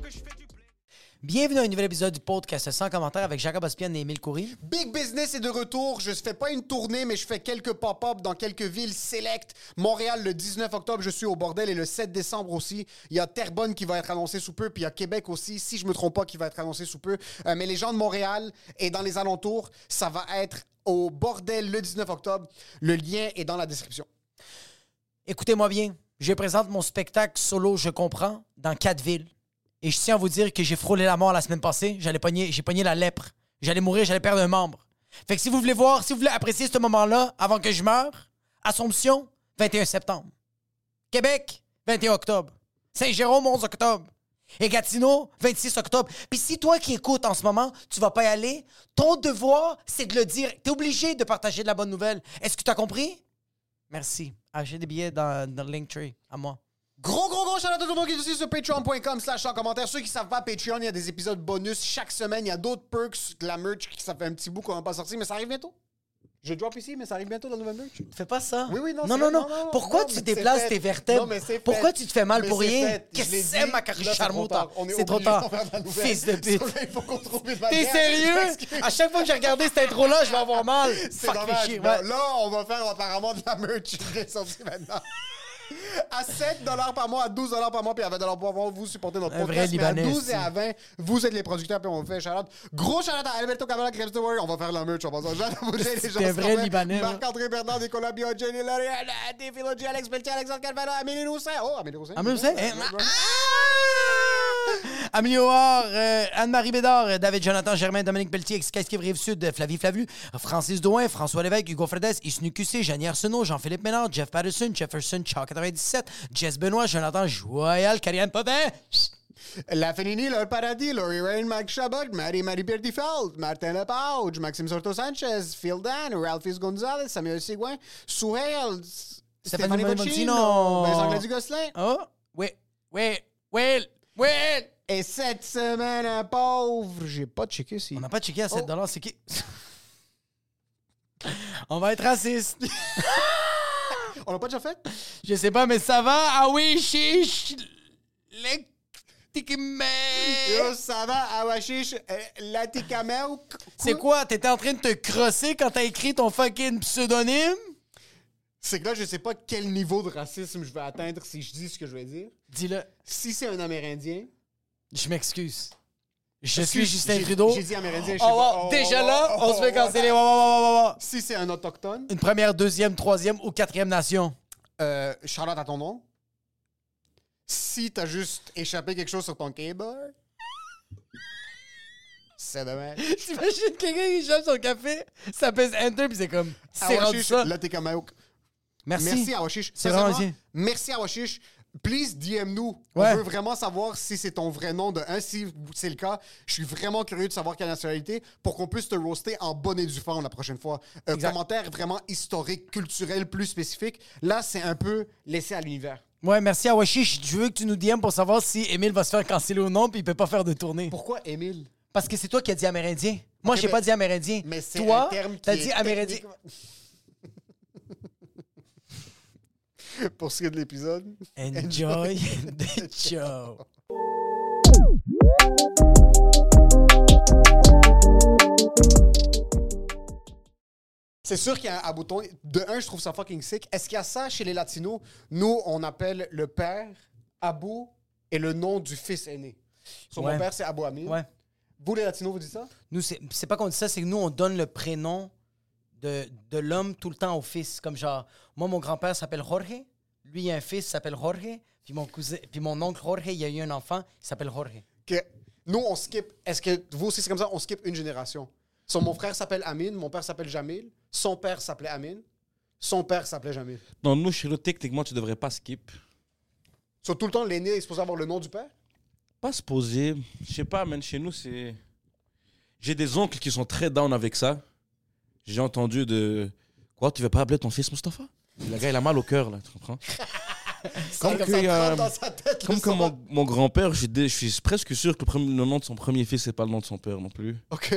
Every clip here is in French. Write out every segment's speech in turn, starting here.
que je fais du blé. Bienvenue à un nouvel épisode du podcast sans commentaire avec Jacob Ospian et Émile Coury. Big Business est de retour. Je fais pas une tournée, mais je fais quelques pop-up dans quelques villes sélectes. Montréal, le 19 octobre, je suis au bordel et le 7 décembre aussi. Il y a Terrebonne qui va être annoncé sous peu, puis il y a Québec aussi, si je me trompe pas, qui va être annoncé sous peu. Euh, mais les gens de Montréal et dans les alentours, ça va être au bordel le 19 octobre. Le lien est dans la description. Écoutez-moi bien, je présente mon spectacle solo Je comprends dans quatre villes. Et je tiens à vous dire que j'ai frôlé la mort la semaine passée. J'allais pogner, j'ai pogné la lèpre. J'allais mourir, j'allais perdre un membre. Fait que si vous voulez voir, si vous voulez apprécier ce moment-là avant que je meure, Assomption, 21 septembre. Québec, 21 octobre. Saint-Jérôme, 11 octobre. Et Gatineau, 26 octobre. Puis si toi qui écoutes en ce moment, tu vas pas y aller, ton devoir, c'est de le dire. T'es obligé de partager de la bonne nouvelle. Est-ce que tu as compris? Merci. Achetez des billets dans, dans le Linktree, à moi. Gros, gros, gros, shout out à tout le monde qui est aussi sur patreon.com slash en commentaire. Ceux qui savent pas, Patreon, il y a des épisodes bonus chaque semaine. Il y a d'autres perks, de la merch, qui ça fait un petit bout qu'on n'a pas sorti, mais ça arrive bientôt. Je drop ici, mais ça arrive bientôt dans la nouvelle merch. Fais pas ça. Oui, oui, non, non, non, c'est vrai. non. Non, non, non. Pourquoi Non, tu mais c'est déplaces fait. tes vertèbres? Non, mais c'est fait. Pourquoi tu te fais mal Mais pour c'est rien? fait. Je Qu'est-ce l'ai que c'est, dit. ma Là, carotte c'est trop charmouta? tard. On est C'est trop obligé tard. d'en faire de la nouvelle. Fils de pute. Il faut qu'on trouve une T'es manière. sérieux? Je m'excuse. À chaque fois que j'ai regardé cette intro-là, je vais avoir mal. C'est Fuck, fais dommage. chier. Bon, Ouais. Là, on va faire apparemment de la merch. Je l'ai sorti maintenant. À 7 par mois, à 12 par mois, puis à 20 par mois, vous supportez notre Un vrai podcast. mais Libanais, à 12 et c'est. à 20, vous êtes les producteurs, puis on fait shout-out. Gros shout-out à Alberto Cabana, Krebs the World. On va faire de la merch en passant. Jean Laboudet, les gens un se vrai connaissent. Libanais, là. Marc-André Bernard, Nicolas Biot, Jenny L'Oréal, Dave Philoggi, Alex Beltier, Alexandre Calvano, Amélie Roussin. Oh, Amélie Roussin. Amélie Roussin, hein? Ouais, ouais. Ah! Amélie Ouard, euh, Anne-Marie Bédard, euh, David Jonathan Germain, Dominique Pelletier, Excasquive Rive-Sud, euh, Flavie Flavlu, euh, Francis Douin, François Lévesque, Hugo Fredes, Isnu QC, Janie Arsenault, Jean-Philippe Ménard, Jeff Patterson, Jefferson, Charles 97, Jess Benoît, Jonathan Joyal, Karianne Popin. La Fenini, le Paradis, Laurie Rain, Mike Chabot, Marie-Marie Bertifeld, Martin Lepage, Maxime Sorto-Sanchez, Phil Dan, Ralphis Gonzalez, Samuel Seguin, Souhail, S- Stéphanie Stéphanie Bottino. Bottino, Vincent Gladys-Gosselin. Oh, oui, oui, oui, oui. Et cette semaine, un pauvre, j'ai pas checké si... On n'a pas checké à Oh. 7 c'est qui? On va être raciste. On l'a pas déjà fait? Je sais pas, mais ça va? Ah oui, chiche! Le- Tikimé. Yo, ça va, Awashish, euh, Latikamau. C'est quoi? T'étais en train de te crosser quand t'as écrit ton fucking pseudonyme? C'est que là, je sais pas quel niveau de racisme je vais atteindre si je dis ce que je vais dire. Dis-le. Si c'est un Amérindien... Je m'excuse. Je suis Excuse, Justin j'ai- Trudeau. j'ai dit Amérindien, je Oh, sais pas. wow. Oh, Déjà oh, là, oh, on oh, se fait oh, canceller. Wow, wow, wow, wow, wow. Si c'est un autochtone, oh, Une première, deuxième, troisième ou quatrième nation. euh, Charlotte à ton nom. Si t'as juste échappé quelque chose sur ton cable, c'est dommage. T'imagines quelqu'un qui chope son café, ça pèse Enter, puis c'est comme. C'est rendu Awashish, ça. là t'es comme ah, un hook. Merci. Merci Awashish. Ah, C'est vraiment Sincèrement, gentil. Merci Awashish. Please DM nous. Ouais. On veut vraiment savoir si c'est ton vrai nom de un. Si c'est le cas, je suis vraiment curieux de savoir quelle nationalité pour qu'on puisse te roaster en bonne et due forme la prochaine fois. Un Exact. commentaire vraiment historique, culturel, plus spécifique. Là, c'est un peu laissé à l'univers. Ouais, merci à Washish. Je veux que tu nous DM pour savoir si Émile va se faire canceller ou non, puis il peut pas faire de tournée. Pourquoi Émile? Parce que c'est toi qui as dit Amérindien. Moi, j'ai mais- pas dit Amérindien. ben, Mais c'est toi, un terme qui t'as est dit Amérindien. techniquement- pour ce qui est de l'épisode. Enjoy the show. C'est sûr qu'il y a un bouton. De un, je trouve ça fucking sick. Est-ce qu'il y a ça chez les Latinos? Nous, on appelle le père Abu et le nom du fils aîné. So, Ouais. Mon père, c'est Abu Amin. Ouais. Vous, les Latinos, vous dites ça? Nous, c'est c'est pas qu'on dit ça, c'est que nous, on donne le prénom de, de l'homme tout le temps au fils. Comme genre, moi, mon grand-père s'appelle Jorge. Lui, il a un fils, il s'appelle Jorge. Puis mon, cousin, puis mon oncle Jorge, il a eu un enfant, il s'appelle Jorge. Que nous, on skip. Est-ce que vous aussi, c'est comme ça? On skip une génération. So, mon frère s'appelle Amin, mon père s'appelle Jamil, son père s'appelait Amin, son père s'appelait Jamil. Dans nous, chez nous, techniquement, tu devrais pas skip. So, tout le temps, l'aîné est supposé avoir le nom du père? Pas se poser. Je sais pas, man. Chez nous, c'est. J'ai des oncles qui sont très down avec ça. J'ai entendu de. Quoi, tu veux pas appeler ton fils Mustapha Le gars, il a mal au cœur, là, tu comprends Comme Ça, que, ça euh, rentre dans sa tête, Comme le que savoir. mon, mon grand-père, je suis dé- je suis presque sûr que le, premier- le nom de son premier fils, c'est pas le nom de son père non plus. OK.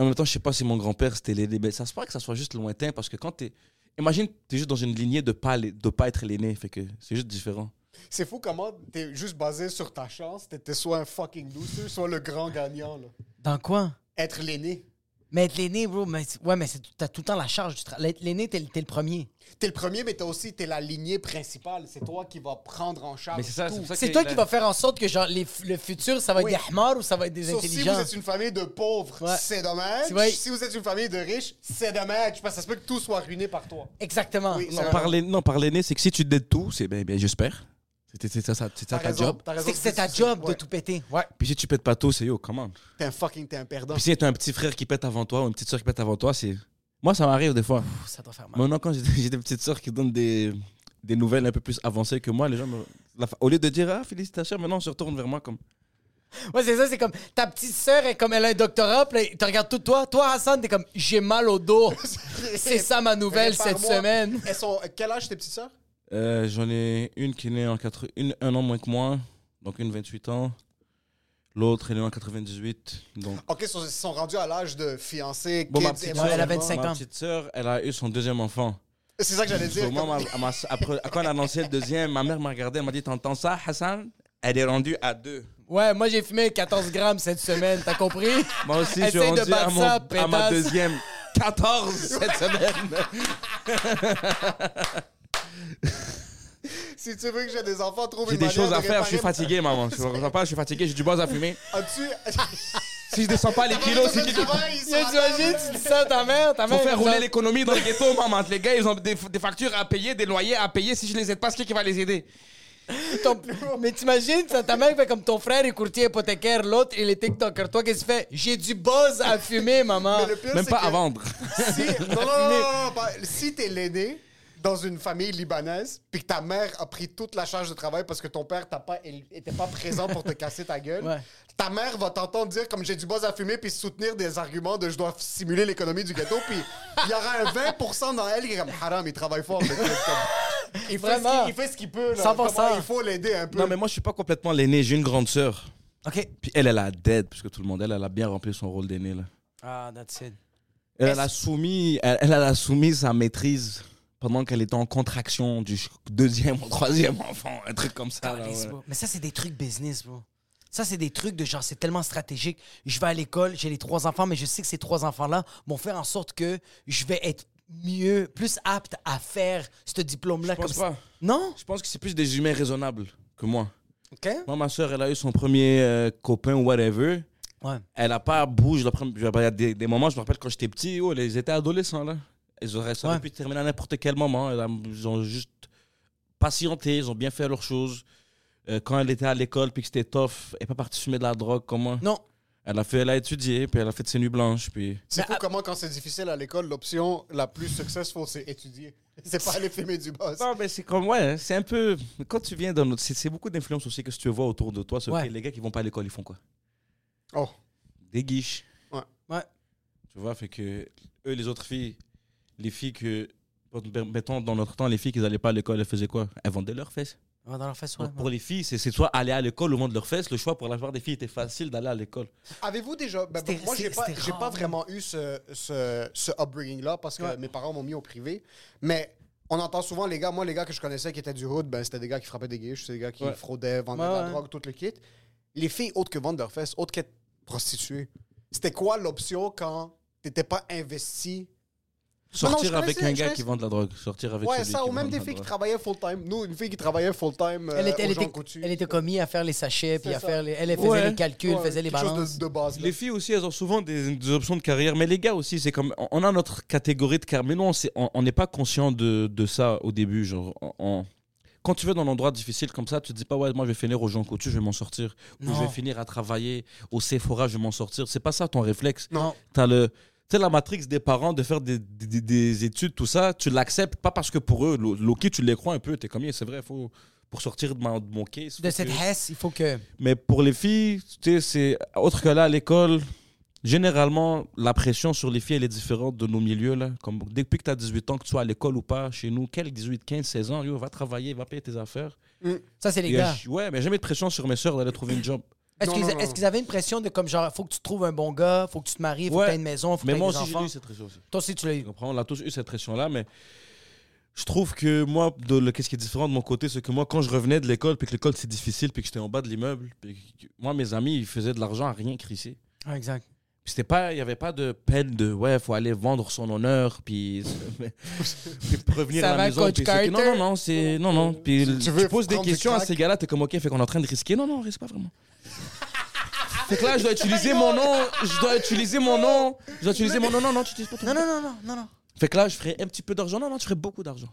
En même temps, je sais pas si mon grand-père, c'était l'aîné. Mais ça se pourrait que ça soit juste lointain parce que quand t'es. Imagine, t'es juste dans une lignée de pas, les- de pas être l'aîné. Fait que c'est juste différent. C'est fou comment t'es juste basé sur ta chance. T'étais soit un fucking loser, soit le grand gagnant. Là. Dans quoi? Être l'aîné. Mais être l'aîné, bro, mais, c'est- ouais, mais c'est- t'as tout le temps la charge du travail. L'aîné, t'es t'es le premier. T'es le premier, mais t'as aussi t'es la lignée principale. C'est toi qui vas prendre en charge. Mais c'est ça, tout. c'est pour ça que- C'est Ok, toi là- qui vas faire en sorte que genre, les f- le futur, ça va être Oui. des hamards ou ça va être des So, si vous intelligents? êtes une famille de pauvres, Ouais. c'est dommage. C'est vrai. Si vous êtes une famille de riches, c'est dommage. Parce que ça se peut que tout soit ruiné par toi. Exactement. Oui, Non, c'est par vrai. l'aîné, non, par l'aîné, c'est que si tu dettes tout, c'est ben, ben, j'espère. C'est c'est ça, ça- c'est ça T'as ta raison, job. t'as raison. C'est que c'est ta job de ouais. tout péter. Ouais. Puis si tu pètes pas tout, c'est yo, comment T'es un fucking, t'es un perdant. Puis si t'as un petit frère qui pète avant toi ou une petite soeur qui pète avant toi, c'est. Moi, ça m'arrive des fois. Pff, Ça doit faire mal. Maintenant, quand j'ai j'ai des petites soeurs qui donnent des, des nouvelles un peu plus avancées que moi, les gens me- la fa- Au lieu de dire, ah, félicitations, maintenant, on se retourne vers moi comme. Ouais, c'est ça, c'est comme ta petite sœur est comme elle a un doctorat, puis là, tu regardes tout toi. Toi, Hassan, t'es comme j'ai mal au dos. c'est ça ma nouvelle cette Répare-moi. semaine. Elles sont... Quel âge tes petites sœurs? Euh, J'en ai une qui est née en quatre- une, un an moins que moi, donc une 28 ans. L'autre, elle est née en 98. Donc. Ok, so- ils sont rendus à l'âge de fiancés. Bon, ma kids, petite sœur, elle a éventuellement. 25 Ma ans. petite sœur, elle a eu son deuxième enfant. C'est ça que j'allais dire. Au moment comme- où elle m'a- après- quand on a annoncé le deuxième, ma mère m'a regardé, elle m'a dit T'entends ça, Hassan Elle est rendue à deux. Ouais, moi j'ai fumé 14 grammes cette semaine, t'as compris? Moi aussi, je suis Essaye de rendu à, battre mon- ça, à ma pétasse. deuxième. 14 cette semaine. Si tu veux que j'ai des enfants, trouve J'ai une des manière choses de à faire, je suis réparer- fatigué, maman. Je suis- je pas, je suis fatigué, j'ai du buzz à fumer. As-tu. Si je descends pas les kilos, Ah, c'est qui qui. Yo, T'imagines, tu dis ça à ta mère, ta Faut mère. faire comme rouler ça. l'économie dans le ghetto, maman. Les gars, ils ont des, des factures à payer, des loyers à payer. Si je les aide pas, c'est qui qui va les aider Ton- Mais t'imagines, ça, ta mère fait comme ton frère est courtier hypothécaire, l'autre il est TikToker. Toi, qu'est-ce que tu fais? J'ai du buzz à fumer, maman. Même pas à vendre. Si, non, non, non, non, non, pas- si t'es l'aîné dans une famille libanaise, puis que ta mère a pris toute la charge de travail parce que ton père t'a pas, il était pas présent pour te casser ta gueule, Ouais. ta mère va t'entendre dire comme j'ai du buzz à fumer, puis soutenir des arguments de je dois simuler l'économie du ghetto, puis il y aura un 20% dans elle qui est comme haram, il travaille fort. le kid, comme, il, fait ce Vraiment. qu'il- il fait ce qu'il peut. Là, 100%. Comment il faut l'aider un peu. Non, mais moi, je suis pas complètement l'aîné. J'ai une grande sœur. Ok. Puis elle, elle a dead, parce que tout le monde, elle, elle a bien rempli son rôle d'aîné, là. Ah, that's it. Elle, elle a soumis, elle, elle a soumis sa maîtrise pendant qu'elle était en contraction du ch- deuxième ou troisième enfant, un truc comme ça. là, Calisse, Ah, ouais. bro. Mais ça, c'est des trucs business, bro. Ça, c'est des trucs de genre, c'est tellement stratégique. Je vais à l'école, j'ai les trois enfants, mais je sais que ces trois enfants-là vont faire en sorte que je vais être mieux, plus apte à faire ce diplôme-là. Je pense comme ça. pas. Non? Je pense que c'est plus des humains raisonnables que moi. OK. Moi, ma soeur, elle a eu son premier euh, copain ou whatever. Ouais. Elle a pas bougé. la première- je vais pas- Il y a des, des moments, je me rappelle quand j'étais petit, oh, ils étaient adolescents, là. Ils auraient ça aurait Ouais. pu terminer à n'importe quel moment. Ils ont- Ils ont juste patienté, ils ont bien fait leurs choses. Euh, quand elle était à l'école, puis que c'était tough, elle n'est pas partie fumer de la drogue comme moi. Non. Elle a fait, elle a étudié, puis elle a fait ses nuits blanches, puis. C'est fou comment quand c'est difficile à l'école, l'option la plus successful, c'est étudier. C'est pas aller fumer du buzz. Non, mais ben, c'est comme, ouais, hein, c'est un peu. Quand tu viens dans notre. C'est c'est beaucoup d'influence aussi que si tu vois autour de toi. C'est Ouais. ok, les gars qui vont pas à l'école, ils font quoi Oh. Des guiches. Ouais. Tu vois, fait que. Eux, les autres filles, les filles que. ben, Mettons, dans notre temps, les filles qui n'allaient pas à l'école, elles faisaient quoi Elles vendaient leurs fesses. On va dans leur face, ouais. Ah, Donc, pour les filles, c'est c'est soit aller à l'école ou vendre leurs fesses. Le choix pour la plupart des filles était facile d'aller à l'école. Ah Avez-vous déjà. ben, C'était- moi, j'ai c'est- pas, c'était j'ai rare, hein. pas oui. vraiment eu ce, ce, ce upbringing-là parce que Ouais. mes parents m'ont mis au privé. Mais On entend souvent les gars, moi les gars que je connaissais qui étaient du hood, ben c'était des gars qui frappaient des guiches, c'est des gars qui Ouais. fraudaient, vendaient de Ouais, la ouais. drogue, tout le kit. Les filles autres que vendent leurs fesses, autres que prostituées, c'était quoi l'option quand t'étais pas investi? Sortir connaissais, avec je un gars connaissais. qui vend de la drogue. Sortir avec Ouais, celui ça, qui ou même vend des de la filles qui drogue. travaillaient full-time. Nous, une fille qui travaillait full-time, euh, Elle était, au elle, Jean était, Coutu. elle était commis à faire les sachets, puis C'est à ça. faire les, elle faisait Ouais. les calculs, Ouais, faisait les quelque chose balances. de, de base. là. Les filles aussi, elles ont souvent des, des options de carrière. Mais les gars aussi, c'est comme. On on a notre catégorie de carrière. Mais nous, on sait- on on n'est pas conscient de, de ça au début. Genre, on- on- Quand tu vas dans un endroit difficile comme ça, tu te dis pas, ouais, moi je vais finir au Jean Coutu, je vais m'en sortir. Ou je Non. vais finir à travailler au Sephora, je vais m'en sortir. C'est pas ça ton réflexe. Non. T'as le. Tu sais, la matrix des parents de faire des, des- des- des études, tout ça, tu l'acceptes pas parce que pour eux, lo- Loki, tu les crois un peu, t'es comme, Yeah, c'est vrai, faut, pour sortir de, ma- de mon case. De faut cette que- hesse, il faut que. mais pour les filles, tu sais, c'est autre que là à l'école. Généralement, la pression sur les filles, elle est différente de nos milieux. Là. Comme, depuis que tu as 18 ans, que tu sois à l'école ou pas, chez nous, quel 18, 15, 16 ans, yo, va travailler, va payer tes affaires. Ça, c'est les Il y a- gars. ouais, mais jamais de pression sur mes sœurs d'aller trouver une job. Est-ce Non, qu'ils non, non. est-ce qu'ils avaient une pression de comme genre, faut que tu trouves un bon gars, faut que tu te maries, faut Ouais. que tu une maison, faut mais que tu moi des aussi, j'ai enfants? eu cette pression aussi. Toi aussi, tu l'as eu. Tu comprends? On a tous eu cette pression-là, mais je trouve que moi, de le- qu'est-ce qui est différent de mon côté, c'est que moi, quand je revenais de l'école, puis que l'école, c'est difficile, puis que j'étais en bas de l'immeuble, puis que- moi, mes amis, ils faisaient de l'argent à rien crisser. Ah, exact. Puis c'était pas il y avait pas de peine de ouais faut aller vendre son honneur puis, puis revenir Ça à la va, maison Coach puis c'est- non Carter? non non c'est non non puis Tu- tu, tu veux poses des prendre du questions à crack? ces gars-là t'es comme ok fait qu'on est en train de risquer non non on risque pas vraiment fait que là je dois utiliser mon nom je dois utiliser mon nom je dois utiliser mon nom non non tu utilises pas ton Non, nom non, non, non, non, non. fait que là je ferais un petit peu d'argent non non tu ferais beaucoup d'argent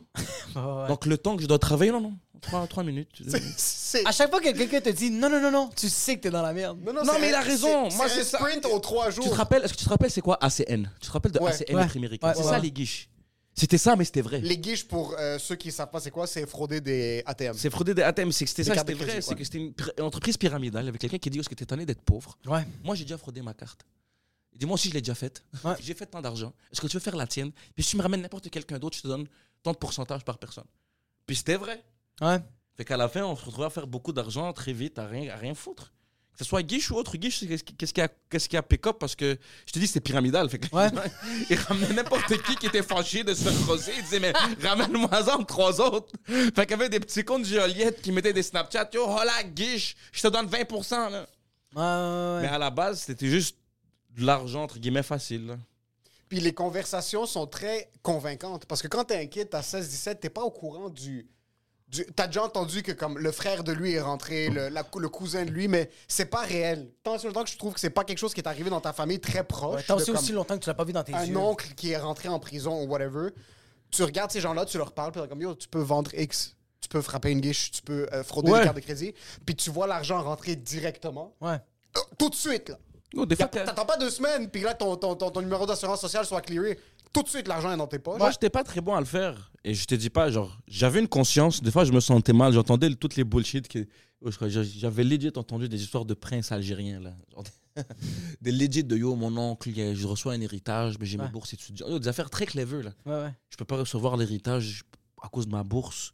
Ah, ouais. donc le temps que je dois travailler non non trois trois minutes deux minutes. C'est- à chaque fois que quelqu'un te dit non, non, non, non, tu sais que t'es dans la merde. Non, c'est mais un- il a raison. c'est- Moi, c'est c'est un ça. sprint aux trois jours. Tu te rappelles, est-ce que tu te rappelles c'est quoi ACN Tu te rappelles de Ouais. ACN Ouais. être américain Ouais, C'est ouais. ça les guiches. C'était ça mais c'était vrai. Les guiches, pour euh, ceux qui savent pas c'est quoi, c'est frauder des ATM. C'est fraudé des ATM, c'est que c'était Des ça, cartes c'était de crédit, vrai, c'est ouais. que c'était une, pr- une entreprise pyramidale avec quelqu'un qui dit, oh, est-ce que t'es tanné d'être pauvre Ouais. Moi, j'ai déjà fraudé ma carte. Il dit, moi aussi, je l'ai déjà faite. Ouais. j'ai fait tant d'argent. Est-ce que tu veux faire la tienne Puis si tu me ramènes n'importe quelqu'un d'autre, je te donne tant de pourcentage par personne. Puis c'était vrai. Ouais. Fait qu'à la fin, on se retrouvait à faire beaucoup d'argent très vite, à rien, à rien foutre. Que ce soit guiche ou autre guiche, c'est qu'est-ce qui- qu'est-ce qu'il y a, qu'est-ce qu'il y a pick-up parce que je te dis, c'était pyramidal. Fait que Ouais. il ramenait n'importe qui qui était fâché de se faire crosser. Il disait, mais ramène-moi-en trois autres. Fait qu'il y avait des petits cons de Joliette qui mettaient des Snapchats. Yo, hola, guiche, je te donne 20%. Là. Ouais, ouais, Mais ouais. à la base, c'était juste de l'argent, entre guillemets, facile. là. Puis les conversations sont très convaincantes. Parce que quand t'es inquiet, t'as 16-17, t'es pas au courant du. du t'as déjà entendu que comme le frère de lui est rentré, le, la cou- le cousin de lui, mais c'est pas réel. Tant sur le temps que je trouve que c'est pas quelque chose qui est arrivé dans ta famille très Ouais, proche. Tant de aussi, comme Ah, aussi longtemps que tu l'as pas vu dans tes un yeux. oncle qui est rentré en prison ou whatever. Tu regardes ces gens-là, tu leur parles, puis t'es comme yo, tu peux vendre X, tu peux frapper une guiche, tu peux euh, frauder Ouais. une carte de crédit, puis tu vois l'argent rentrer directement. Ouais. Euh, Tout de suite, là. Yo, Y des a- fois, t'as- T'attends pas deux semaines, puis là, ton, ton, ton, ton numéro d'assurance sociale soit clearé. Tout de suite, l'argent est dans tes poches. Moi, j'étais pas très bon à le faire. Et je te dis pas, genre, j'avais une conscience. Des fois, je me sentais mal. J'entendais le- toutes les bullshit. Que... oh, je crois- J'avais legit entendu des histoires de princes algériens, là. Genre des- des legit de yo, mon oncle, il y a- je reçois un héritage, mais j'ai mes Ouais. bourses étudiantes. Yo, des affaires très clever, là. Ouais, ouais. Je peux pas recevoir l'héritage à cause de ma bourse.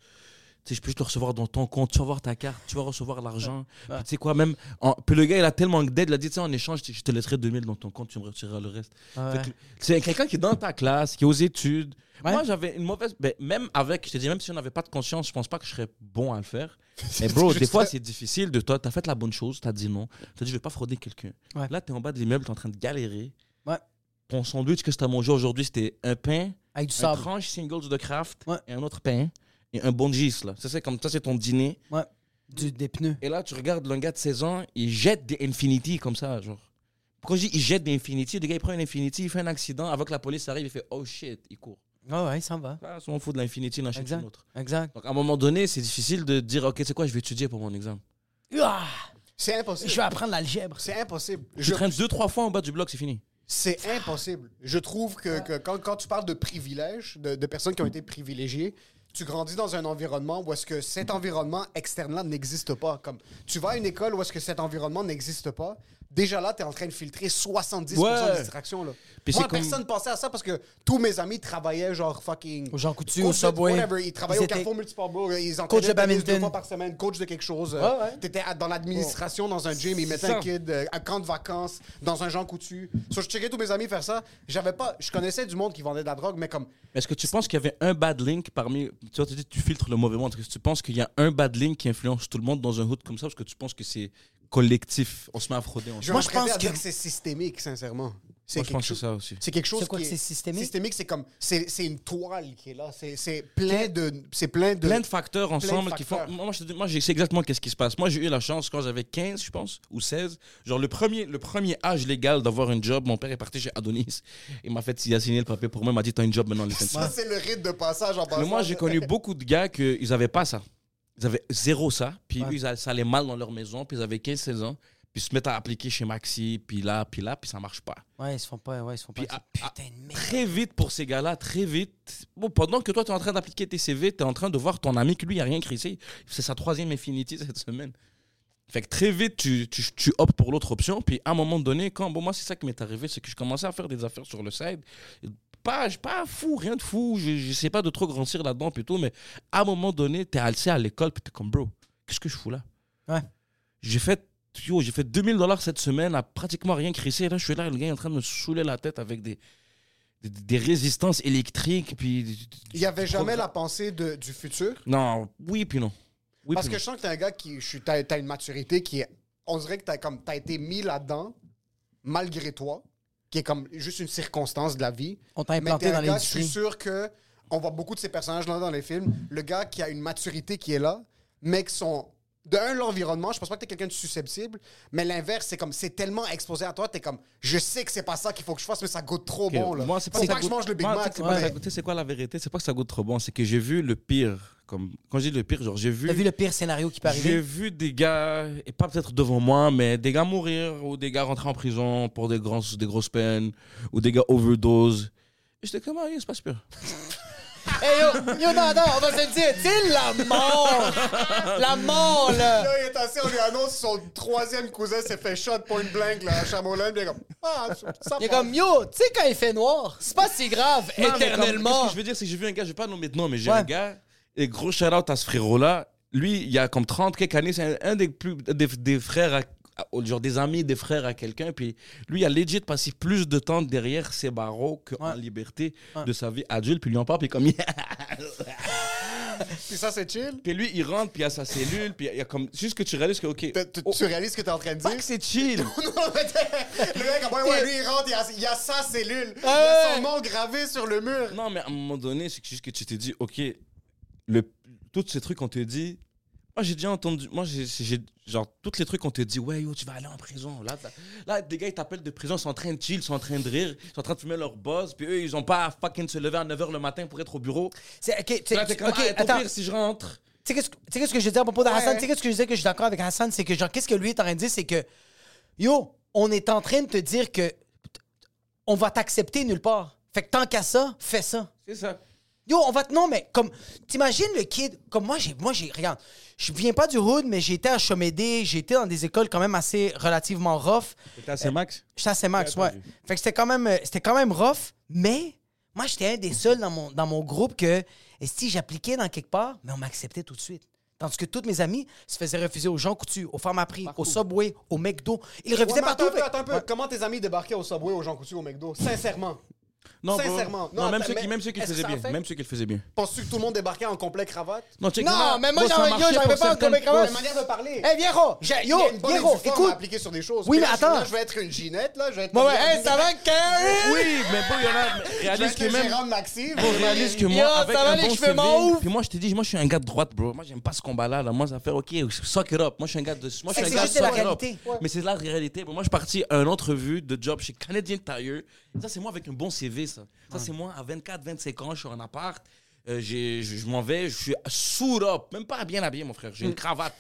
Tu sais, je peux juste le recevoir dans ton compte. Tu vas voir ta carte, tu vas recevoir l'argent. Ouais. Puis Tu sais quoi, même. en- Puis le gars, il a tellement d'aide, il a dit, tu sais, en échange, je te laisserai 2000 dans ton compte, tu me retireras le reste. Ouais, ouais. Fait que C'est quelqu'un qui est dans ta classe, qui est aux études. Ouais. Moi, j'avais une mauvaise. ben, même avec, je te dis, même si on n'avait pas de conscience, je pense pas que je serais bon à le faire. Mais bro, des juste fois, ça. c'est difficile de toi. T'as fait la bonne chose, t'as dit non. T'as dit, je vais pas frauder quelqu'un. Ouais. Là, t'es en bas de l'immeuble, t'es en train de galérer. Ouais. Ton sandwich que t'as mangé aujourd'hui, c'était un pain, Avec du un sable. tranche singles de craft, Ouais. et un autre pain, et un bongis. Là. Ça, c'est comme ça, c'est ton dîner. Ouais. Du, des pneus. Et là, tu regardes le gars de 16 ans, il jette des Infinity comme ça, genre. Quand je dis il jette des Infinity, le gars il prend un Infinity, il fait un accident, avant que la police arrive, il fait oh shit, il court. Ouais, ouais, il s'en va. Ah, si on fout de l'Infinity, il en achète Exact. une autre. Exact. Donc à un moment donné, c'est difficile de dire ok, c'est quoi, je vais étudier pour mon examen. Ah, C'est je impossible. vais apprendre l'algèbre. C'est impossible. Je Je- traîne deux, trois fois en bas du bloc, c'est fini. C'est Ah. impossible. Je trouve que, que quand, quand tu parles de privilèges, de, de personnes Mm. qui ont été privilégiées, tu grandis dans un environnement où est-ce que Mm. cet environnement externe-là n'existe pas. Comme tu vas à une école où est-ce que cet environnement n'existe pas, déjà là, t'es en train de filtrer 70% Ouais. des distractions. Là. Puis Moi, c'est comme- personne pensait à ça parce que tous mes amis travaillaient genre fucking. Aux Jean Coutu, coach au de- Subway. whatever, Ils travaillaient Ils au Carrefour étaient- Multisport Bro. Ils entraînaient Coach de le tennis deux badminton. fois par semaine, coach de quelque chose. euh, Ouais, ouais. T'étais à- dans l'administration, dans un gym, ils mettaient Ça. un kid euh, à camp de vacances, dans un Jean Coutu. So, je checkais tous mes amis faire ça. J'avais pas. Je connaissais du monde qui vendait de la drogue, mais comme. Mais Est-ce que tu penses qu'il y avait un bad link parmi. Tu vois, tu dis que tu filtres le mauvais monde. Est-ce que tu penses qu'il y a un bad link qui influence tout le monde dans un hood comme ça Parce que tu penses que c'est collectif. On se met à frauder ensemble. Moi, je je pense pense que- que c'est systémique, sincèrement. C'est Moi, je quelque pense que chose- c'est ça aussi. C'est quelque chose C'est quoi qui que est- c'est systémique? Systémique, c'est comme c'est c'est une toile qui est là. C'est- C'est plein de c'est plein de Plein de facteurs ensemble de qui facteurs. font. Moi, moi, je, te dis- moi, je sais exactement qu'est-ce qui se passe. Moi, j'ai eu la chance quand j'avais 15, je pense, ou 16. Genre, le premier, le premier âge légal d'avoir un job, mon père est parti chez Adonis. Il m'a fait signer le papier pour moi. Il m'a dit T'as un job maintenant, les Ça c'est le rite de passage en passant. Mais moi, j'ai connu beaucoup de gars qu'ils n'avaient pas ça. Ils avaient zéro ça. Puis eux, ils a- ça allait mal dans leur maison. Puis ils avaient 15-16 ans. Puis ils se mettent à appliquer chez Maxi. Puis là, puis là, puis ça marche pas. Ouais, ils se font pas. Ouais, ils se font pas. Puis accepter. à- à- Putain de merde. Très vite pour ces gars-là, très vite. Bon, pendant que toi, tu es en train d'appliquer tes CV, tu es en train de voir ton ami que lui, il a rien crissé. C'est sa troisième Infinity cette semaine. Fait que très vite, tu, tu, tu optes pour l'autre option. Puis à un moment donné, quand. Bon, moi, c'est ça qui m'est arrivé, c'est que je commençais à faire des affaires sur le side. Pas, pas fou, rien de fou. Je je sais pas de trop grandir là-dedans, plutôt. Mais à un moment donné, t'es alcé à l'école, puis t'es comme, bro, qu'est-ce que je fous là? Ouais. J'ai fait. yo, j'ai fait 2000 dollars cette semaine à pratiquement rien crisser. Là, je suis là, le gars est en train de me saouler la tête avec des, des, des résistances électriques. Puis, il y avait jamais la pensée de- du futur Non, oui, puis non. Oui, parce puis que non. je sens que t'es un gars qui je suis- t'as t'as une maturité qui est on dirait que t'as comme t'as été mis là-dedans malgré toi qui est comme juste une circonstance de la vie. On t'a Mais implanté t'es un dans gars, Je suis l'industrie. sûr que on voit beaucoup de ces personnages-là dans les films. Le gars qui a une maturité qui est là, mais qui sont. De un, l'environnement, je pense pas que t'es quelqu'un de susceptible, mais l'inverse, c'est comme c'est tellement exposé à toi, t'es comme je sais que c'est pas ça qu'il faut que je fasse, mais ça goûte trop Ok, bon. Là. Moi, c'est pas Faut ça pas que je goûte- mange le Big moi, Mac. tu sais c'est quoi, pas- ça goûte- Tu sais, c'est quoi la vérité C'est pas que ça goûte trop bon, c'est que j'ai vu le pire. Comme, quand je dis le pire, genre, j'ai vu. T'as vu le pire scénario qui peut J'ai arriver? vu des gars, et pas peut-être devant moi, mais des gars mourir ou des gars rentrer en prison pour des, grands, des grosses peines ou des gars overdose. Et J'étais comme, ah, yeah, c'est pas si pire. Hey yo, yo, non, non, on va se le dire. C'est la mort! La mort, là! Là, il est assis, on lui annonce son troisième cousin s'est fait shot point blank là, à Chamolan, puis il est comme ah, ça Il est passe. comme, yo, tu sais, quand il fait noir, c'est pas si grave, Non, mais comme- qu'est-ce éternellement. que je veux dire, c'est que j'ai vu un gars, je vais pas le nommer de nom, mais j'ai Ouais. un gars, et gros shout-out à ce frérot-là. Lui, il y a comme 30 quelques années, c'est un, un des plus des, des frères, à- à- genre des amis, des frères à quelqu'un. Puis lui, il a legit passé plus de temps derrière ses barreaux qu'en Ouais. liberté de sa vie adulte. Puis lui en parle, puis comme, yeah. Puis ça c'est chill. Puis lui, il rentre, puis il a sa cellule, puis il y a comme. Juste que tu réalises que, OK. T'as- Tu, oh, tu réalises ce que t'es en train de pas dire? que c'est chill. Non, mais t'es- le mec, ah, ouais, ouais, lui, il rentre, il y a, il y a sa cellule. Il y a son nom gravé sur le mur. Non, mais à un moment donné, c'est juste que tu t'es dit, OK, le, tous ces trucs qu'on te dit. Moi, j'ai déjà entendu. Moi, j'ai, j'ai- genre, tous les trucs qu'on te dit, ouais, yo, tu vas aller en prison. Là, t'as- là des gars, ils t'appellent de prison, ils sont en train de chill, ils sont en train de rire, ils sont en train de fumer leur buzz, puis eux, ils ont pas à fucking se lever à 9h le matin pour être au bureau. C'est- ok, tu- Là, t'es tu- comme, ok, ah, au attends. pire, si je rentre. Tu sais qu'est-ce que- tu sais qu'est-ce que je veux dire à propos de Hassan? ouais. Tu sais qu'est-ce que je disais que je suis d'accord avec Hassan? C'est que, genre, qu'est-ce que lui est en train de dire? C'est que, yo, on est en train de te dire que t- on va t'accepter nulle part. Fait que tant qu'à ça, fais ça. C'est ça. Yo, on va te. Non, mais comme. T'imagines le kid. Comme moi, j'ai. Moi, j'ai. Regarde, je viens pas du hood, mais j'ai été à Chomédé. J'ai été dans des écoles quand même assez relativement rough. T'es assez max? J'étais à Saint-Max, ouais. entendu. Fait que c'était quand même, euh, c'était quand même rough, mais moi, j'étais un des seuls dans mon, dans mon groupe que, si j'appliquais dans quelque part, mais on m'acceptait tout de suite. Tandis que tous mes amis se faisaient refuser aux gens coutus, aux femmes à prix, au Subway, au McDo. Ils refusaient Ouais, mais partout. attends un peu, fait- attends un peu. Comment tes amis débarquaient au Subway, au Jean Coutu, au McDo? Sincèrement. Non, bah, Sincèrement. Non, Non, même, attends, ceux qui, mais même ceux qui le est-ce que faisaient ça bien. affecte- Même ceux qui le faisaient bien. Penses-tu que tout le monde débarquait en complet cravate? Non, check, Non, mais moi, ça j'avais- yo, marchait j'avais pour pas un certaines- comic rap. La manière de parler. Hey, Viejo! j'ai- Yo, Il y a une bonne Viejo, uniforme à écoute! appliquer sur des choses. Oui, Puis mais là, je- attends. là, je vais être une ginette, là. Je vais être. Ouais, ouais, je vais hey, être- ça va, Carrie? Oui, mais bon, il y en a. mais Je vais Réalise être que le même. gérant de Maxi. On réalise que Yo, moi, avec ça va, un les bon cheveux mauves? CV, puis moi je te dis, moi je suis un gars de droite, bro. Moi j'aime pas ce combat-là. Là. Moi ça fait ok, suck it up. Moi je suis un gars de, moi je suis C'est un gars juste la suck it up. réalité. Ouais. Mais c'est la réalité. Bon, moi je suis parti à une entrevue de job chez Canadian Tire. Ça c'est moi avec un bon CV, ça. Ça c'est moi à 24, 25 ans, je suis en appart. Euh, j'ai- je je m'en vais, je suis sourd up, même pas bien habillé, mon frère. J'ai Mm. une cravate.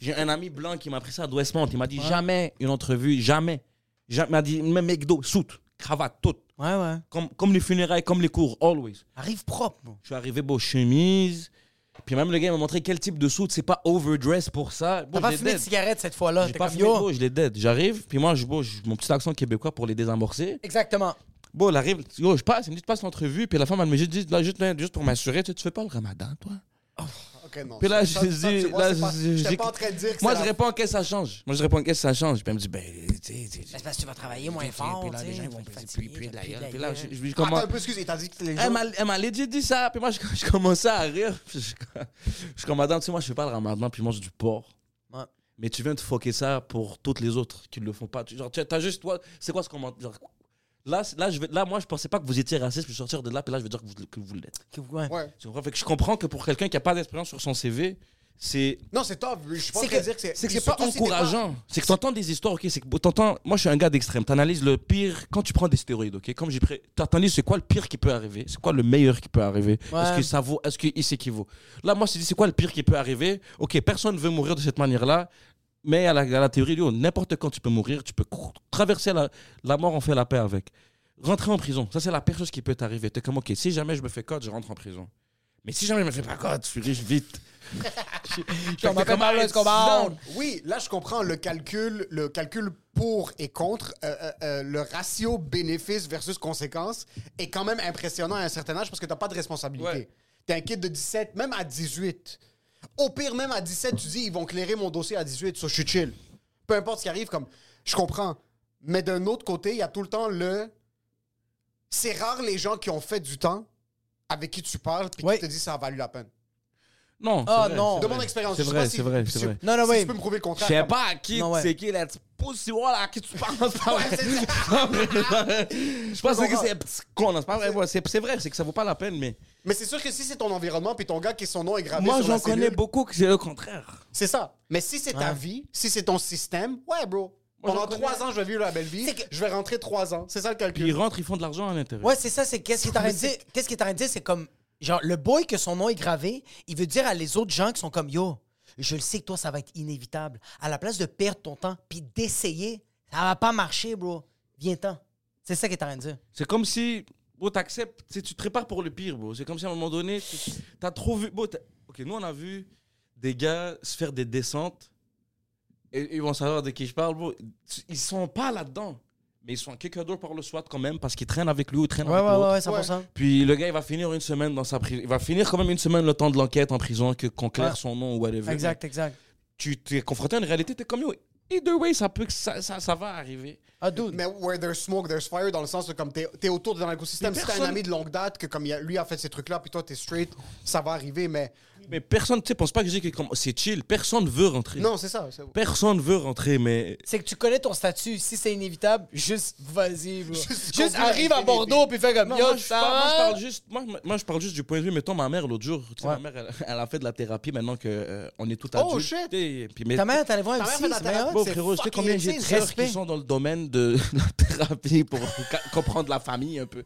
J'ai un ami blanc qui m'a pris ça à Westmont. Il m'a dit jamais une entrevue, jamais. Jamais. Il m'a dit même McDo, soute, cravate, tout. Ouais, ouais. Comme, comme les funérailles, comme les cours, always. Arrive propre, moi. Je suis arrivé beau chemise, Puis même le gars il m'a montré quel type de soute, c'est pas overdress pour ça. Bon, T'as pas j'ai fumé de dead. cigarette cette fois-là. J'ai T'es pas comme, fumé, yo. gros, je les dead. J'arrive, puis moi, je, bon, je- mon petit accent québécois pour les désamorcer. Exactement. Bon, elle arrive, yo, je passe, une petite passe l'entrevue, puis la femme, elle me dit, là, juste, là, juste pour m'assurer, tu, tu fais pas le ramadan, toi? Ok, non. Puis Ça, là, je ça, ça, tu dis, vois, là, c'est pas- je- j'étais j'ai- pas en train de dire que Moi, c'est je la- réponds, qu'est-ce que ça change? Moi, je réponds, qu'est-ce que ça change? Puis elle me dit, ben, tu sais, tu sais, C'est parce que tu vas travailler moins puis fort. là, les gens, ils vont plus puis- puis de la gueule. Puis là, je je lui Attends commence. Ah, un peu, excuse, il t'a dit que les gens. Elle m'a- elle m'a legit dit ça, puis moi, je, je commençais à rire. Puis je, je comme, madame, tu sais, moi, je fais pas le ramadan, puis je mange du porc. Ouais. Mais tu viens de foquer ça pour toutes les autres qui ne le font pas. Tu- Genre, tu as juste, toi, c'est quoi ce commentaire? Genre, Là, c'est- là, je vais, là, moi, je pensais pas que vous étiez raciste, puis sortir de là, puis là, je vais dire que vous, que vous l'êtes. Ouais. Tu comprends? Fait que je comprends que pour quelqu'un qui a pas d'expérience sur son CV, c'est Non, c'est top. Je suis pas en C'est train de que- dire que c'est. c'est que puis c'est pas surtout, si t'es encourageant. C'est que t'entends des histoires, ok? C'est que t'entends. Moi, je suis un gars d'extrême. T'analyses le pire quand tu prends des stéroïdes, ok? Comme j'ai pris. T'analyses c'est quoi le pire qui peut arriver? C'est quoi le meilleur qui peut arriver? Ouais. Est-ce que ça vaut? Est-ce qu'il s'équivaut? Là, moi, je dis c'est quoi le pire qui peut arriver? Ok, personne veut mourir de cette manière-là. Mais à la, à la théorie, yo, n'importe quand tu peux mourir, tu peux cou- traverser la, la mort, on fait la paix avec. Rentrer en prison, ça c'est la pire chose qui peut t'arriver. T'es comme, ok, si jamais je me fais code, je rentre en prison. Mais si jamais je me fais pas code, je suis riche vite. Je m'appelle ah, Pablo Escobar. Oui, là je comprends le calcul, le calcul pour et contre, euh, euh, euh, le ratio bénéfice versus conséquence est quand même impressionnant à un certain âge parce que t'as pas de responsabilité. Ouais. T'es un kid de 17, même à 18. Au pire, même à 17, tu dis ils vont clairer mon dossier à 18, so je suis chill. Peu importe ce qui arrive, comme je comprends. Mais d'un autre côté, il y a tout le temps le. C'est rare les gens qui ont fait du temps avec qui tu parles puis Ouais. qui te disent ça a valu la peine. Non. Ah, c'est vrai, non. c'est De vrai. mon expérience, C'est je sais vrai, pas si- c'est vrai, c'est si- vrai. Non, non, si oui. tu peux me prouver le Je contraire. sais comme- pas à qui Non, ouais. c'est qui la petite pussy, voilà, à qui tu parles. c'est pas vrai. Je pense que c'est un petit con, non, c'est pas vrai. ouais, C'est c'est vrai, c'est que ça vaut pas la peine, mais Mais c'est sûr que si c'est ton environnement puis ton gars qui son nom est gravé moi sur la j'en connais cellule, beaucoup que c'est le contraire. C'est ça. Mais si c'est ta Ouais. vie, si c'est ton système, ouais, bro. Moi, Pendant j'en trois connais. ans, je vais vivre la belle vie. C'est que- Je vais rentrer trois ans. C'est ça le Puis ils calcul. rentrent, ils font de l'argent à l'intérieur. Ouais, c'est ça, c'est qu'est-ce qui est en train de dire? Qu'est-ce qui est en train de dire, c'est comme, genre, le boy que son nom est gravé, il veut dire à les autres gens qui sont comme, yo, je le sais que toi, ça va être inévitable. À la place de perdre ton temps puis d'essayer, ça va pas marcher, bro. Viens-t'en. C'est ça qu'il est en train de dire. C'est comme si, bon, t'acceptes, tu sais, tu te prépares pour le pire, bro. C'est comme si à un moment donné, tu- t'as trop vu. Bon, t'as- ok, nous on a vu des gars se faire des descentes. Et ils vont savoir de qui je parle, bro. Ils sont pas là-dedans. Mais ils sont quelqu'un d'autre par le SWAT quand même parce qu'ils traînent avec lui ou traînent avec l'autre. Puis le gars, il va finir une semaine dans sa prison. Il va finir quand même une semaine le temps de l'enquête en prison, que- qu'on claire Ouais. son nom ou whatever. Exact, exact. Tu t'es confronté à une réalité, t'es comme yo. Either way, ça peut que ça, ça, ça va arriver. Ah, dude. Mais where there's smoke, there's fire, dans le sens de comme t'es es autour de dans l'écosystème. Mais Si t'as un personne- ami de longue date que comme il a- lui a fait ces trucs-là, puis toi t'es straight, ça va arriver. Mais Mais personne, tu sais, pense pas que j'ai que comme c'est chill. Personne veut rentrer. non, c'est ça. c'est- Personne veut rentrer, mais C'est que tu connais ton statut. Si c'est inévitable, juste vas-y, bro. Juste Juste, continue à arrive à essayer, Bordeaux puis fais comme, Non, yo, moi, je ça parle, moi, je va? parle juste, moi, je- moi, je parle juste du point de vue. Mettons ma mère l'autre jour. Tu sais, Ouais. Ma mère, elle, elle a fait de la thérapie maintenant qu'on est tout adultes. Oh, shit! Et puis, mais- Ta mère, t'allais voir un Ta mère psy, fait de la c'est meilleur. thérapie. Bon, C'est Ben frérot, je sais fucking combien j'ai de insane. frères Respect. qui sont dans le domaine de la thérapie pour ca- comprendre la famille un peu.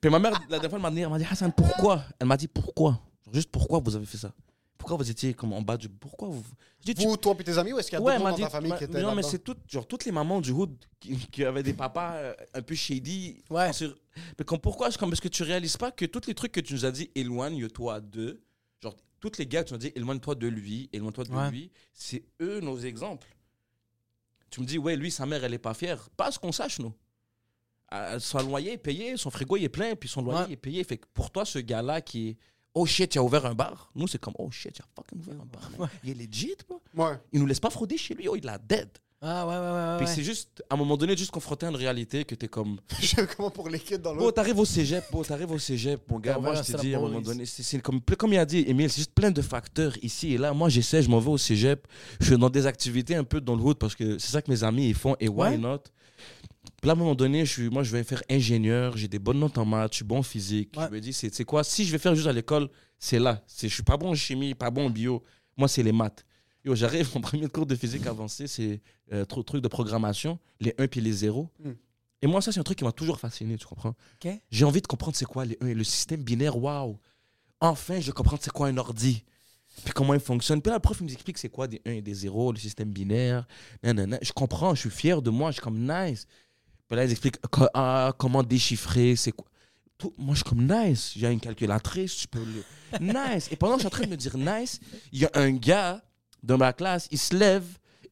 Puis ma mère, la dernière fois, elle m'a dit, elle m'a dit, Hassan, pourquoi Elle m'a dit, pourquoi Genre, Juste pourquoi vous avez fait ça Pourquoi vous étiez comme en bas du. Pourquoi vous. Je dis, tu- Vous, toi puis tes amis, ou est-ce qu'il y a Ouais, elle d'autres m'a gens dit. dans ta famille ma- qui étaient non, mais là-dedans? c'est toutes, genre, toutes les mamans du hood qui, qui avaient des papas euh, un peu shady. Ouais. Sur- mais comme pourquoi je- comme, Parce que tu réalises pas que tous les trucs que tu nous as dit, éloigne-toi d'eux. Genre, toutes les gars, tu nous as dit, éloigne-toi de lui, éloigne-toi de Ouais. lui. C'est eux nos exemples. Tu me dis, ouais, lui, sa mère, elle est pas fière. Pas à ce qu'on sache, nous. Euh, son loyer est payé, son frigo il est plein, puis son loyer Ouais. est payé. Fait que pour toi, ce gars-là qui est. Oh shit, tu as ouvert un bar. Nous, c'est comme, oh shit, tu as fucking ouvert un bar. man. Il est legit, bro. Ouais. Il nous laisse pas frauder chez lui, oh, il la dead. Ah, ouais, ouais, ouais. Puis ouais. c'est juste, à un moment donné, juste confronté à une réalité que t'es comme. Je sais comment pour les kids dans Bon, l'autre. t'arrives au cégep, bon, t'arrives au cégep, mon gars. Ah, Moi, voilà, je c'est te la dis, à un moment police. donné, c'est c'est comme, comme il a dit, Emile, c'est juste plein de facteurs ici et là. Moi, j'essaie, je m'en vais au cégep. Je suis dans des activités un peu dans le hood parce que c'est ça que mes amis ils font et why Ouais. not? Puis là, à un moment donné, je suis, moi, je vais faire ingénieur, j'ai des bonnes notes en maths, je suis bon en physique. Ouais. Je me dis, c'est c'est quoi? Si je vais faire juste à l'école, c'est là. C'est- Je suis pas bon en chimie, pas bon en bio. Moi, c'est les maths. Yo, j'arrive, mon premier cours de physique avancée, c'est euh, tru- truc de programmation, les 1 puis les 0. Hmm. Et moi, ça, c'est un truc qui m'a toujours fasciné, tu comprends? Ok. J'ai envie de comprendre c'est quoi les 1 et le système binaire, waouh! Enfin, je comprends c'est quoi un ordi, puis comment il fonctionne. Puis là, le prof il nous explique c'est quoi des 1 et des 0, le système binaire, nanana. Je comprends, je euh, suis fier de moi, je suis comme nice. Puis là, ils expliquent co- ah, comment déchiffrer, c'est quoi. Tout- tout. Moi, je suis comme nice. J'ai une calculatrice, je peux le. Nice. Et pendant que je suis en train de me dire nice, il y a un gars dans ma classe, il se lève,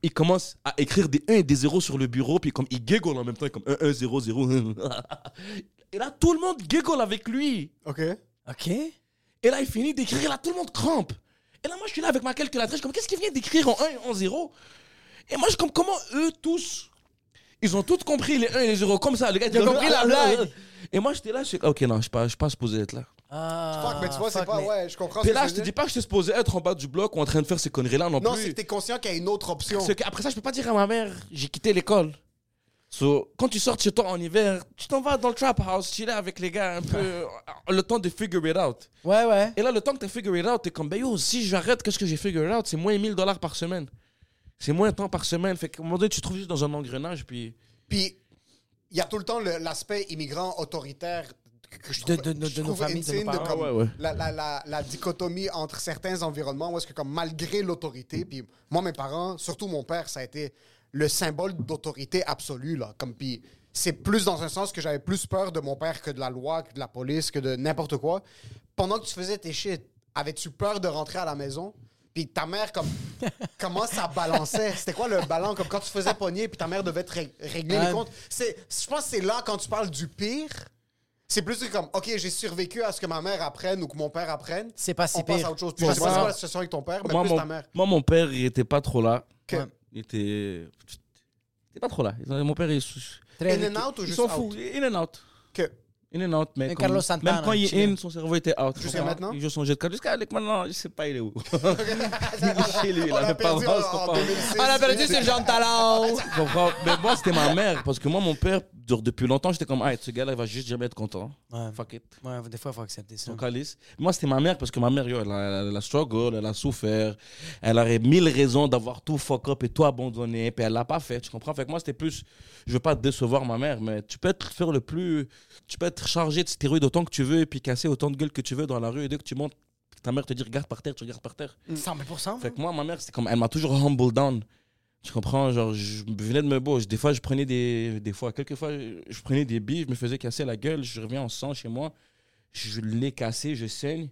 il commence à écrire des 1 et des 0 sur le bureau, puis comme il giggle en même temps, comme 1, 1, 0, 0. Et là, tout le monde giggle avec lui. OK. OK. Et là, il finit d'écrire, là, tout le monde crampe. Et là, moi, je suis là avec ma calculatrice, je suis comme, qu'est-ce qu'il vient d'écrire en 1 et en 0 Et moi, je suis comme, comment eux tous, ils ont tous compris les 1 et les 0 comme ça, le gars, Ils ont compris la blague. Et moi, j'étais là, je suis, ok, non, je suis pas, je suis pas supposé être là. Ah, Fuck, mais tu vois, c'est fuck, pas. mais- Ouais, je comprends. ce Et que là, tu je veux te dis dire. pas que je suis supposé être en bas du bloc ou en train de faire ces conneries-là non, Non, plus. c'est que t'es conscient qu'il y a une autre option. C'est qu'après ça, je peux pas dire à ma mère, j'ai quitté l'école. So, quand tu sors de chez toi en hiver, tu t'en vas dans le trap house, chiller avec les gars un peu, euh, le temps de figure it out. Ouais, ouais. Et là, le temps que t'as figure it out, t'es comme, ben yo, si j'arrête, qu'est-ce que j'ai figure out C'est moins 1000 dollars par semaine. C'est moins de temps par semaine. Fait qu'à un moment donné, tu te trouves juste dans un engrenage, puis. Puis, il y a tout le temps le- l'aspect immigrant autoritaire que je De- trouve, de- de- je de nos trouve familles, de nos insane parents. comme Ah ouais, ouais. La, la- la- la dichotomie entre certains environnements où est-ce que comme malgré l'autorité, puis moi, mes parents, surtout mon père, ça a été le symbole d'autorité absolue, là. Comme, puis c'est plus dans un sens que j'avais plus peur de mon père que de la loi, que de la police, que de n'importe quoi. Pendant que tu faisais tes shit, avais-tu peur de rentrer à la maison puis ta mère, comme, comment ça balançait? C'était quoi le ballon? Comme quand tu faisais pogner, puis ta mère devait te ré- régler les Ouais. comptes. C'est, je pense que c'est là, quand tu parles du pire, c'est plus comme, OK, j'ai survécu à ce que ma mère apprenne ou que mon père apprenne. C'est pas si On passe pire. à autre chose. Bon, je sais pas moi- c'est quoi la situation avec ton père, mais moi, Ah, ben plus mon, ta mère. moi, mon père, il était pas trop là. Que- Ouais. Il était. Il était pas trop là. Mon père, il. Très In riche. and out ou Ils juste sont out? fous. In and out. Que- In and out, mais Et comme- Carlos Santana, même quand il est chilling. in, son cerveau était out. Jusqu'à Comprends? maintenant Il joue son jet de carte. Jusqu'à avec maintenant, je sais pas, il est où. il est chez lui, il On l'a avait pas perdu vraiment en, son en parent. 2006. Ah, la perdu, c'est le genre de talent. Tu comprends? Mais moi, c'était ma mère. Parce que moi, mon père, dur- depuis longtemps, j'étais comme, ah, ce gars-là, il va juste jamais être content. Ouais. Fuck it. Ouais, des fois, il faut accepter ça. Son calice. Moi, c'était ma mère parce que ma mère, yo, elle, a, elle a struggle, elle a souffert. Elle aurait mille raisons d'avoir tout fuck up et tout abandonné. Puis elle l'a pas fait. Tu comprends? Fait que moi, c'était plus. Je veux pas décevoir ma mère, mais tu peux être faire le plus. Tu peux être chargé de stéroïdes autant que tu veux et puis casser autant de gueule que tu veux dans la rue. Et dès que tu montes, ta mère te dit regarde par terre, tu regardes par terre. Mm. 100 000 Fait que moi, ma mère, c'est comme, elle m'a toujours humble down. Tu comprends? Genre, je venais de me beau. Des fois, je prenais des. Des fois, quelques fois, je je prenais des billes, je me faisais casser la gueule, je reviens en sang chez moi, je l'ai cassé, je saigne,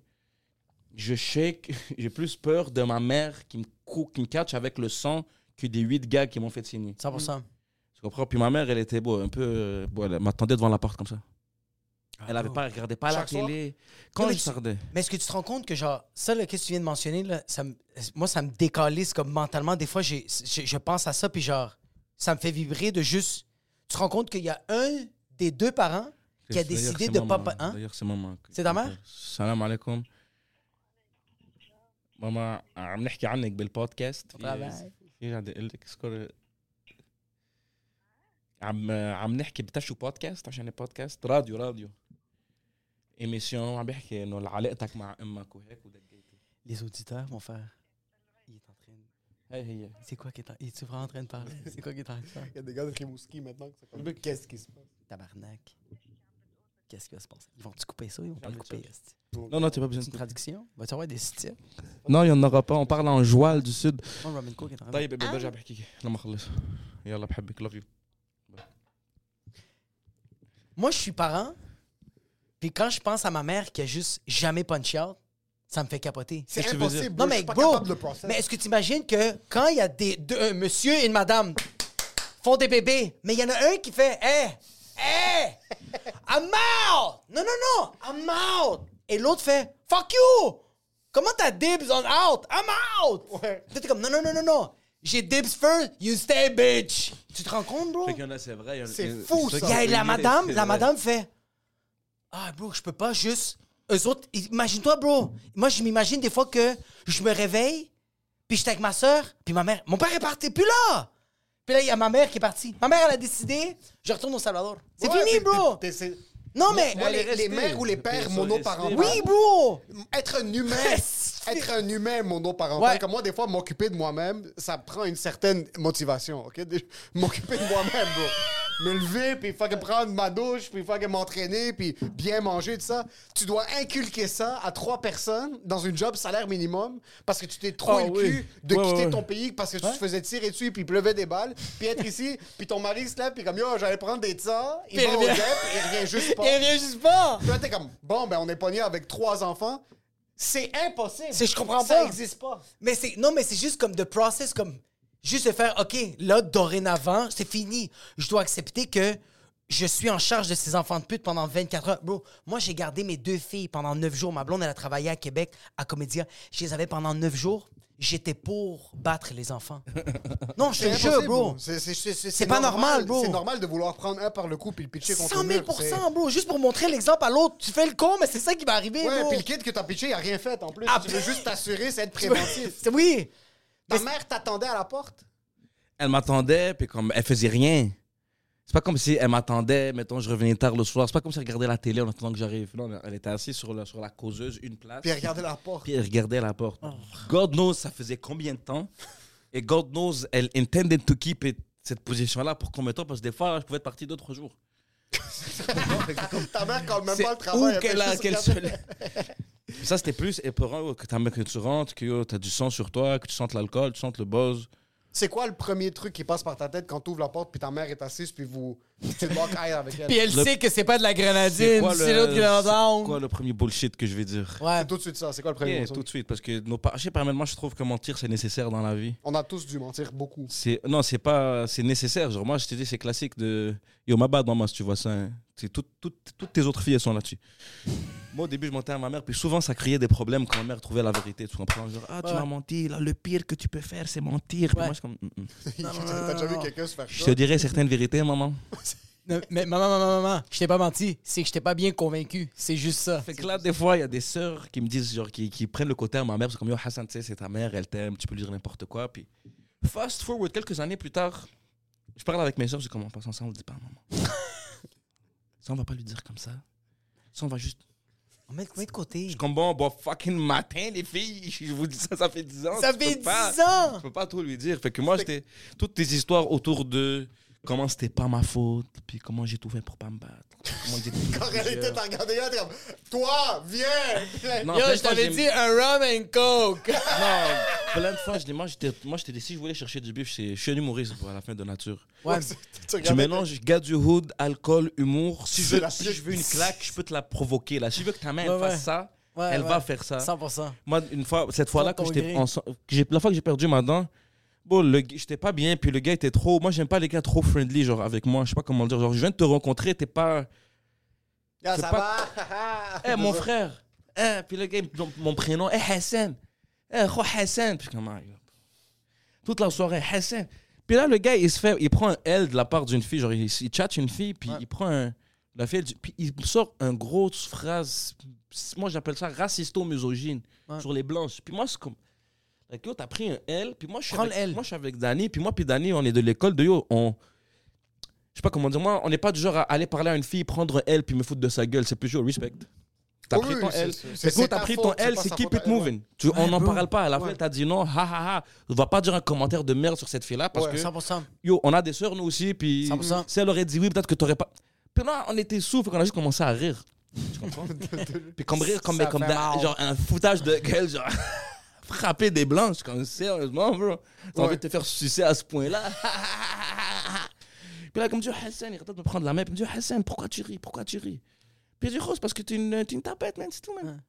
je shake. J'ai plus peur de ma mère qui me, cou- qui me catch avec le sang que des huit gars qui m'ont fait signer. Mm. 100 Tu comprends? Puis ma mère, elle était beau, un peu. euh, beau, elle m'attendait devant la porte comme ça. Elle avait beau. pas, elle regardait pas la Ah Chaque soir? télé. Non, Quand mais je tu- sortais. Mais est-ce que tu te rends compte que, genre, ça, là, qu'est-ce que tu viens de mentionner, là, ça me- moi, ça me décalisse comme mentalement. Des fois, j'ai- je, je pense à ça, puis genre, ça me fait vibrer de juste. Tu te rends compte qu'il y a un des deux parents qui a D'ailleurs, décidé c'est de maman, pas. Hein? D'ailleurs, c'est maman. C'est ta mère? Salam alaikum. ah, ماما عم نحكي عنك بالبودكاست في طبعاً. في عندي اقول لك اذكر عم عم نحكي بتشو بودكاست عشان البودكاست راديو راديو ايميسيون عم بحكي انه علاقتك مع امك وهيك ودقيتي Les auditeurs vont faire. Il est en train. هي هي C'est quoi qui est en. Il est vraiment en train de parler? C'est quoi qui est en train de faire? Il y a des gars de Rimouski maintenant. qui sont comme, Qu'est-ce qui se passe? Tabarnak. Qu'est-ce qui va se passer? Ils vont-tu couper ça? Ils vont pas le couper. esti. Non, non, t'es pas besoin C'est une traduction? Va-tu avoir des styles? Non, il y en aura pas. On parle en joual du sud. Moi, Robin Cook est en train de. طيب بدي ارجع بحكي لما اخلص يلا بحبك لاف يو Moi, je suis parent, puis quand je pense à ma mère qui a juste jamais punch out, ça me fait capoter. C'est Qu'est-ce que tu veux dire? impossible. Non, je mais suis pas bro, capable de le process. mais est-ce que tu imagines que quand il y a des, deux- un monsieur et une madame font des bébés, mais il y en a un qui fait Hey, hey, I'm out! Non, non, non, I'm out! Et l'autre fait Fuck you! Comment t'as dibs on out? I'm out! Ouais. Toi, T'es comme Non, non, non, non, non, j'ai dibs first, you stay bitch! Tu te rends compte, bro? y en a, c'est vrai. C'est fou, ça. Il y a la madame, la vrai. madame fait Ah, bro, je peux pas juste. Eux autres, imagine-toi, bro. Moi, je m'imagine des fois que je me réveille, puis j'étais avec ma soeur, puis ma mère. Mon père est parti, plus là. Puis là, il y a ma mère qui est partie. Ma mère, elle a décidé, je retourne au Salvador. C'est Ouais, fini, t'es- bro. t'es- t'es- Non, mais. Moi, les, les restée. mères ou les pères Ils sont monoparentaux. Oui, restés. bro. Être un humain, être un humain monoparental, Ouais. comme moi, des fois, m'occuper de moi-même, ça prend une certaine motivation, OK? Dé- M'occuper de moi-même, bro. me lever, puis fucking prendre ma douche, puis fucking m'entraîner, puis bien manger, tout ça. Tu dois inculquer ça à trois personnes dans une job salaire minimum parce que tu t'es troué Ah le oui. cul de Ouais, quitter ouais, ton ouais. pays parce que tu te faisais tirer dessus, puis il pleuvait des balles, puis être ici, puis ton mari se lève, puis comme yo, j'allais prendre des tas, il Puis va il au revient. dep, il revient juste pas. Il revient juste pas. Puis là, t'es comme, bon, ben, on est pogné avec trois enfants. C'est impossible. C'est- je comprends Ça pas. existe pas. Mais c'est non, mais c'est juste comme the process, comme juste de faire ok, là dorénavant, c'est fini. Je dois accepter que je suis en charge de ces enfants de pute pendant 24 heures. Bro, moi j'ai gardé mes deux filles pendant 9 jours. Ma blonde elle a travaillé à Québec à Comédia. Je les avais pendant 9 jours. J'étais pour battre les enfants. non, je te jure, impossible, bro. C'est- c'est- C'est c'est- C'est pas normal, bro. C'est normal de vouloir prendre un par le cou puis le pitcher contre 100 le 000 mur. c'est- bro. Juste pour montrer l'exemple à l'autre. Tu fais le con, mais c'est ça qui va arriver, Ouais, bro. puis le kid que t'as pitché, il a rien fait en plus. Ah, tu veux juste t'assurer, c'est être Tu vois, préventif. c'est- oui. Ta mère t'attendait à la porte. Elle m'attendait, puis comme elle faisait rien. C'est pas comme si elle m'attendait, mettons, je revenais tard le soir. C'est pas comme si elle regardait la télé en attendant que j'arrive. Non, elle était assise sur la, sur la causeuse, une place. Puis elle regardait la porte. Puis elle regardait la porte. Oh. God knows, ça faisait combien de temps. Et God knows, elle intended to keep it, cette position-là pour combien de temps Parce que des fois, je pouvais être parti deux, trois jours. Ta mère quand même C'est pas le travail. où elle fait qu'elle a- juste qu'elle regarder. se lève. Puis Ça, c'était plus épeurant oh, que, ta mère- que tu rentres, que tu as du sang sur toi, que tu sentes l'alcool, tu sentes le buzz. C'est quoi le premier truc qui passe par ta tête quand t'ouvres la porte puis ta mère est assise puis vous tu walk eye avec elle. Puis elle Le- sait que c'est pas de la C'est grenadine, quoi c'est le- l'autre qui l'a c'est quoi le premier bullshit que je vais dire Ouais. C'est tout de suite ça. C'est quoi le premier Ok, mot, ça? Tout de suite, parce que nos par- je sais pas, mais moi, je trouve que mentir, c'est nécessaire dans la vie. On a tous dû mentir beaucoup. C'est non, c'est pas c'est nécessaire. Genre moi, je te dis c'est classique de yo ma bad maman si tu vois ça. hein. C'est tout- tout- toutes tes autres filles elles sont là-dessus. Moi au début je mentais à ma mère puis souvent ça créait des problèmes quand ma mère trouvait la vérité. Tu comprends genre ah tu Ouais. m'as menti là le pire que tu peux faire c'est mentir. Puis Ouais. moi, je suis comme, Mm, mm. T'as déjà vu quelqu'un se faire Je ça? te dirais certaines vérités maman. Non, Mais maman, maman, maman, je t'ai pas menti. C'est que je t'ai pas bien convaincu. C'est juste ça. Fait que là des fois il y a des sœurs qui me disent genre qui, qui prennent le côté à ma mère c'est comme yo Hassan tu sais c'est ta mère elle t'aime tu peux lui dire n'importe quoi puis fast forward quelques années plus tard je parle avec mes sœurs je dis comment on passe ensemble on le dit pas à maman. ça on va pas lui dire comme ça. Ça, on va juste. On met, met de côté. Je suis comme bon, bon fucking matin, les filles. Je vous dis ça, ça fait 10 ans. Ça Tu peux fait 10 pas- ans! Je peux pas tout lui dire. Fait que moi, j'étais. Toutes tes histoires autour de comment c'était pas ma faute, puis comment j'ai tout fait pour pas me battre. Comment j'ai tout Quand elle était t'as regardé là, t'es comme Toi, viens! Non, Yo, plein de je fois, t'avais j'ai- dit un rum and coke. Non, plein de fois, je dis, moi, j'étais- moi, je t'ai dit, si je voulais chercher du bif, c'est- je suis un humoriste pour la fin de nature. Ouais. Tu Tu regardais- mélanges gars du hood, alcool, humour. Si je, C'est veux, la si pire- je veux une claque, je peux te la provoquer. Là. Si je veux que ta main elle Ouais, ouais. fasse ça, Ouais, elle ouais. va faire ça. 100%. Moi, une fois, cette fois-là, Sans quand ton j'étais gré. ense- que j'ai- la fois que j'ai perdu ma dent, bon, le gars- j'étais pas bien, puis le gars était trop. Moi, j'aime pas les gars trop friendly, genre avec moi. Je sais pas comment le dire. Genre, je viens de te rencontrer, t'es pas. Ah, c'est ça pas- va! Ah, Eh, mon frère. Eh, puis le gars, il- mon- mon prénom, eh, Hassan. Eh, Kho Hassan. Puis comment ah, Toute la soirée, Hassan. Puis là, le gars, il se fait, il prend un L de la part d'une fille. Genre, il, il chatte une fille, puis il prend un. La fille, elle dit- puis il sort une grosse phrase. Moi, j'appelle ça racisto-misogyne sur les blanches. Puis moi, c'est comme. Like, yo, t'as pris un L, puis moi, je suis Prends avec, le L. moi, je suis avec Danny, puis moi, puis Danny, on est de l'école de yo, on. Je sais pas comment dire, moi, on n'est pas du genre à aller parler à une fille, prendre un L, puis me foutre de sa gueule. C'est plus yo, respect. T'as Oui, pris oui, ton c'est- L. c'est- C'est c'est t'as ta pris faute, ton c'est L, pas c'est sa keep faute it à elle, ouais. moving. Tu, on n'en bro. parle pas. À la fin, t'as dit non, ha ha ha. On va pas dire un commentaire de merde sur cette fille-là parce Ouais. que 100%. yo, on a des sœurs nous aussi, puis 100%. si elle aurait dit oui, peut-être que t'aurais pas. Puis là, on était souffle, on a juste commencé à rire. Tu comprends? puis comme rire, comme, Ça comme fait d'un- mal. genre un foutage de gueule, genre frapper des blanches, comme sérieusement, bro. T'as envie de te faire sucer à ce point-là. puis là, comme dit Hassan, il arrête de me prendre la main, puis il me dit Hassan, pourquoi tu ris? Pourquoi tu ris? Puis je dis, oh, c'est parce que t'es une, t'es une tapette, man, c'est tout, man.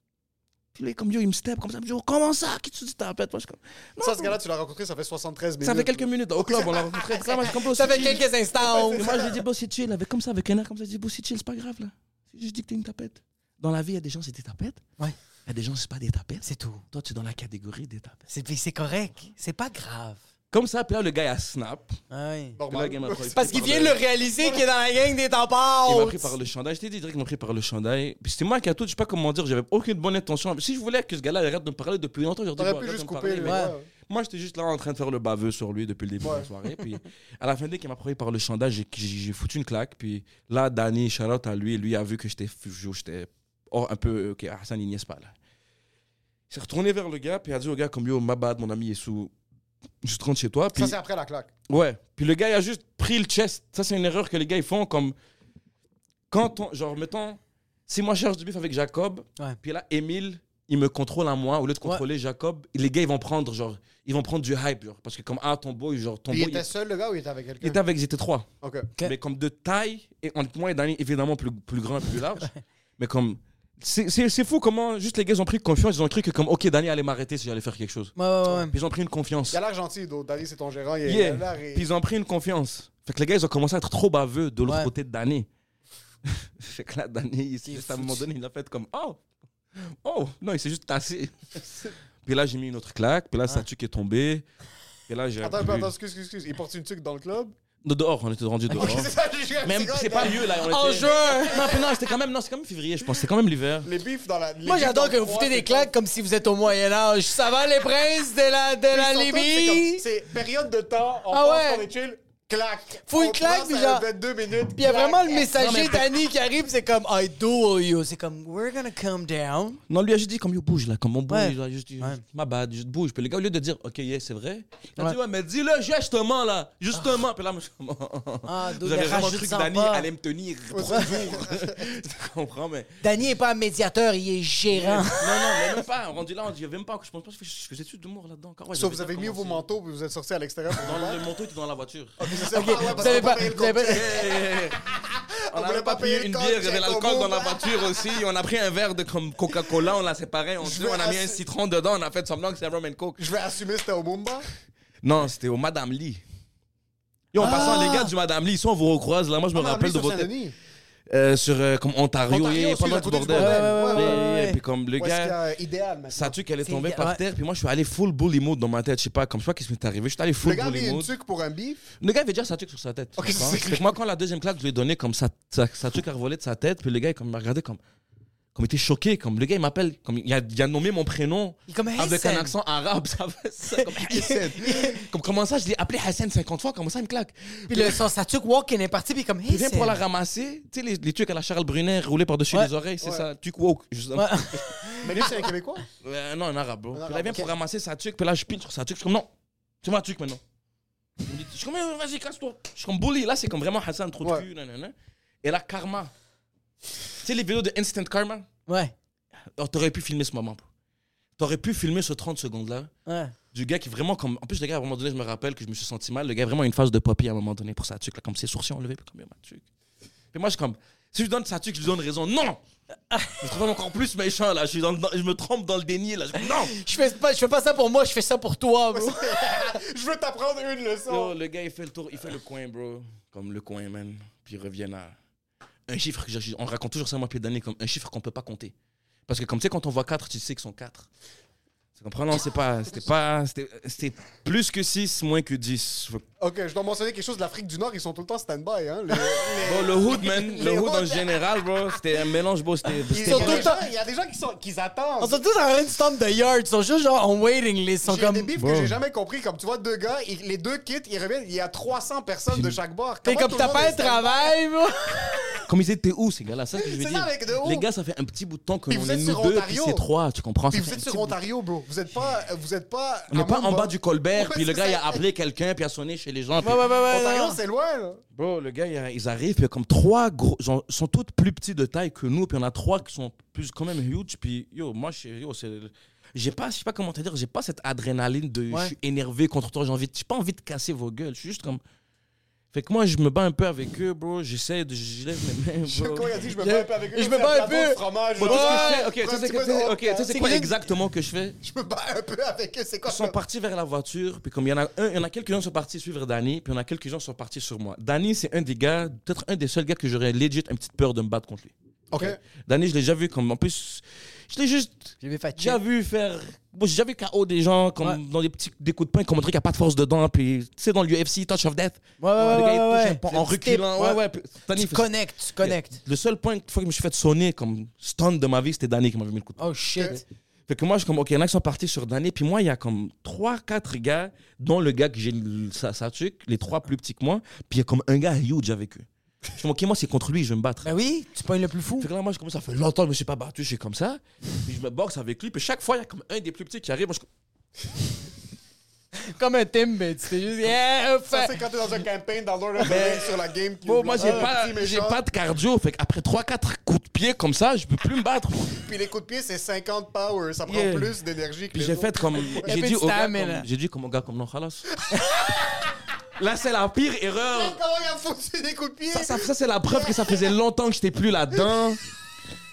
Puis là, comme yo, il me step comme ça, il me dit, oh, comment ça? Qui tu dis tapette? Moi, je suis comme, Non, Ça, ce gars-là, tu l'as rencontré, ça fait 73 minutes. ça fait quelques minutes au club, on l'a rencontré. Ça, moi, je comprends Ça aussi. fait quelques instants. Et moi, j'ai dit, bossy chill, avec, comme ça, avec un air comme ça, j'ai dit, bossy chill, c'est pas grave, là. C'est juste dit que t'es une tapette. Dans la vie, il y a des gens, c'est des tapettes. Ouais. Il y a des gens, c'est pas des tapettes. C'est tout. Toi, tu es dans la catégorie des tapettes. C'est puis c'est correct. C'est pas grave. Ah Comme ça, puis là, le gars, il a snap. Ouais. Puis là, le gars, il m'a pris Parce qu'il par vient de le réaliser qu'il est dans la gang des temps Il m'a morts. pris par le chandail. Je t'ai dit direct qu'il m'a pris par le chandail. Puis c'était moi qui a tout, je sais pas comment dire, j'avais aucune bonne intention. Si je voulais que ce gars-là arrête de me parler depuis longtemps, j'aurais dit, T'aurais bon, pu arrête juste de me couper parler, le. mais- Ouais. Moi, j'étais juste là en train de faire le baveux sur lui depuis le début de Ouais. la soirée. Puis à la fin, dès qu'il m'a pris par le chandail, j'ai- j'ai j'ai foutu une claque. Puis là, Danny, Charlotte à lui, lui a vu que j'étais fou- j'étais oh, un peu. Ok, Hassan, il niaise pas là. Il s'est retourné vers le gars, puis il a dit au gars, comme yo, ma bad, mon ami est sous. je te rentre chez toi. Puis, Ça, c'est après la claque. ouais. Puis le gars, il a juste pris le chest. Ça, c'est une erreur que les gars, ils font comme. Quand on. Genre, mettons, si moi, je cherche du bif avec Jacob, Ouais. puis là, Emile, il me contrôle à moi. Au lieu de Ouais. contrôler Jacob, les gars, ils vont prendre, genre, ils vont prendre du hype, genre. Parce que comme, ah, ton boy, genre, ton Puis il boy, était seul, le gars, ou il était avec il quelqu'un était avec, ils étaient trois. Ok. Ok. Mais comme de taille, et entre moi et Danny, évidemment plus, plus grand et plus large. mais comme. C'est c'est- c'est fou comment juste les gars ils ont pris confiance, ils ont cru que comme ok Danny allait m'arrêter si j'allais faire quelque chose. Ouais, ouais, ouais. Puis ils ont pris une confiance. Il a l'air gentil, donc, Danny, c'est ton gérant. Il il Yeah. a l'air. il- Puis ils ont pris une confiance. Fait que les gars ils ont commencé à être trop baveux de l'autre Ouais. côté de Danny. fait que là Danny, il s'est Il est juste à un foutu. moment donné il a fait comme oh oh non il s'est juste tassé. puis là j'ai mis une autre claque, puis là sa tuque est tombée. Puis là j'ai Attends, plus- attends, attends, excuse, excuse, excuse. Il porte une tuque dans le club. de dehors on était rendu dehors. Oh, C'est ça, j'ai- j'ai- Même c'est quoi, c'est pas dans- lieu là on En était- Non, puis non, c'était quand même, non, c'est quand même février, je pense. C'était quand même l'hiver. Les bifs dans la. les Moi, bifs dans j'adore le que vous froid, foutez c'est des claques comme si vous êtes au Moyen-Âge. Ça va, les princes de la, de Ils la sont tous- c'est Libye? comme- C'est période de temps, on Ah pense ouais. qu'on est chill, claque. Faut une On claque, pense puis à genre- 22 minutes. Puis il y a claque. vraiment le messager d'Annie qui arrive, c'est comme I do you. C'est comme We're gonna come down. Non, lui a juste dit, comme, yo, bouge là, comme on bouge, Ouais. là, juste, Ouais. ma bad, juste bouge. Puis le gars, au lieu de dire, ok, yeah, c'est vrai, il a Ouais. dit, ouais, mais dis-le justement là, justement. Puis là, moi, je suis comme, oh, Ah, vous donc, avez il vraiment rajoute cru que ça Dani pas. allait me tenir trois jours. tu comprends, mais. Danny est pas un médiateur, il est gérant. Ah. Non, non, mais même pas, rendu là, on dit, même pas, je pense pas, je fais- je faisais-tu de l'humour là-dedans encore? Ouais, Sauf j'avais que vous avez déjà mis vos commencé. manteaux puis vous êtes sortis à l'extérieur. pour Dans voir. le manteau, était dans la voiture. Ok, c'est ça. Ah ouais, parce qu'on Vous avez a pas. payé le Vous avez pas... compte. On voulait n'avait pas pas payer le hein, payé une compte, bière, il y avait check, on l'alcool dans la bouffe. voiture aussi. On a pris un verre de comme Coca-Cola, on l'a séparé, on, Je on a vais mis un assu- citron dedans, on a fait semblant que c'est un rum and coke. Je vais assumer c'était au Mumba. Non, c'était au Madame Lee. Yo, en Ah. passant, les gars du Madame Lee, si on vous recroise, là, moi je me rappelle de votre. Saint-Denis. Euh, sur euh, comme Ontario, Ontario et aussi, pendant la tout photo du bordel. bordel. Ouais, ouais, ouais, ouais, ouais. Et puis comme le Où est-ce qu'il y gars, a idéal maintenant? sa tuque, elle est C'est- tombée ouais. par terre, puis moi je suis allé full bully mode dans ma tête, je sais pas, comme je sais pas qu'est-ce qui m'est arrivé, je suis allé Le full gars a mis bully une mode. tuque pour un bif. Le gars avait déjà sa tuque sur sa tête. Ok, tu comprends? c'est Fait que moi, quand la deuxième claque, je lui ai donné comme sa, sa, sa tuque a revolé de sa tête, puis le gars, comme, il m'a regardé comme. Comme il était choqué, comme le gars, il m'appelle, comme il a, il a nommé mon prénom Il est comme avec Hassan. un accent arabe, ça fait ça, comme Hassan. comme comment ça, je l'ai appelé Hassan 50 fois, comment ça, il me claque. Puis le son Satuk Walken est parti, puis comme Il Hey, vient c'est. pour la ramasser, tu sais, les, les trucs à la Charles Brunet roulés par-dessus Ouais. les oreilles, c'est Ouais. ça, tuque woke, justement. Ouais. Mais lui, c'est un Québécois. Euh, non, un arabe, bro. Un Puis arabe, là, il vient ok. pour ramasser sa tuque, puis là, je pile sur sa tuque, je suis comme non, c'est ma tuque maintenant. Il me dit, je suis comme, Eh, vas-y, casse-toi. Je suis comme bully, là, c'est comme vraiment Hassan, trop Ouais. de cul, nanana. Et là, Karma. Tu sais, les vidéos de Instant Karma, Ouais, Alors, t'aurais pu filmer ce moment, bro. T'aurais pu filmer ce 30 secondes-là ouais. du gars qui vraiment comme en plus le gars à un moment donné je me rappelle que je me suis senti mal le gars a vraiment une phase de poppy à un moment donné pour sa tuque là, comme ses sourcils enlevés puis comme yo, ma tuque puis moi je suis comme si je donne sa tuque je lui donne raison non je me trouve encore plus méchant là je suis dans, le- dans- je me trompe dans le déni là je suis comme, non Je fais pas, je fais pas ça pour moi, je fais ça pour toi, bro. Je veux t'apprendre une Yo, leçon. le gars il fait le tour il fait le coin bro comme le coin man puis il revient à un chiffre que j'ai- on raconte toujours ça moi puis d'années comme un chiffre qu'on peut pas compter parce que comme tu sais quand on voit 4 tu sais que sont 4 tu comprends non c'est pas c'était pas c'était c'était plus que 6 moins que 10 Faut que Ok, je dois mentionner quelque chose de l'Afrique du Nord. Ils sont tout le temps stand-by. Hein. Les- les- Bro, le hood, man. Les Le hood en hoods. général, bro. C'était un mélange, bro. C'était. Il c'était- y a sont tout des le gens- temps- il y a des gens qui, sont, qui On attendent. sont tous en train de stand the yard, ils sont juste genre en waiting list, ils sont J'ai comme. des bifs que j'ai jamais compris. Comme tu vois, deux gars, ils- les deux quittent, ils reviennent. Il y a 300 personnes de chaque bord. T'es Comment comme tout le t'as monde pas est de stand-by? travail, bro. Comme ils étaient où, ces gars-là Ça, c'est ce que je veux C'est dire. ça, avec de où Les gars, ça fait un petit bout de temps que Puis l'on vous est êtes nous sur deux, puis Ontario. c'est trois, tu comprends Puis Ça vous fait êtes sur un petit bout- Ontario, bro. Vous êtes pas. Vous êtes pas. On n'est pas en Mumbai. bas du Colbert, Ouais, puis le c'est gars, il ça. a appelé quelqu'un, puis il a sonné chez les gens. puis- Ouais, ouais, ouais, ouais. Ontario, non. c'est loin, là. Bro, le gars, il a- ils arrivent, puis comme trois gros. Ils ont- sont toutes plus petits de taille que nous, puis on a trois qui sont plus quand même huge, puis yo, moi, je yo, c'est. J'ai pas, je sais pas comment te dire, j'ai pas cette adrénaline de Ouais. je suis énervé contre toi, j'ai envie, de- j'ai pas envie de casser vos gueules, je suis juste comme. Fait que moi, je me bats un peu avec eux, bro, j'essaie de. Je lève mes mains, Je sais bro. quoi, il a dit, je me bats un peu avec eux. Je me bats un peu. Bon, tu sais ce que je fais? Ok, tu sais ce que- tu sais- ok, tu sais C'est c'est quoi que- exactement que je fais Je me bats un peu avec eux. C'est quoi Ils sont ça? partis vers la voiture, puis comme il y en a un, il y en a quelques-uns qui sont partis suivre Danny, puis il y en a quelques-uns qui sont partis sur moi. Danny, c'est un des gars, peut-être un des seuls gars que j'aurais legit une petite peur de me battre contre lui. Ok. Danny, je l'ai déjà vu comme. En plus, je l'ai juste J'ai fait déjà vu faire. Bon, j'ai déjà vu KO des gens comme Ouais. dans des petits des coups de poing, comme un truc qui a pas de force dedans. Puis, tu sais, dans l'UFC, Touch of Death. Ouais, ouais, ouais. le gars, il ouais, touche ouais. un point en C'est le step, reculant. Ouais, ouais. puis Danny, Tu il fait- connectes, tu connectes. Le seul point, une fois que je me suis fait sonner comme stun de ma vie, c'était Danny qui m'avait mis le coup de poing. Oh shit. Fait que moi, je suis comme, OK, il y en a qui sont partis sur Danny. Puis moi, il y a comme 3-4 gars, dont le gars que j'ai le- sa, sa tuque, les trois plus petits que moi. Puis il y a comme un gars huge avec eux. Je suis comme, OK, moi, c'est contre lui, je vais me battre. Ben oui, tu pognes le plus fou. Fait que là, moi, je commence, ça fait longtemps que je me suis pas battu, je suis comme ça. Puis je me boxe avec lui. Puis chaque fois, il y a comme un des plus petits qui arrive. Moi, je... Comme un Timbit. C'était juste. Yeah, un Ça, fa- c'est quand t'es dans un campaign dans Lord of the Rings sur la GameCube. Eh, Bon, moi, j'ai là. pas, Petit méchant. j'ai pas de cardio. Fait qu'après 3-4 coups de pied comme ça, je peux plus me battre. Puis les coups de pied, c'est 50 power. Ça prend Yeah. plus d'énergie que Puis les j'ai autres. fait comme. J'ai puis dit tu au gars. t'amènes, comme- là. J'ai dit comme au gars, comme non, halas. Là, c'est la pire erreur. Ah, Comment il a foutu des coups de pied? Ça, ça, ça, c'est la preuve que ça faisait longtemps que j'étais plus là-dedans.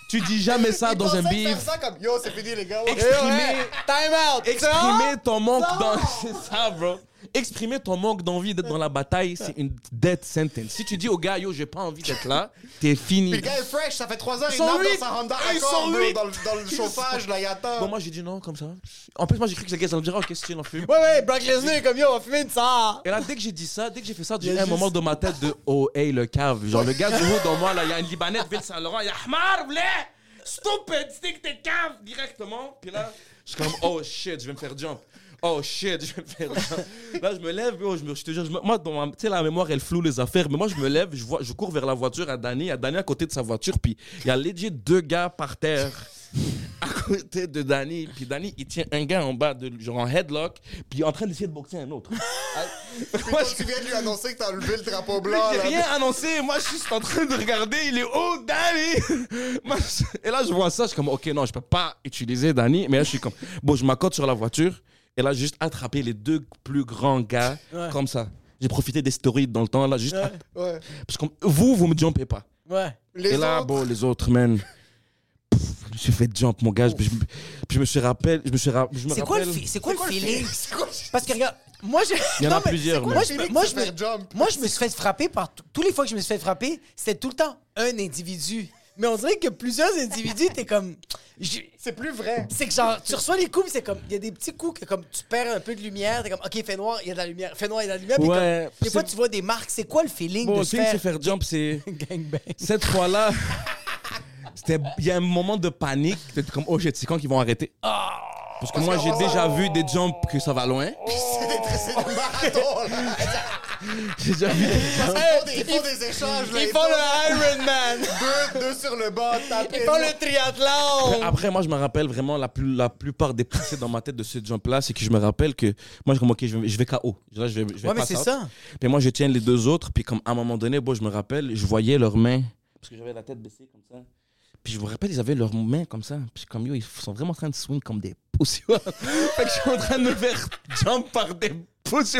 Tu dis jamais ça Il dans un pensait que beef. faire ça comme Yo, c'est fini, les gars. Exprimer, Time out! exprimer ton manque d'en- C'est ça, bro. Exprimer ton manque d'envie d'être dans la bataille, c'est une death sentence. Si tu dis au gars, yo, j'ai pas envie d'être là, t'es Puis fini. le gars est fresh, ça fait 3 heures, il Ils sont nappe dans huit. sa Honda Ils Accord, sont bro, huit. dans, le- dans le chauffage, là, il attend. Bon, moi, j'ai dit non, comme ça. En plus, moi, j'ai cru que les gars, ils allaient me dire, ok, si tu en fumes. Ouais, ouais, Brock Lesnar est comme yo, on va fumer de ça! Et là, dès que j'ai dit ça, dès que j'ai fait ça, j'ai Il y eu a un juste- moment dans ma tête de Oh, hey, le cave. Genre, le gars du haut dans moi, là, il y a une Libanais de Ville-Saint-Laurent, il y a Ahmar, blé Stupid, stick tes caves directement. Puis là, je suis comme Oh shit, je vais me faire jump. Oh shit, je vais me faire jump. Là, je me lève, yo, je, me, je te jure, je me- moi, dans ma- tu sais, la mémoire, elle floue les affaires, mais moi, je me lève, je, vois, je cours vers la voiture à Danny, à Danny à côté de sa voiture, puis il y a legit deux gars par terre à côté de Danny. Puis Danny, il tient un gars en bas, de, genre en headlock, puis il est en train d'essayer de boxer un autre. Toi, tu viens de lui annoncer que t'as enlevé le drapeau Mais blanc, J'ai Oh là. rien annoncé, moi je suis juste en train de regarder, il est haut, Danny Moi, je- Et là je vois ça, je suis comme, ok, non, je peux pas utiliser Danny, mais là je suis comme, bon, je m'accorde sur la voiture, et là j'ai juste attrapé les deux plus grands gars, comme ça. J'ai profité des stories dans le temps, là, juste. Ouais. Parce que vous, vous me jumpez pas. Ouais. Les et là, autres, bon, les autres, man. Pff, Je me suis fait jump, mon gars. Puis je, puis je me suis rappelé. Je me suis rappelé. C'est quoi, le fi- c'est quoi le feeling? c'est quoi? Parce que regarde, moi je. Il y en a Non, mais- plusieurs, Moi, mais- je, Philippe, moi, se je me, faire jump. moi, je me suis fait frapper par. tout- Tous les fois que je me suis fait frapper, c'était tout le temps un individu. Mais on dirait que plusieurs individus, t'es comme. je- C'est plus vrai. C'est que genre, tu reçois les coups, puis c'est comme. Il y a des petits coups que comme tu perds un peu de lumière, t'es comme, OK, fais noir, il y a de la lumière. Fais noir, il y a de la lumière. puis Ouais, comme, des fois, c'est- tu vois des marques. C'est quoi le feeling Bon, de le se feeling, c'est faire. faire jump, c'est. Gangbang. cette fois-là, c'était- il y a un moment de panique. T'es comme, oh shit, c'est quand qu'ils vont arrêter? Ah! Parce que moi, j'ai déjà vu des jumps que ça va loin. C'est des, c'est des marathons, là. J'ai déjà vu des Ils jumps. font des, ils font des échanges, là. Ils font le Ironman! deux, deux sur le bas, taper. Ils font le triathlon! Après, moi, je me rappelle vraiment la, plus, la plupart des pensées dans ma tête de ce jump-là, c'est que je me rappelle que moi, je comme, ok, je vais, je vais KO. Là, je vais, je vais Ouais, mais pass c'est out. ça. Mais moi, je tiens les deux autres, puis comme à un moment donné, bon, je me rappelle, je voyais leurs mains. Parce que j'avais la tête baissée comme ça. Puis je me rappelle, ils avaient leurs mains comme ça. Puis comme yo, ils sont vraiment en train de swing comme des pussies. fait que je suis en train de me faire jump par des pussies.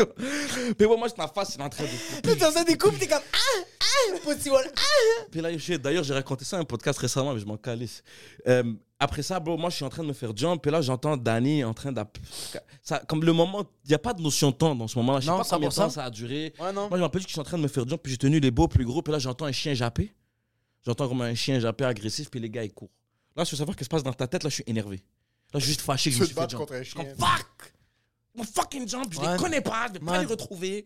Mais bon, moi, je ma face, c'est en train de. Tu as ça des coups, puis t'es comme. Ah! Ah! Petit wall! Ah! Puis là, je- d'ailleurs, j'ai raconté ça à un podcast récemment, mais je m'en calisse. Euh, après ça, bro, moi, je suis en train de me faire jump. Et là, j'entends Danny en train d'app. ça- Comme le moment, il n'y a pas de notion de temps dans ce moment-là. Je sais Non, pas combien de 100%. temps ça a duré. Ouais, non. Moi, je m'appelle que je suis en train de me faire jump, puis j'ai tenu les beaux plus gros, puis là, j'entends un chien japper. J'entends comme un chien japper agressif, puis les gars, ils courent. Là, je veux savoir ce qui se passe dans ta tête, là, je suis énervé. Là, je suis juste fâché que Tu je veux me te suis fait battre jump. contre un Je suis comme, chien. fuck! Mon fucking jump, je Ouais. les connais pas, je vais pas Ouais. les retrouver.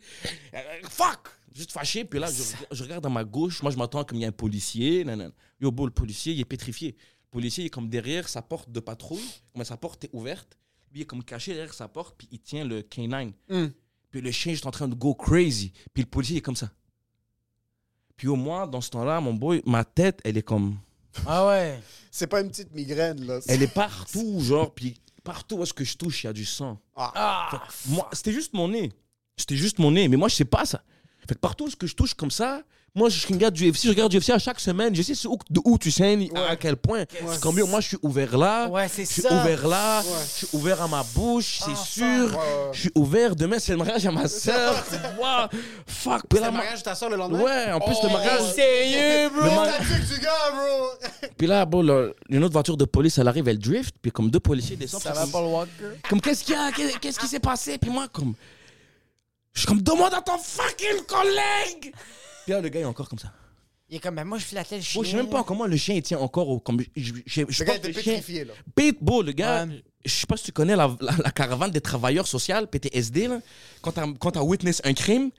Euh, fuck! Juste fâché, puis là, je, je regarde à ma gauche, moi, je m'attends comme il y a un policier. nanana. Yo, beau, le policier, il est pétrifié. Le policier, il est comme derrière sa porte de patrouille, mais sa porte est ouverte. Lui, il est comme caché derrière sa porte, puis il tient le K9. Puis le chien, j'étais en train de go crazy. Puis le policier, il est comme ça. Puis au moins, dans ce temps-là, mon boy, ma tête, elle est comme. Ah ouais! C'est pas une petite migraine, là. Elle est partout, genre. Puis partout où est-ce que je touche, il y a du sang. Ah. Fait que moi, c'était juste mon nez. C'était juste mon nez. Mais moi, je sais pas ça. Fait que partout où est-ce que je touche comme ça, moi, je regarde du UFC, je regarde du UFC à chaque semaine. Je sais c'est où- de où tu saignes, à quel point. Comme mieux, moi, je suis ouvert là. Ouais, c'est Je suis ça. ouvert là. Je suis ouvert à ma bouche, c'est sûr. Je suis ouvert. Demain, c'est le mariage à ma soeur. Fuck. Puis C'est là, le ma- mariage de ta soeur le lendemain? Ouais, en plus, le mariage. Sérieux, Le bro! mar- Tactique du gars, bro! Puis là, bon, le- une autre voiture de police, elle arrive, elle drift. Puis comme deux policiers descendent. Ça puis va, comme- Paul Walker? Comme, qu'est-ce qu'il y a Qu'est- Qu'est-ce qui s'est passé Puis moi, comme. Je suis comme, demande à ton fucking collègue Puis là, le gars est encore comme ça. Il est comme, mais moi, je flattais le chien. Bon, je sais même pas comment le chien il tient encore. au- Comme, je, je, je Le gars pense que était le chien- pétrifié, là. Pitbull, le gars. Ouais. Je sais pas si tu connais la, la- la caravane des travailleurs sociaux, PTSD, là. Quand t'as, quand t'as witness un crime,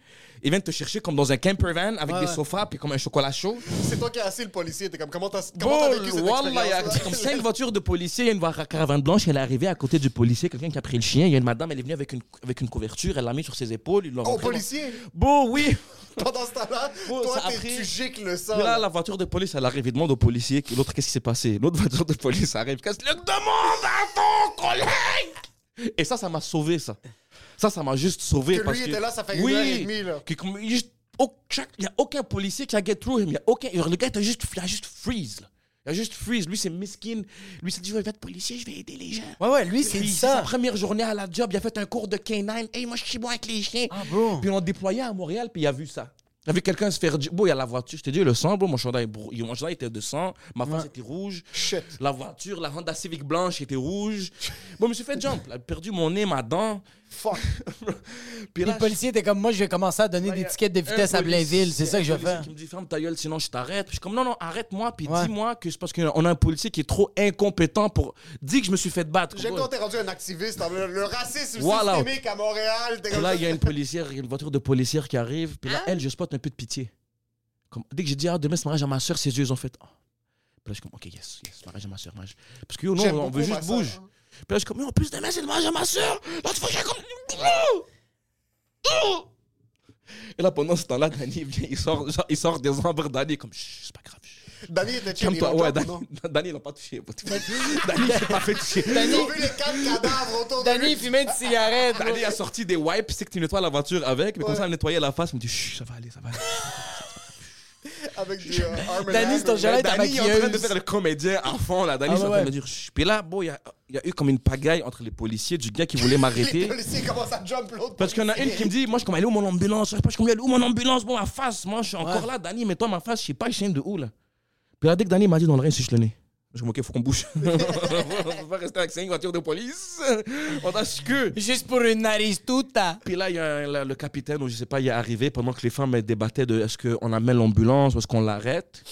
ils viennent te chercher comme dans un camper van avec des sofas puis comme un chocolat chaud. C'est toi qui as assis le policier. T'es comme, comment t'as comment t'as Bon, vécu cette wallah, il y a expérience comme cinq voitures de policiers, il y a une voie- caravane blanche, elle est arrivée à côté du policier, quelqu'un qui a pris le chien, il y a une madame, elle est venue avec une, avec une couverture, elle l'a mis sur ses épaules, ils l'ont Au rentré dans- Oh, policier, Bon, oui. pendant ce temps-là, Bon, toi, ça a t'es- pris- tu gicles le sang. Puis là, la voiture de police, elle arrive, il demande au policier, l'autre, qu'est-ce qui s'est passé L'autre voiture de police arrive, qu'est-ce que demande à ton collègue Et ça, ça m'a sauvé, ça. Ça, ça m'a juste sauvé. Que parce lui que... était là, ça fait une Oui. heure et demie, là. Que comme- il y a juste au- chaque- il y a aucun policier qui a get through him. Il y a aucun. Le gars, il a juste, il a juste freeze. là. Il a juste freeze. Lui, c'est mesquine. Lui, il s'est dit, je vais être policier, je vais aider les gens. Ouais, ouais, lui, c'est Puis, ça. Sa première journée à la job, il a fait un cours de canine. Hey, moi, je suis bon avec les chiens. bro. Puis on déployait à Montréal, puis il a vu ça. Il a vu quelqu'un se faire. dire, Bon, il y a la voiture. Je te dis, le sang, bon, mon chandail, est brou- mon chandail était de sang. Ma face était rouge. Shit. La voiture, la Honda Civic blanche était rouge. Bon, je me suis fait jump. là. J'ai perdu mon nez, ma dent. Fuck. Puis Les là, policiers étaient comme moi, je vais commencer à donner des tickets de vitesse un à Blainville. C'est policier- ça que je un vais policier faire. qui me dit ferme ta gueule, sinon je t'arrête. Puis Je suis comme non, non, arrête-moi, puis Ouais. dis-moi que c'est parce qu'on a un policier qui est trop incompétent pour. Dis que je me suis fait battre. J'aime quand t'es rendu un activiste. Le, le racisme Voilà. systémique à Montréal. t'es Puis comme là, ça. il y a une policière, une voiture de policière qui arrive. Puis là, elle, je spot un peu de pitié. Comme, dès que j'ai dit, ah, demain, c'est mariage à ma soeur, ses yeux, ils ont fait. Ah. Puis là, je suis comme, ok, yes, yes, mariage à ma soeur, mariage. Parce que, yo, non, J'aime on veut beaucoup juste ma sœur, bouge. hein. Puis là, je suis comme, mais en plus, demain, c'est le mariage à ma soeur. Là, tu vois, j'ai comme. oh. Et là, pendant ce temps-là, Danny, il, vient, il sort, genre, il sort des embres Danny, comme, Chut, c'est pas grave. chut. Danny était chill. Calme-toi, il est ouais, en Danny, job, non? Danny, il a pas touché. Danny, il s'est pas fait toucher. Ils ont vu les quatre cadavres autour de Danny lui. fumait une cigarette. bro. Danny a sorti des wipes, c'est que tu nettoies la voiture avec, mais comme ça, elle nettoyait la face, elle me dit, Chut, ça va aller, ça va aller. Avec du euh, Arm and Danny, Hammer. c'est ton gérant, ta Danny est en train de maquilleuse. faire le comédien à fond, là. Danny, Ah, est en ouais, train ouais. de dire, Chut. Puis là, bon, il y a, il y a eu comme une pagaille entre les policiers du gars qui voulait Les m'arrêter. policiers commencent à jump l'autre. Parce qu'il y en a une qui me dit, moi, je suis comme, elle est où mon ambulance? Je sais pas, je suis comme, elle est où mon ambulance? Bon, ma face, moi, je suis encore là, Danny, mais toi, ma face, je sais pas, je sais de où, là. Puis là, dès que Danny m'a dit dans le rein, si je le nez. Je me dis, ok, faut qu'on bouge. on va rester avec cinq voitures de police. On a ce que. Juste pour une nariz toute. hein. Puis là, il y a un- là, le capitaine, ou je sais pas, il est arrivé pendant que les femmes elles débattaient de est-ce qu'on amène l'ambulance ou est-ce qu'on l'arrête.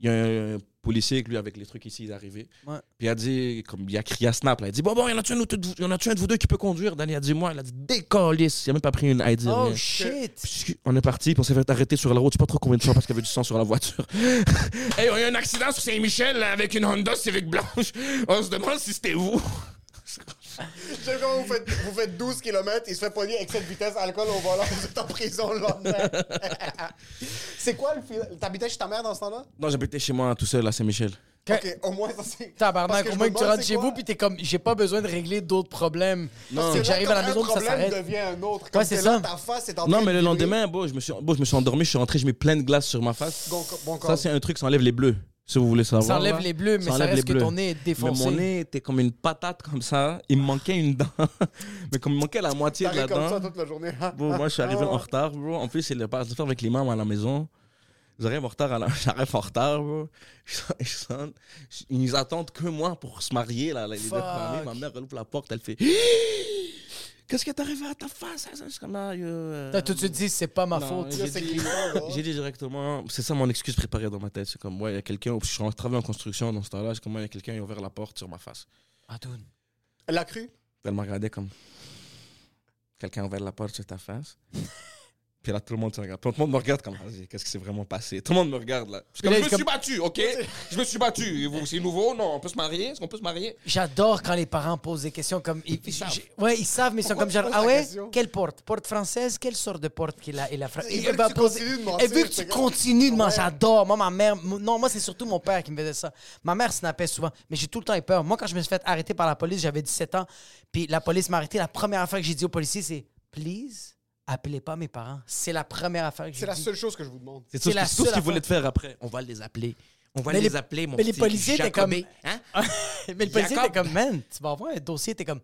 Il y a un policier, lui, avec les trucs ici, il est arrivé. Ouais. Puis il a dit, comme il a crié à Snap, là, il a dit Bon, bon, il y en a-tu un, autre de vous- il y en a-tu un de vous deux qui peut conduire Danny a dit Moi, il a dit Décalisse. Il a même pas pris une ID. Oh rien. shit. Puis On est parti, puis on s'est fait arrêter sur la route. Je sais pas trop combien de fois parce qu'il y avait du sang sur la voiture. Hey, on a eu un accident sur Saint-Michel là, avec une Honda Civic blanche. On se demande si c'était vous. J'aime comment vous faites, vous faites 12 km, il se fait pogner avec cette vitesse, alcool au volant, vous êtes en prison le lendemain. c'est quoi le fil... T'habitais chez ta mère dans ce temps-là? Non, j'habitais chez moi tout seul à Saint-Michel. Ok, au moins ça c'est. Parce Tabarnak, je au me moins que tu demande, rentres c'est chez quoi? vous puis t'es comme, j'ai pas besoin de régler d'autres problèmes. Parce Non. que là, J'arrive à la quand maison, un puis ça problème s'arrête. devient un autre. Comme Ouais, c'est t'es là, ça. Ta face, c'est en Non, train mais de le vibrer. lendemain, bon, je, me suis, bon, je me suis endormi, je suis rentré, je mets plein de glace sur ma face. Bon, co- bon Ça, corps. c'est un truc, ça enlève les bleus, si vous voulez savoir. Ça enlève là. les bleus, mais ça enlève reste les que ton bleus. nez est défoncé. Mais mon nez était comme une patate, comme ça. Il me manquait une dent. mais comme il me manquait la moitié de la T'arrives comme ça dent. toute la journée. hein. Bon, moi, je suis Ah. arrivé en retard, bro. En plus, c'est le pas de faire avec les mamans à la maison. J'arrive en retard, à la... j'arrive en retard, bro. Je sonne- je sonne. Je- Ils attendent que moi pour se marier, là, les deux Fuck. familles. Ma mère, elle ouvre la porte, elle fait. Qu'est-ce qui est arrivé à ta face? Je suis comme là, yo, euh, T'as tout de suite dit, c'est pas ma non, faute. j'ai C'est dit- clivant, là. J'ai dit directement, c'est ça mon excuse préparée dans ma tête. C'est comme, ouais, il y a quelqu'un, je suis en travail en construction dans ce temps-là, c'est comme, ouais, il y a quelqu'un qui a ouvert la porte sur ma face. Ah, dude. La crue? Elle m'a regardé comme, quelqu'un a ouvert la porte sur ta face. Puis là, tout le monde se regarde. Tout le monde me regarde comme, Vas-y, qu'est-ce qui s'est vraiment passé? Tout le monde me regarde là. Parce que Puis là, je me il est suis comme- battu, ok? Je me suis battu. Et vous, C'est nouveau? Non, on peut se marier? Est-ce qu'on peut se marier? J'adore quand les parents posent des questions comme. Ils, savent. j'ai- Ouais, ils savent, mais ils sont Pourquoi comme tu genre. poses Ah la ouais question? Quelle porte Porte française Quelle sorte de porte qu'il a il a fra- Ils il- veulent va que tu poser- continues de mentir, Et vu que c'est tu comme- continues de Ouais. mentir, j'adore. Moi, ma mère. mon- Non, moi, c'est surtout mon père qui me faisait ça. Ma mère snappait souvent, mais j'ai tout le temps eu peur. Moi, quand je me suis fait arrêter par la police, j'avais 17 ans, puis la police m'a arrêté. La première affaire que j'ai dit au policier, c'est Please, appelez pas mes parents. C'est la première affaire que j'ai C'est la dit. seule chose que je vous demande. C'est tout ce la qu'ils- tout ce seule qu'ils voulaient affaire. te faire après. On va les appeler. On va Mais les, les- appeler, mon mais les petit policiers étaient Jacobé. comme- Hein? mais le policier Jacob. était comme Man, tu vas avoir un dossier, t'es comme.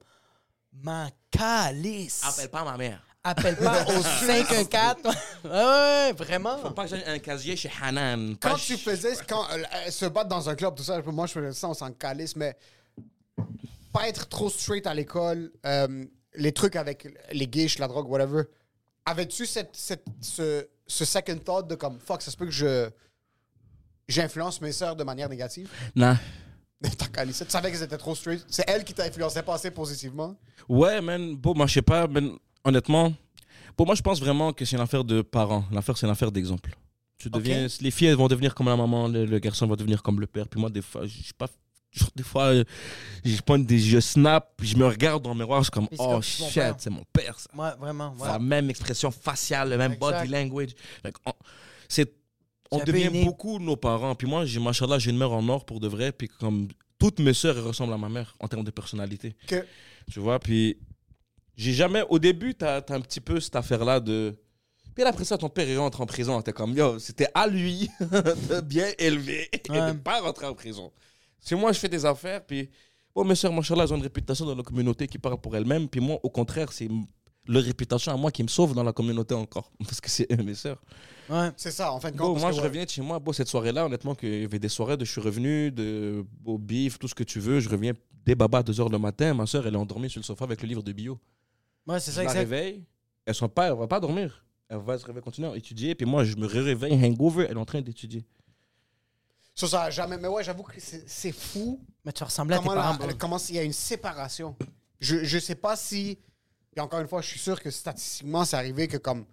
Ma calice. Appelle pas ma mère. Appelle pas au 514. ouais, ouais, vraiment. Faut pas que j'aille un casier chez Hanan. Quand Pas tu chez- faisais. Quand, euh, euh, se battre dans un club, tout ça, moi je faisais ça, on s'en calisse, mais. Pas être trop straight à l'école, euh, les trucs avec les guiches, la drogue, whatever. Avais-tu cette, cette- ce, ce second thought de comme fuck, ça se peut que je. J'influence mes sœurs de manière négative? Non. T'en calissais. Tu savais qu'elles étaient trop straight. C'est elles qui t'influençaient pas assez positivement. Ouais, man. Bon, moi, je sais pas, man. Honnêtement, pour moi, je pense vraiment que c'est une affaire de parents. L'affaire, c'est une affaire d'exemple. Tu deviens, Les filles, elles vont devenir comme la maman, le, le garçon va devenir comme le père. Puis moi, des fois, je sais pas. genre, Des fois, euh, je prends des je snap, puis je me regarde dans le miroir, je suis comme, Puis c'est oh comme, c'est mon shit, père. c'est mon père, ça. Moi, vraiment. ouais. C'est la même expression faciale, le même Exact. body language. Fait qu'on- c'est, on C'est un peu devient inné. beaucoup nos parents. Puis moi, j'ai, machallah, j'ai une mère en or pour de vrai. Puis comme toutes mes sœurs elles ressemblent à ma mère en termes de personnalité. Que Tu vois, puis J'ai jamais. Au début, t'as as un petit peu cette affaire-là de. Puis là, après ça, ton père, il rentre en prison. T'es comme, yo, c'était à lui de bien élever et Ouais. de pas rentrer en prison. Si moi, je fais des affaires, puis. Bon, mes soeurs, machallah, elles ont une réputation dans la communauté qui parle pour elles-mêmes. Puis moi, au contraire, c'est m- leur réputation à moi qui me sauve dans la communauté encore. Parce que c'est eux, mes soeurs. Ouais. C'est ça, en fin de Bon, compte. moi, parce je que, ouais. reviens de chez moi. Bon, cette soirée-là, honnêtement, qu'il y avait des soirées de je suis revenu, de au bif, tout ce que tu veux. Je reviens dès baba à 2h le matin. Ma soeur, elle est endormie sur le sofa avec le livre de bio. Ouais, c'est Je ça, la exact. réveille. Elle ne pas, elle va pas dormir. Elle va se réveiller, continuer à étudier. Puis moi, je me réveille hangover. Elle est en train d'étudier. Ça, ça a jamais. Mais ouais, j'avoue que c'est c'est fou Mais tu ressemblais à tes comment, parents, la- bro. comment il y a une séparation. Je, je sais pas si. Et encore une fois, je suis sûr que statistiquement, c'est arrivé que comme.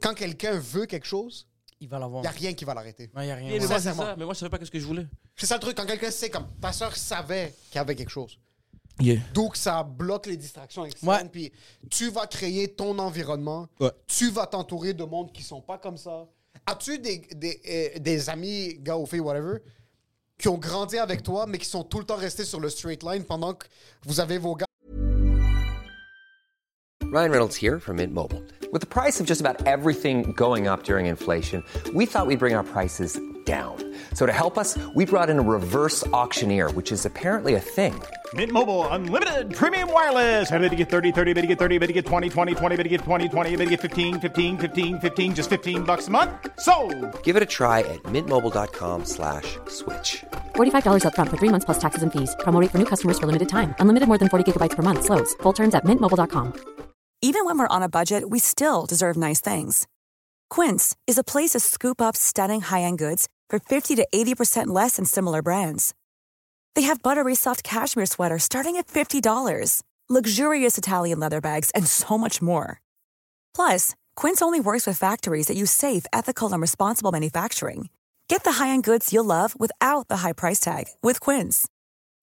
Quand quelqu'un veut quelque chose, Il va il l'avoir. n'y a rien qui va l'arrêter. Ouais, y a rien. ouais. Mais moi, c'est Sincèrement. ça. Mais moi, je savais pas ce que je voulais. C'est ça le truc, quand quelqu'un sait, comme ta soeur savait qu'il y avait quelque chose. Yeah. Donc, ça bloque les distractions externes. Ouais. Puis, tu vas créer ton environnement. Ouais. Tu vas t'entourer de monde qui sont pas comme ça. As-tu des, des, euh, des amis, gars ou filles, whatever, qui ont grandi avec toi, mais qui sont tout le temps restés sur le straight line pendant que vous avez vos gars? Ryan Reynolds here from Mint Mobile. With the price of just about everything going up during inflation, we thought we'd bring our prices down. So to help us, we brought in a reverse auctioneer, which is apparently a thing. Mint Mobile unlimited premium wireless. Ready to get 30, 30, ready to get 30, ready to get 20, 20, 20, ready to get 20, 20, ready to get 15, 15, 15, 15 just 15 bucks a month. So, Give it a try at mintmobile.com slash switch. $45 up front for three months plus taxes and fees. Promo rate for new customers for limited time. Unlimited more than 40 gigabytes per month. Slows. Full terms at mintmobile.com. Even when we're on a budget, we still deserve nice things. Quince is a place to scoop up stunning high-end goods for 50 to 80% less than similar brands. They have buttery soft cashmere sweaters starting at $50, luxurious Italian leather bags, and so much more. Plus, Quince only works with factories that use safe, ethical, and responsible manufacturing. Get the high-end goods you'll love without the high price tag with Quince.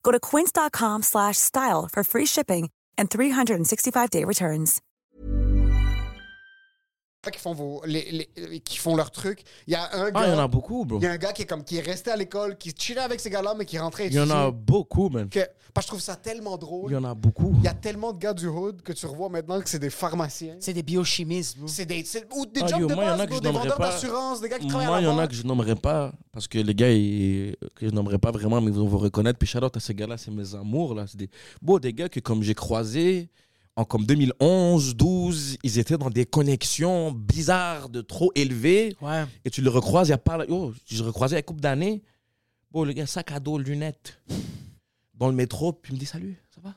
Go to quince.com/style slash style for free shipping and 365-day returns. qui font, vos, les- les- qui font leur truc. Il y a un Ah, il y en gars, a beaucoup, bro. il y a un gars qui est, comme, qui est resté à l'école, qui chillait avec ces gars-là, mais qui rentrait Il y en a étudier. beaucoup, man. Que, parce que je trouve ça tellement Il drôle. y en a beaucoup. Il y a tellement de gars du hood que tu revois maintenant que c'est des pharmaciens. C'est des biochimistes, bro. C'est des, c'est- ou des Ah, jobs yo, de moi, y en a base, que bro, je des nommerais vendeurs pas. d'assurance, des gars qui travaillent Moi, à il y la en a banque. que je nommerai pas parce que les gars ils- que je nommerai pas vraiment, mais ils vont vous reconnaître. Puis shout out à ces gars-là, c'est mes amours là. C'est des beaux des gars que comme j'ai croisé en comme 2011, 12, ils étaient dans des connexions bizarres de trop élevées Ouais. et tu le recroises, il y a pas. Yo, je le recroisais il y a une couple d'années. Bon, le gars, sac à dos, lunettes, dans le métro, puis il me dit Salut, ça va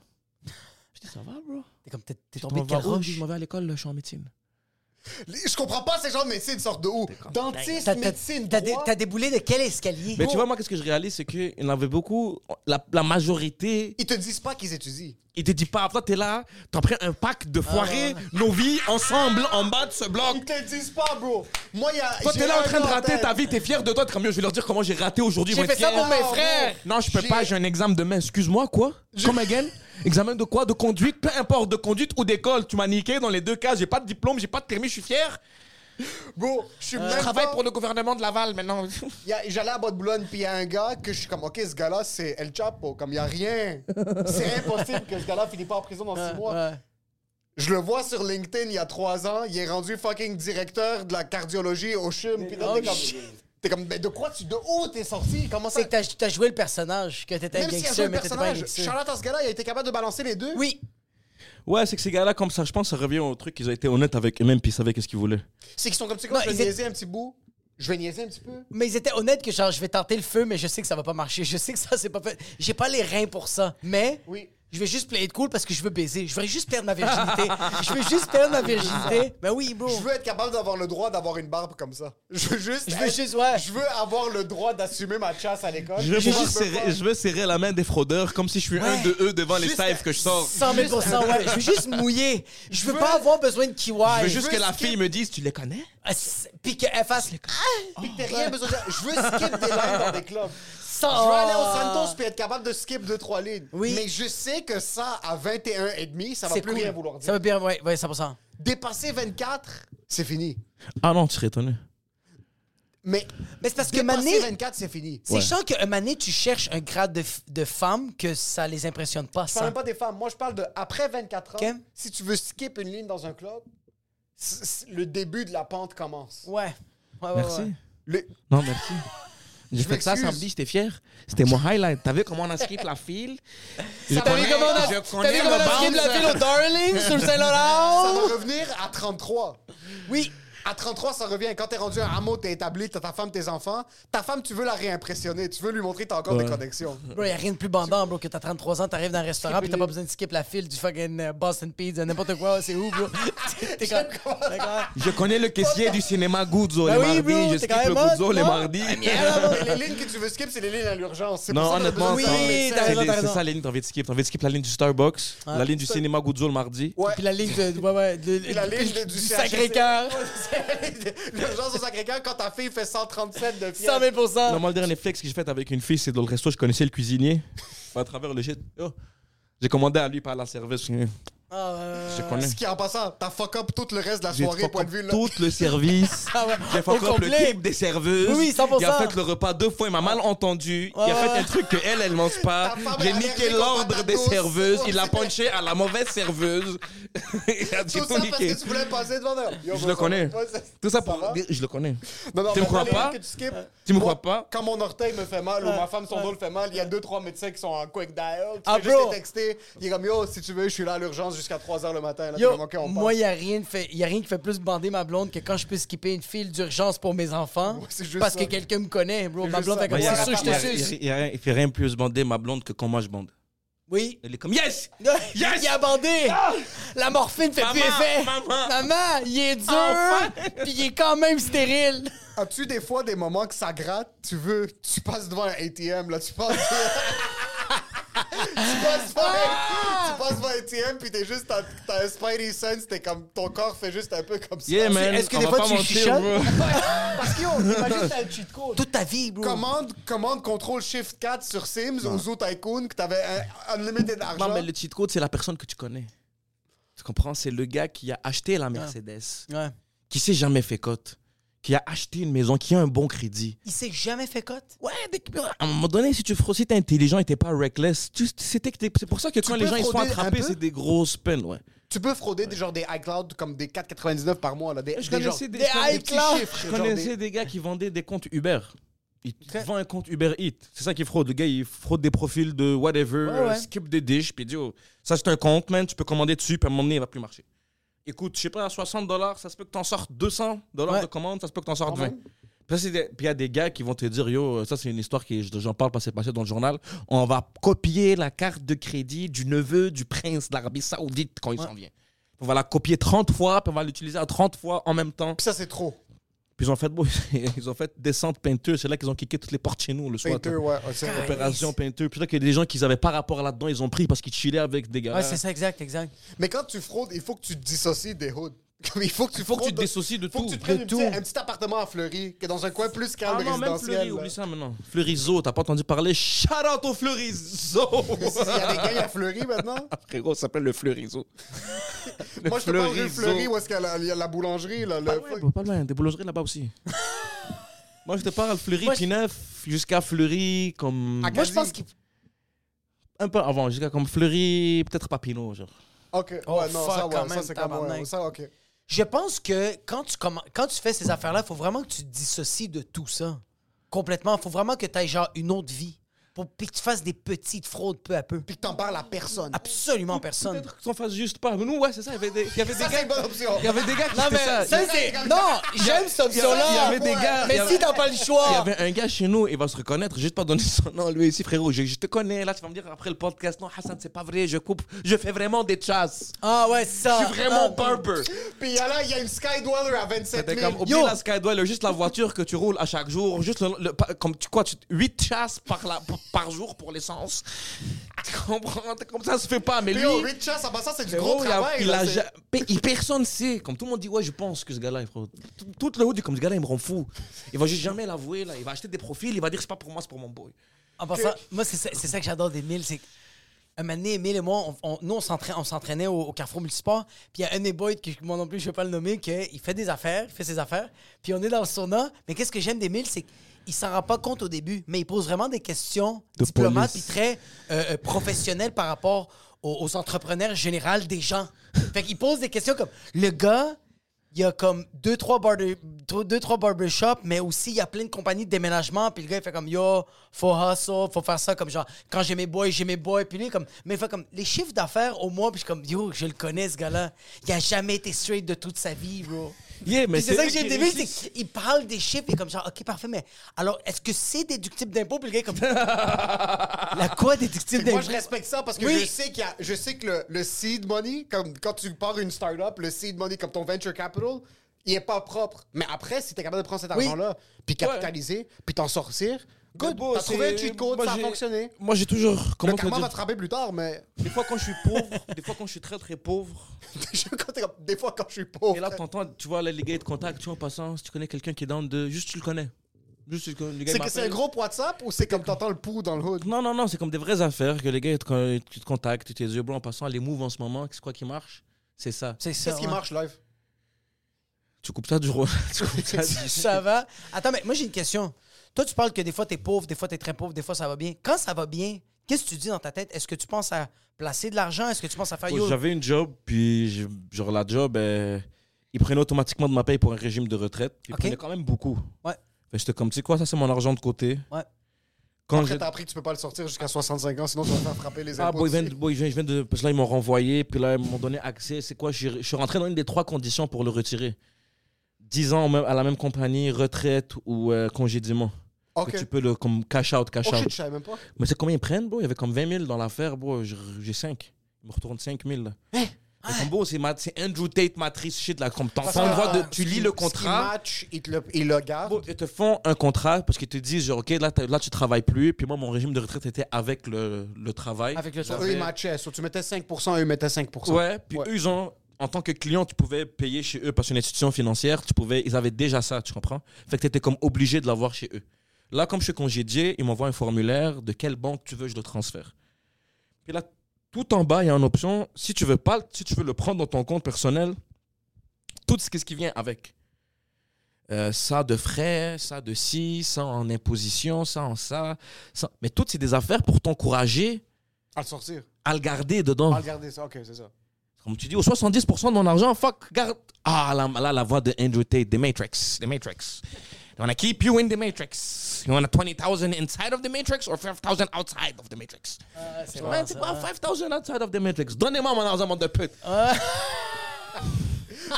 Je dis Ça va, bro T'es comme, t'es t'es Je tombé m'en de vais quelle où? Oh, Je roche? m'en vais à l'école, je suis en médecine. Je comprends pas ces gens de médecine sortent de où Dentiste, T'as- t'as- médecine, T'as dé- droit. t'as déboulé de quel escalier? Mais tu vois, moi, qu'est-ce que je réalise, c'est qu'il y en avait beaucoup, la, la majorité, Ils te disent pas qu'ils étudient. Il te dit pas, toi t'es là, t'as pris un pack de foirés, nos vies ensemble en bas de ce bloc. Ils te disent pas, bro. Moi, il y a. Toi j'ai t'es là un en train de gars rater tête. ta vie, t'es fier de toi, t'es comme mieux, je vais leur dire comment j'ai raté aujourd'hui. J'ai ils vont fait ça être fiers. pour mes frères. Non, je peux J'ai- pas, j'ai un examen demain, excuse-moi, quoi Comme again Examen de quoi De conduite Peu importe, de conduite ou d'école, tu m'as niqué dans les deux cas, j'ai pas de diplôme, j'ai pas de permis, je suis fier. Bro, je suis Je même Euh, travaille pas- pour le gouvernement de Laval maintenant. il y a- J'allais à Bas-de-Boulogne, puis il y a un gars que je suis comme, OK, ce gars-là, c'est El Chapo. Comme, il y a rien. C'est impossible que ce gars-là finisse pas en prison dans six mois. Ouais. Je le vois sur LinkedIn il y a trois ans, il est rendu fucking directeur de la cardiologie au CHUM. Puis là, oh t'es comme, shit. t'es comme, mais de quoi tu, de où t'es sorti? Comment ça? C'est que t'as- t'as joué le personnage, que t'étais un Même s'il a joué gangster, le mais t'étais pas un personnage, gangster. Charlotte, à ce gars-là, il a été capable de balancer les deux. Oui, Ouais, c'est que ces gars-là, comme ça, je pense, ça revient au truc, ils ont été honnêtes avec eux-mêmes, puis ils savaient qu'est-ce qu'ils voulaient. C'est qu'ils sont comme, tu sais Non, quoi, je vais ils étaient- niaiser un petit bout, je vais niaiser un petit peu. mais ils étaient honnêtes que genre, je vais tenter le feu, mais je sais que ça va pas marcher. Je sais que ça, c'est pas fait. J'ai pas les reins pour ça. Mais. Oui. Je vais juste play de cool parce que je veux baiser. Je veux juste perdre ma virginité. je veux juste perdre ma virginité. Ben oui, bro. Je veux être capable d'avoir le droit d'avoir une barbe comme ça. Je veux juste. Je veux être- juste, ouais. Je veux avoir le droit d'assumer ma chasse à l'école. Je veux, J'ai pouvoir juste- serrer, je veux serrer la main des fraudeurs comme si je suis un de eux devant les saves que je sors. 100 000 ouais. Je veux juste mouiller. Je veux pas avoir besoin de kiwi. Je veux juste que la skip. fille me dise, tu les connais Ah, c'est- Puis qu'elle fasse le. ah, Puis que t'aies Ah, rien besoin de- Je veux skip des lignes dans des clubs. Sans- Je veux aller au Santos puis être capable de skip 2-3 lignes. Oh. Oui. Mais je sais que ça, à 21 et demi, ça va C'est plus cool. rien vouloir dire. Ça veut bien, ouais, ouais, 100 Dépasser 24, c'est fini. Ah non, tu serais étonné. Mais, Mais c'est parce que dépasser Mané- 24, c'est fini. C'est chiant qu'à un moment donné, tu cherches un grade de, f- de femme que ça les impressionne pas. Je parle Ça. même pas des femmes. Moi, je parle de après 24 ans. Ok. Si tu veux skip une ligne dans un club, c- c- le début de la pente commence. Ouais. Ouais, ouais, Merci. ouais. Le- Non, merci. J'ai fait ça m'excuse. samedi, j'étais fier. C'était mon highlight. T'as vu comment on a skip la file? T'as Je vu connais- comment on a, je t'as vu connais comment on a le skip la bounce. ville au Darling sur le Ça Oh! Saint-Laurent? va revenir à 33. Oui. À 33, ça revient. Quand t'es rendu un hameau, t'es établi, t'as ta femme, tes enfants. Ta femme, tu veux la réimpressionner. Tu veux lui montrer que t'as encore des connexions. Bro, y a rien de plus bandant, bro, que t'as 33 ans, t'arrives dans un restaurant pis t'as pas besoin de skip la file du fucking euh, Boston Pizza, n'importe quoi, c'est où, bro? T'es- T'es comme... D'accord. Je connais le caissier du cinéma Guzzo Ben les oui, mardis. bro, je t'es skip quand le même Ah, hot, Guzzo les toi. mardis. les lignes que tu veux skip, c'est les lignes à l'urgence. C'est Non, pour ça qu'on a honnêtement, besoin ça- de Oui, médecin. t'as raison, c'est t'as c'est raison. ça la ligne que t'as envie de skip. T'as envie de skip la ligne du Starbucks, la ligne du cinéma Guzzo le mardi. Ouais. Puis la ligne de... Ouais, ouais, de- Puis la ligne de- du du Sacré-Cœur. L'urgence au Sacré-Cœur, quand ta fille fait 137 de 100 fièvre. 000 Non, moi, le dernier flex que j'ai fait avec une fille, c'est dans le resto, je connaissais le cuisinier. à travers le shit. Oh. J'ai commandé à lui par la service. Je Ah, ouais, ouais, ouais. connais. Ce qui, en passant, t'as fuck up tout le reste de la J'ai soirée, fuck point up de vue. Là. tout le service. Ah ouais, J'ai au fuck up le complet. clip des serveuses. Oui, oui, 100%. Il a fait le repas deux fois, il m'a mal entendu. Il a Ouais, ouais. fait un truc qu'elle, elle mange pas. Ta femme est J'ai allergique niqué aux l'ordre patates des douces. serveuses. Il a punché à la mauvaise serveuse. Il a Tout ça dit tout parce niqué. que tu voulais passer devant elle. Yo, Je bon, le ça connais. va. Ouais, c'est- Tout ça pour va? dire, je le connais. Non, non, Tu me mais crois les lignes pas? que tu skippes, Tu me moi, crois pas? Quand mon orteil me fait mal ou ma femme, son dos le fait mal, il y a deux, trois médecins qui sont en quick dial. Tu Ah, fais juste bro. les texter. Il est comme, yo, si tu veux, je suis là à l'urgence jusqu'à 3h le matin. Là, T'es Yo, comme, OK, on moi, part. il n'y a, rien de fait- y a rien qui fait plus bander ma blonde que quand je peux skipper une file d'urgence pour mes enfants. c'est juste parce ça. que quelqu'un me connaît, bro. C'est Ma juste blonde ça. fait comme Mais y a ça, je rien- te suce. Il y a rien- il fait rien de plus bander ma blonde que comment je bande. Oui. Elle est comme Yes! Il a bandé. La morphine fait plus Maman, effet. maman. Maman, il est dur. Enfin. Puis il est quand même stérile. As-tu des fois des moments que ça gratte? Tu veux, tu passes devant un ATM, là, tu passes. tu passes devant Ah! un- tu passes devant un ATM, puis t'es juste, t'as- t'as un Spidey Sense, t'es comme, ton corps fait juste un peu comme ça. Yeah, man. est-ce que on des va fois, pas tu mentir, chichotes? bro. Parce que, yo, imagine, t'as un cheat code. Toute ta vie, bro. Commande, commande, contrôle, shift 4 sur Sims ou Zoo Tycoon, que t'avais un unlimited argent. Non, mais le cheat code, c'est la personne que tu connais. Tu comprends? C'est le gars qui a acheté Ah. la Mercedes, Ouais. qui s'est jamais fait cote, qui a acheté une maison, qui a un bon crédit. Il s'est jamais fait cote. Ouais, dès que- à un moment donné, si tu fraudes, si t'es intelligent et t'es pas reckless, tu- c'était que t'es- c'est pour ça que quand peux les gens ils sont frauder un attrapés, peu? c'est des grosses peines, ouais. Tu peux frauder des genre des iCloud comme des 4,99 par mois. Là, des, Je des, genre- connaissais des- des je petits connaissais- chiffres, Je genre connaissais des- des gars qui vendaient des comptes Uber. Ils te vendent un compte Uber Eats. C'est ça qui fraude. Le gars, il fraude des profils de whatever, Ouais, euh, ouais. skip des dishes, puis il dit oh, ça c'est un compte, man, tu peux commander dessus, puis à un moment donné, il va plus marcher. Écoute, je sais pas, à 60 dollars, ça se peut que t'en sortes 200 dollars Ouais. de commande, ça se peut que t'en sortes Quand 20. même. Puis ça, c'est des- puis il y a des gars qui vont te dire yo, ça c'est une histoire qui est- j'en parle parce que c'est passé dans le journal. On va copier la carte de crédit du neveu du prince d'Arabie Saoudite quand il s'en vient. On va la copier 30 fois, puis on va l'utiliser à 30 fois en même temps. Puis ça, c'est trop. Puis ils ont fait, beau- ils ont fait descente peinture. C'est là qu'ils ont kické toutes les portes chez nous le soir. Painter, ouais. ouais, c'est vrai. Opération peinture. Puis là, qu'il y a des gens qui n'avaient pas rapport là-dedans, ils ont pris parce qu'ils chillaient avec des gars. Ouais, c'est ça, exact, exact. Mais quand tu fraudes, il faut que tu te dissocies des hoods. Comme il faut que tu, Faut que tu te fraudes- dissocies de faut tout, que tu te prennes de une petite- tout. un petit appartement à Fleury, qui est dans un coin plus calme Ah non, même résidentiel. Fleury, là. oublie ça maintenant. Fleurizo, t'as pas entendu parler Shout out au Fleurizo Il y a des gangs à Fleury maintenant. Frérot, ça s'appelle le Fleurizo. Moi, je te parle de Fleurizo. Fleury où est-ce qu'il y a la- il y a la boulangerie. Là, le- Ah pas loin, des boulangeries là-bas aussi. Moi, je te parle Fleury, Moi, je- Pineuf, jusqu'à Fleury, comme. Ah, Moi, je pense qu'il... Un peu avant, jusqu'à comme Fleury, peut-être pas Pinot, genre. Ok, Oh, ouais, non, fuck, ça, ouais, quand ça, même, c'est comme ouais, tabarnak. ça, ok. Je pense que quand tu, commen- quand tu fais ces affaires-là, il faut vraiment que tu te dissocies de tout ça. Complètement. Il faut vraiment que tu aies genre une autre vie. Pour, puis que tu fasses des petites fraudes peu à peu. Puis que t'en parles à personne. Absolument personne. Peut-être qu'on fasse juste pas. Mais nous, ouais, c'est ça. Il y avait des, il y avait des Ça, c'est gars. une bonne option. Il y avait des gars qui Non, mais faisaient ça, ça. c'est. Non, j'aime cette option-là. il y avait des gars- il y Mais avait- si t'as pas le Il y choix. avait un gars chez nous, il va se reconnaître, juste pas donner son nom, lui ici, frérot. Je, je te connais, là, tu vas me dire après le podcast, non, Hassan, c'est pas vrai, je coupe, je fais vraiment des chasses. Ah ouais, ça. Je suis vraiment Ah. barber. Puis il y a là, il y a une Skydweller à 27 T'es 000. comme, oublie Yo. la Skydweller, juste la voiture que tu roules à chaque jour, juste le, le- pa- comme tu quoi, tu, 8 chasses par, la, par jour pour l'essence. Tu comprends? T'es Comme ça, ça se fait pas, mais lui. Yo, Rich Chas, en passant, c'est du Frérot, gros il a- travail. il là, a c'est- ja- pe- il- personne sait. Comme tout le monde dit, ouais, je pense que ce gars-là est fraude. Tout, tout le haut dit, comme ce gars-là, il me rend fou. Il va juste jamais l'avouer. là. Il va acheter des profils, il va dire, c'est pas pour moi, c'est pour mon boy. En passant, moi, c'est ça, c'est ça que j'adore des milles, c'est que un moment donné, Emile et moi, on, on- nous, on s'entraînait, on s'entraînait au, au Carrefour Multisport. Puis il y a un des boys, que, moi non plus, je ne vais pas le nommer, qu'il fait des affaires, il fait ses affaires. Puis on est dans le sauna. Mais qu'est-ce que j'aime d'Emile, c'est qu'il s'en rend pas compte au début, mais il pose vraiment des questions De diplomates puis police. très euh, euh, professionnelles par rapport aux, aux entrepreneurs généraux des gens. Fait qu'il pose des questions comme le gars. Il y a comme deux, trois, barber, trois- deux, trois barbershops, mais aussi il y a plein de compagnies de déménagement. Puis le gars, il fait comme yo, faut hustle, faut faire ça. Comme genre, quand j'ai mes boys, j'ai mes boys. Puis lui, comme, mais il fait comme les chiffres d'affaires au mois. Puis je suis comme yo, je le connais ce gars-là. Il a jamais été straight de toute sa vie, bro. Yeah, mais Puis c'est ça que eux j'ai qui aimé, c'est réussissent. qu'il parle des chiffres et comme genre, OK, parfait, mais alors, est-ce que c'est déductible d'impôt? Puis le gars est comme, la quoi déductible Moi, d'impôt? je respecte ça parce que Oui. je sais qu'il y a- je sais que le, le seed money, comme quand tu pars une startup, le seed money comme ton venture capital, il est pas propre. Mais après, si t'es capable de prendre cet Oui. argent-là, puis capitaliser, puis t'en sortir, good. beau, T'as trouvé c'est- un cheat code, moi, ça a j'ai- fonctionné. Moi, j'ai toujours. Comment Le te le karma va te dire frapper plus tard, mais Des fois, quand je suis pauvre, des fois, quand je suis très, très pauvre, je- quand t'es comme- des fois quand je suis pauvre. et là, t'entends, tu vois, là, les gars de contact, tu vois, en passant, si tu connais quelqu'un qui est down de. Juste, tu le connais. Juste, tu le connais. le gars, il C'est que c'est un m'appelle. gros WhatsApp ou c'est comme t'entends le pouls dans le hood? Non, non, non, c'est comme des vraies affaires que les gars, ils te, con- ils te contactent, tu t'es yeux blancs en passant, les moves en ce moment, c'est quoi qui marche C'est ça. C'est ça. Qu'est-ce qui ouais. marche live? Tu coupes ça du roi. tu coupes ça du- ça va. Attends, mais moi j'ai une question. Toi, tu parles que des fois t'es pauvre, des fois t'es très pauvre, des fois ça va bien. Quand ça va bien, qu'est-ce que tu dis dans ta tête? Est-ce que tu penses à placer de l'argent? Est-ce que tu penses à faire Bon, Ah, yo? Oh, J'avais une job, puis je- genre la job, euh, ils prenaient automatiquement de ma paye pour un régime de retraite. Ils Ok. prenaient quand même beaucoup. Ouais. Fait que J'étais comme, tu sais quoi, ça c'est mon argent de côté. Ouais. Quand Après, j'ai- t'as appris que tu peux pas le sortir jusqu'à 65 ans, sinon tu vas te faire frapper les Ah, impôts. bon, ils viennent, dessus. bon, ils viennent- ils viennent de. Parce que là, ils m'ont renvoyé, puis là, ils m'ont donné accès. C'est quoi j'ai- Je suis rentré dans une des trois conditions pour le retirer 10 ans au même- à la même compagnie, retraite ou euh, congédiement. Ok. Que tu peux le comme cash out, cash Oh shit, out. je savais même pas. Mais c'est combien ils prennent, bro? Il y avait comme 20 000 dans l'affaire, bro. J- J'ai 5. Ils me retournent 5 000. là. Mais comme, bro, c'est ma- c'est Andrew Tate matrice shit là. Comme t'en- Parce t'en que, vois de- euh, tu ce lis qui- le ce qui contrat. match, il te le, il le garde. bro, Ils te font un contrat parce qu'ils te disent genre, ok là, t'as- là tu travailles plus puis moi mon régime de retraite était avec le, le travail Avec le Eux, ils matchaient. Soit tu mettais 5%, eux, ils mettaient 5%. Ouais, puis Ouais. eux, ils ont, en tant que client, tu pouvais payer chez eux parce qu'une institution financière, tu pouvais, ils avaient déjà ça, tu comprends Fait que tu étais comme obligé de l'avoir chez eux. Là, comme je suis congédié, ils m'envoient un formulaire de quelle banque tu veux, je le transfère. Puis là, tout en bas, il y a une option. Si tu veux pas, si tu veux le prendre dans ton compte personnel, tout ce qui ce qui vient avec. Euh, ça de frais, ça de ci, ça en imposition, ça en ça. ça- Mais toutes, c'est des affaires pour t'encourager À le sortir. à le garder dedans. À le garder, ça. Ok, c'est ça. Comme tu dis, au 70% de mon argent, fuck, garde. Ah, là, là, la voix de Andrew Tate, The Matrix, The Matrix. They wanna keep you in The Matrix. You want 20,000 inside of The Matrix or 5,000 outside of The Matrix? c'est So, man, c'est quoi 5,000 outside of The Matrix? Donnez-moi mon argent, monde de pute.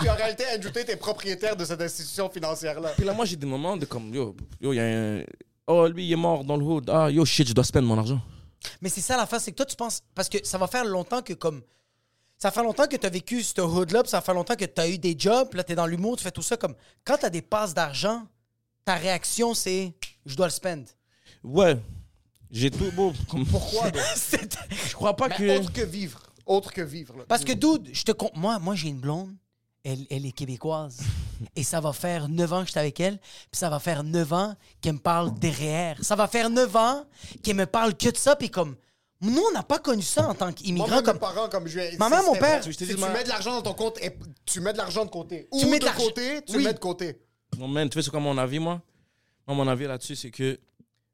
Puis en réalité, Andrew Tate est propriétaire de cette institution financière-là. Puis là, moi, j'ai des moments de comme, yo, yo, il y a un... Oh, lui, il est mort dans le hood. Ah, yo, shit, je dois spend mon argent. Mais c'est ça la face, c'est que toi, tu penses. Parce que ça va faire longtemps que comme. Ça fait longtemps que tu as vécu ce hood-là, puis ça fait longtemps que tu as eu des jobs, puis là, tu es dans l'humour, tu fais tout ça. Comme quand tu as des passes d'argent, ta réaction, c'est je dois le spend. Ouais. J'ai tout beau. Comme... Pourquoi? C'est- Je crois pas Mais que... autre que vivre. Autre que vivre. là. Parce que, dude, je te con- moi, moi j'ai une blonde, elle, elle est québécoise. Et ça va faire 9 ans que j'étais avec elle, puis ça va faire 9 ans qu'elle me parle derrière. Ça va faire 9 ans qu'elle me parle que de ça, puis comme. Nous, on n'a pas connu ça en tant Moi, qu'immigrant. moi, Comme... comme parent, comme je vais- Maman, c'est- mon c'est- père, Si je te dis, tu ma- mets de l'argent dans ton compte, et tu mets de l'argent de côté. Ou Tu mets de de, l'argent- côté, tu Oui. mets de côté. Non, man, tu fais c'est quoi mon avis, moi? Moi, mon avis là-dessus, c'est que,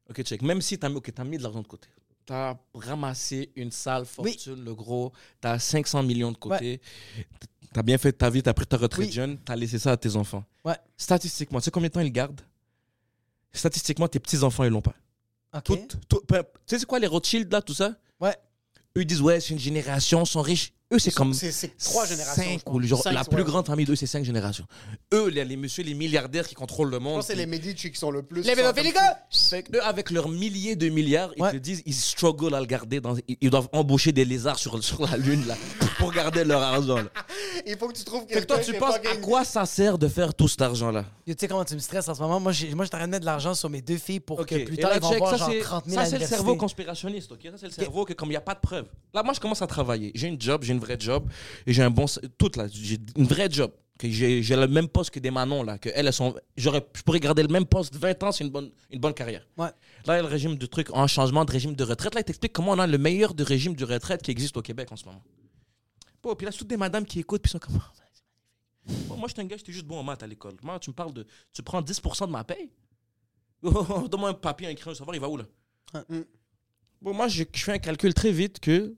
OK, check, même si t'as mis, ok, t'as mis de l'argent de côté, t'as ramassé une sale fortune, le gros, t'as 500 millions de côté, t'as bien fait ta vie, t'as pris ta retraite Oui. jeune, t'as laissé ça à tes enfants. Ouais. Statistiquement, tu sais combien de temps ils gardent? Statistiquement, tes petits-enfants, ils l'ont pas. Ok. Tout- tout- peu- tu sais c'est quoi les Rothschild, là, tout ça? Ouais. Eux, ils disent, ouais, c'est une génération, ils sont riches. Eux, c'est comme... C'est c'est trois générations. je Mmh. Cinq, pense. ou genre, Cinq, la ouais. plus grande famille d'eux, c'est cinq générations. Eux, les, les messieurs, les milliardaires qui contrôlent le Je monde. pense que c'est qui- les Medici qui sont le plus. Les pédophiles, les gars! fait que eux, avec leurs milliers de milliards, Ouais. ils te disent, ils struggle à le garder. Dans, ils, ils doivent embaucher des lézards sur, sur la lune là, pour garder leur argent. Là. Il faut que tu trouves Fait que toi, quelqu'un tu qui est penses à fucking- quoi ça sert de faire tout cet argent là Yo, Tu sais comment tu me stresses en ce moment? Moi, j'ai- moi je t'arrête de mettre de l'argent sur mes deux filles pour Ok, que plus et tard, là, ils vont check, avoir ça, c'est- genre 30 000 ça, à c'est le l'université. cerveau conspirationniste. ok? Ça, c'est le cerveau que, comme il n'y a pas de preuves. Là, moi, je commence à travailler. J'ai une job, j'ai une vraie job. Et j'ai un bon. s- Toute là. J'ai une vraie job. que j'ai j'ai le même poste que des Manon, là, que elles, elles sont, j'aurais, je pourrais garder le même poste 20 ans, c'est une bonne, une bonne carrière. Ouais. Là, il y a le régime de truc en changement de régime de retraite. Là, il t'explique comment on a le meilleur de régime de retraite qui existe au Québec en ce moment. Bon, puis là, c'est toutes des madames qui écoutent, puis sont comme. Ah, man, c'est magnifique. Bon, moi, je suis un gars, j'étais juste bon en maths à l'école. Moi, tu me parles de. Tu prends 10% de ma paye Donne-moi un papier, un crayon, savoir, il va où, là Mm. Bon, moi, je, je fais un calcul très vite que.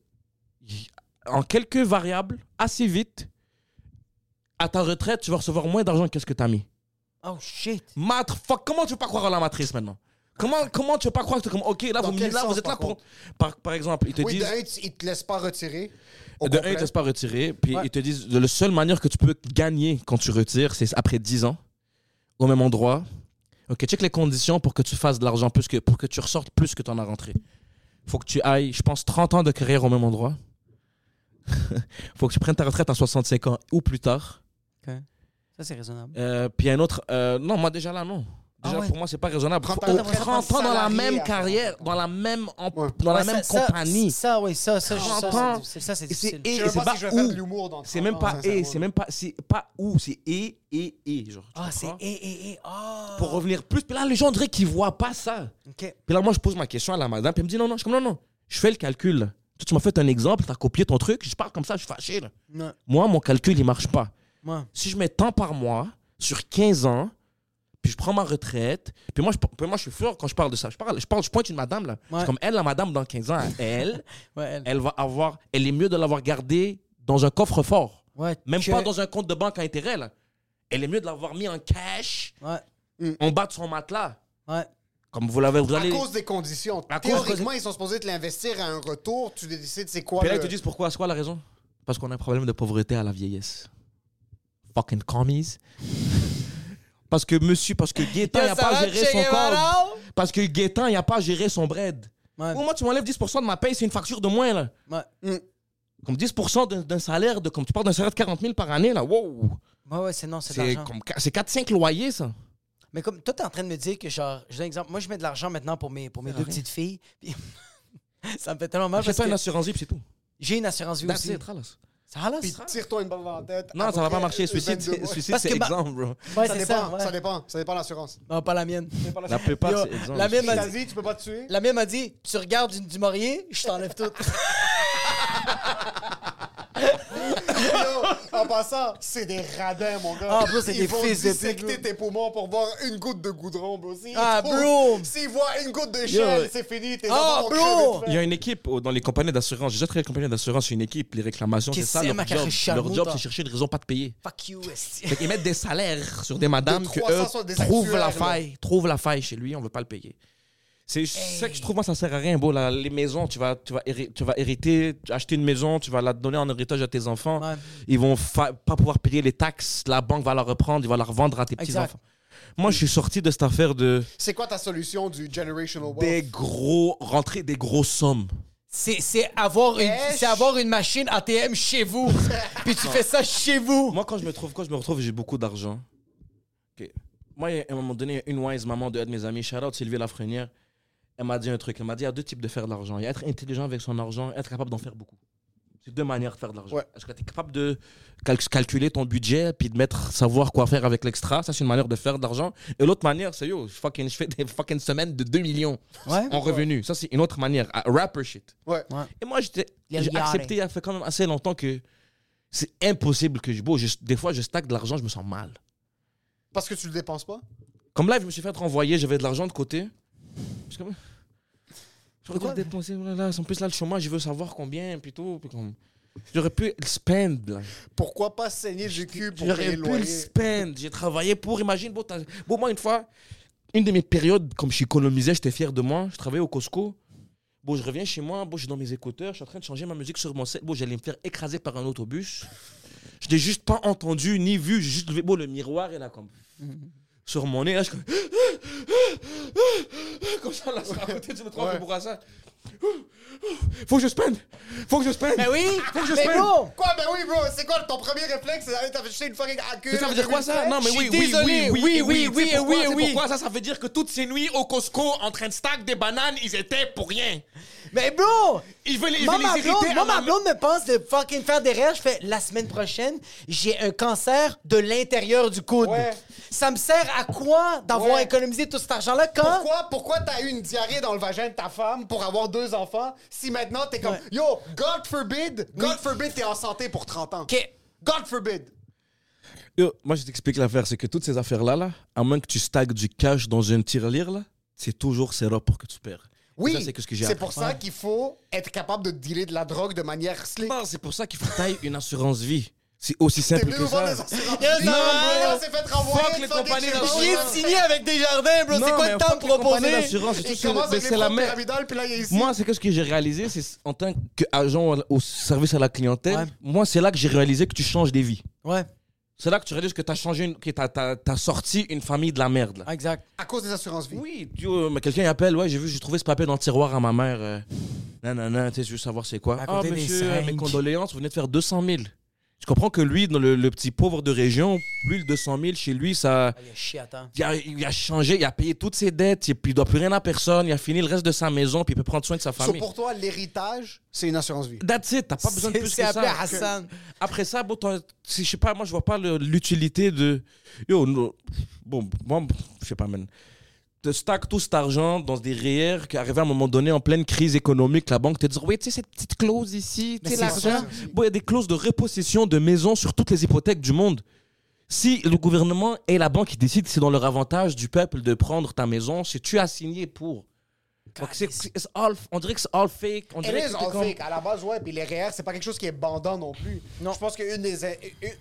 En quelques variables, assez vite, à ta retraite, tu vas recevoir moins d'argent que ce que tu as mis. Oh shit. Maître, fuck, comment tu veux pas croire à la matrice maintenant Comment, comment tu veux pas croire que t'es comme, ok, là, Dans vous, me- quel là, sens, vous êtes là par pour. contre Par, par exemple, ils te Oui, de disent. un, tu- ils te laissent pas retirer. au De un, complet. ils te laissent pas retirer. Puis ils te disent, la seule manière que tu peux gagner quand tu retires, c'est après 10 ans, au même endroit. Ok, check les conditions pour que tu fasses de l'argent plus que. pour que tu ressortes plus que tu en as rentré. Faut que tu ailles, je pense, 30 ans de carrière au même endroit. Faut que tu prennes ta retraite à 65 ans ou plus tard. Ça, c'est raisonnable. Euh, puis un autre. euh, non, moi déjà là, non. Déjà, Ah ouais. pour moi, c'est pas raisonnable. Prends ta Au retraite 30 ans dans la salarié même à carrière, dans la même, em- Ouais. dans la Ouais, même ça- ça- compagnie. Ça, oui, ça, ça, ça, J'entends. c'est- ça, c'est Et c'est difficile. et, Je et sais c'est pas pas si je vais faire de où. l'humour dans C'est même pas et, c'est même pas c'est pas où, c'est et et et genre. tu Ah, c'est comprends? et, et, et. Ah. Pour revenir plus, puis là les gens diraient qu'ils voient pas ça. OK. Puis là moi je pose ma question à la madame, puis elle me dit non non, je suis comme non non, je fais le calcul. là. Toi, tu m'as fait un exemple, t'as copié ton truc, je parle comme ça, je suis fâché. là. Non. Moi mon calcul il marche pas. Moi. si je mets tant par mois sur 15 ans, puis je prends ma retraite, puis moi je, puis moi, je suis fort quand je parle de ça. Je parle, je, parle, je pointe une madame là. Ouais. C'est comme elle, la madame, dans 15 ans, elle, Ouais, elle. elle va avoir, elle est mieux de l'avoir gardée dans un coffre fort. Ouais, Même que- pas dans un compte de banque à intérêt là. Elle est mieux de l'avoir mis en cash Ouais, en bas de son matelas. ouais. Comme vous l'avez, vous À allez. cause des conditions. À cause- Théoriquement, ils sont supposés te l'investir à un retour. Tu décides c'est quoi Puis là, ils le- te disent pourquoi, c'est quoi la raison Parce qu'on a un problème de pauvreté à la vieillesse. Fucking commies. parce que monsieur, parce que Gaétan, il n'a pas géré son corps. Parce que Gaétan, il n'a pas géré son bread. Ouais. Pour moi, tu m'enlèves 10% de ma paye, c'est une facture de moins, là. Ouais. Comme 10% d'un- d'un salaire, de, comme tu parles d'un salaire de 40 000 par année, là, wow! Ouais, ouais, c'est non, c'est de C'est l'argent. comme qu- c'est 4-5 loyers, ça. Mais comme toi, t'es en train de me dire que, genre, je donne un exemple. Moi, je mets de l'argent maintenant pour mes, pour mes deux petites filles. puis- ça me fait tellement mal Achète parce pas que une assurance vie, puis c'est tout. j'ai une assurance vie That's aussi. it, ralasse. Ça ralasse. Puis tire-toi une balle dans la tête. Non, À ça peu va pas près euh, marcher. 22 Suicide, c'est- mois. suicide, Parce c'est que ma- exemple, bro. Ouais, Ça c'est dépend, ça. ouais. ça dépend, ça dépend de l'assurance. Non, pas la mienne. La plupart, Yo, c'est exemple. la mienne, elle T'as dit- dit, tu peux pas te tuer? La mienne m'a dit Tu regardes du, du Maurier, je t'enlève tout. Yo, en passant, c'est des radins, mon gars. Ah, bro, c'est Ils des vont fils de pute, dissecter bro. tes poumons pour voir une goutte de goudron, bro. S'ils Ah, trouvent- bro. Ah, S'ils voient une goutte de chêne, c'est fini. Tes enfants vont bro. crever de faim. Il y a une équipe au- dans les compagnies d'assurance. J'ai déjà travaillé dans les compagnies d'assurance, c'est une équipe, les réclamations, Qu'est-ce c'est ça. que c'est, Leur ma job, carrière leur job charmante. c'est chercher une raison pas de payer. Fuck you, esti. Fait qu'ils mettent des salaires sur des madames De que 300, eux des trouvent actuaires, la là. faille, trouvent la faille chez lui, on veut pas le payer. C'est ça que je trouve moi ça sert à rien beau là, les maisons, tu vas tu vas héri- tu vas hériter, tu- acheter une maison, tu vas la donner en héritage à tes enfants. Ouais. Ils vont fa- pas pouvoir payer les taxes, la banque va la reprendre, ils vont la revendre à tes petits Exact. enfants. Moi, je suis sorti de cette affaire de C'est quoi ta solution du generational wealth? des gros rentrer des grosses sommes. C'est c'est avoir, une- Wesh. c'est avoir une machine ATM chez vous. Puis tu fais ça chez vous. Moi, quand je me trouve, quand je me retrouve, j'ai beaucoup d'argent. Ok. Moi, il y a- à un moment donné, une wise maman de un de mes amis, shout out Sylvie Lafrenière, elle m'a dit un truc. Elle m'a dit il y a deux types de faire de l'argent. Il y a être intelligent avec son argent, être capable d'en faire beaucoup. C'est deux manières de faire de l'argent. Ouais. Est-ce que tu es capable de cal- calculer ton budget puis de mettre savoir quoi faire avec l'extra Ça, c'est une manière de faire de l'argent. Et l'autre manière, c'est yo, fucking, je fais des fucking semaines de 2 millions Ouais. en revenus. Ça, c'est une autre manière. Ah, Rapper shit. Ouais. Et moi, j'étais- Les j'ai milliards, accepté, il y a fait quand même assez longtemps que c'est impossible que je. Bon, je- des fois, je stack de l'argent, je me sens mal. Parce que tu le dépenses pas? Comme là, je me suis fait renvoyer, j'avais de l'argent de côté. Je suis comme. Je regarde dépenser, voilà. En plus, là, le chômage, je veux savoir combien, plutôt. Puis comme... J'aurais pu le spend, là. Pourquoi pas saigner du cul pour payer J'aurais le pu le loyer? spend. J'ai travaillé pour. Imagine, bon, t'as- bon, moi, une fois, une de mes périodes, comme j'économisais, j'étais fier de moi. Je travaillais au Costco. Bon, je reviens chez moi. Bon, je suis dans mes écouteurs. Je suis en train de changer ma musique sur mon set. Bon, j'allais me faire écraser par un autobus. Je n'ai juste pas entendu ni vu. J'ai juste levé bon, le miroir et là, comme. Mhm. Sur mon nez, là, je suis comme. Comme ça, là, sur la côté, je me trompe Ouais. pour ça. Faut que je spend! Faut que je spend! Mais Ben oui! Faut que je mais spend! non! Quoi, ben oui, bro, c'est quoi ton premier réflexe? Allez, T'as jeté une fucking accueil. Mais ça veut dire quoi ça Non mais Je oui, suis oui, désolé. oui, Oui, oui, oui, oui, oui, oui, oui, pourquoi, oui. C'est pourquoi ça, ça veut dire que toutes ces nuits au Costco en train de stack des bananes, ils étaient pour rien. Mais bro! Il veut les, il Moi, veut ma les blonde, irriter. moi, en ma en- blonde me pense de fucking faire des rêves. Je fais la semaine prochaine, j'ai un cancer de l'intérieur du coude. Ouais. Ça me sert à quoi d'avoir Ouais. économisé tout cet argent-là quand. Pourquoi, pourquoi t'as eu une diarrhée dans le vagin de ta femme pour avoir deux enfants si maintenant t'es comme Ouais. Yo, God forbid, God forbid, t'es en santé pour 30 ans. Ok. God forbid. Yo, moi, je t'explique l'affaire, c'est que toutes ces affaires-là, là, à moins que tu stackes du cash dans une tirelire, là, c'est toujours zéro pour que tu perds. Oui, Ça, c'est que ce que j'ai c'est appris. pour ça qu'il faut être capable de dealer de la drogue de manière slick. Non, c'est pour ça qu'il faut tailler une assurance vie. C'est aussi T'es simple venu que nous voir ça. des assurances. Yes, Non, non, mais bro. on s'est fait renvoyer. Fuck une les fois des compagnies chirurgiens. d'assurance. Je viens de signer avec Desjardins, bro. C'est Non, quoi mais le temps fuck les compagnies proposé? d'assurance, c'est tout, Il c'est- commence mais avec c'est les la fraudes mer- pyramidales, puis là, il est ici. Moi, c'est que ce que j'ai réalisé, c'est en tant qu'agent au service à la clientèle, Ouais. moi, c'est là que j'ai réalisé que tu changes des vies. Ouais, C'est là que tu réalises que t'as changé, une... que t'as- t'as t'as sorti une famille de la merde. là. exact. À cause des assurances-vie. Oui, tu- euh, mais quelqu'un il appelle, ouais, j'ai vu, j'ai trouvé ce papier dans le tiroir à ma mère. euh, nanana, tu sais, je veux savoir c'est quoi. À Ah, côté des monsieur, cinq. mes condoléances, vous venez de faire 200 000. Je comprends que lui, dans le, le petit pauvre de région, lui, le 200 000, chez lui, ça. Il a chié à temps. Il a, il a changé, il a payé toutes ses dettes, et puis il doit plus rien à personne, il a fini le reste de sa maison, puis il peut prendre soin de sa So, famille. pour toi, l'héritage, c'est une assurance-vie. That's it, t'as pas besoin de C'est plus c'est que appelé ça. Hassan. Après ça, bon, t'en- si, je sais pas, moi, je vois pas le- l'utilité de. Yo, no- bon, moi, je sais pas, man. Te stack tout cet argent dans des REER qu'arrivé à un moment donné en pleine crise économique, la banque te dit Oui, tu sais, cette petite clause ici, tu sais, c'est l'argent. Bon, il y a des clauses de repossession de maisons sur toutes les hypothèques du monde. Si le gouvernement et la banque ils décident, c'est dans leur avantage du peuple de prendre ta maison, si tu as signé pour. Donc, c'est- c'est- it's all- on dirait que c'est all fake. On It dirait que is t'es all comme- fake. À la base, ouais. Puis les REER, c'est pas quelque chose qui est bandant non plus. Je pense qu'une des,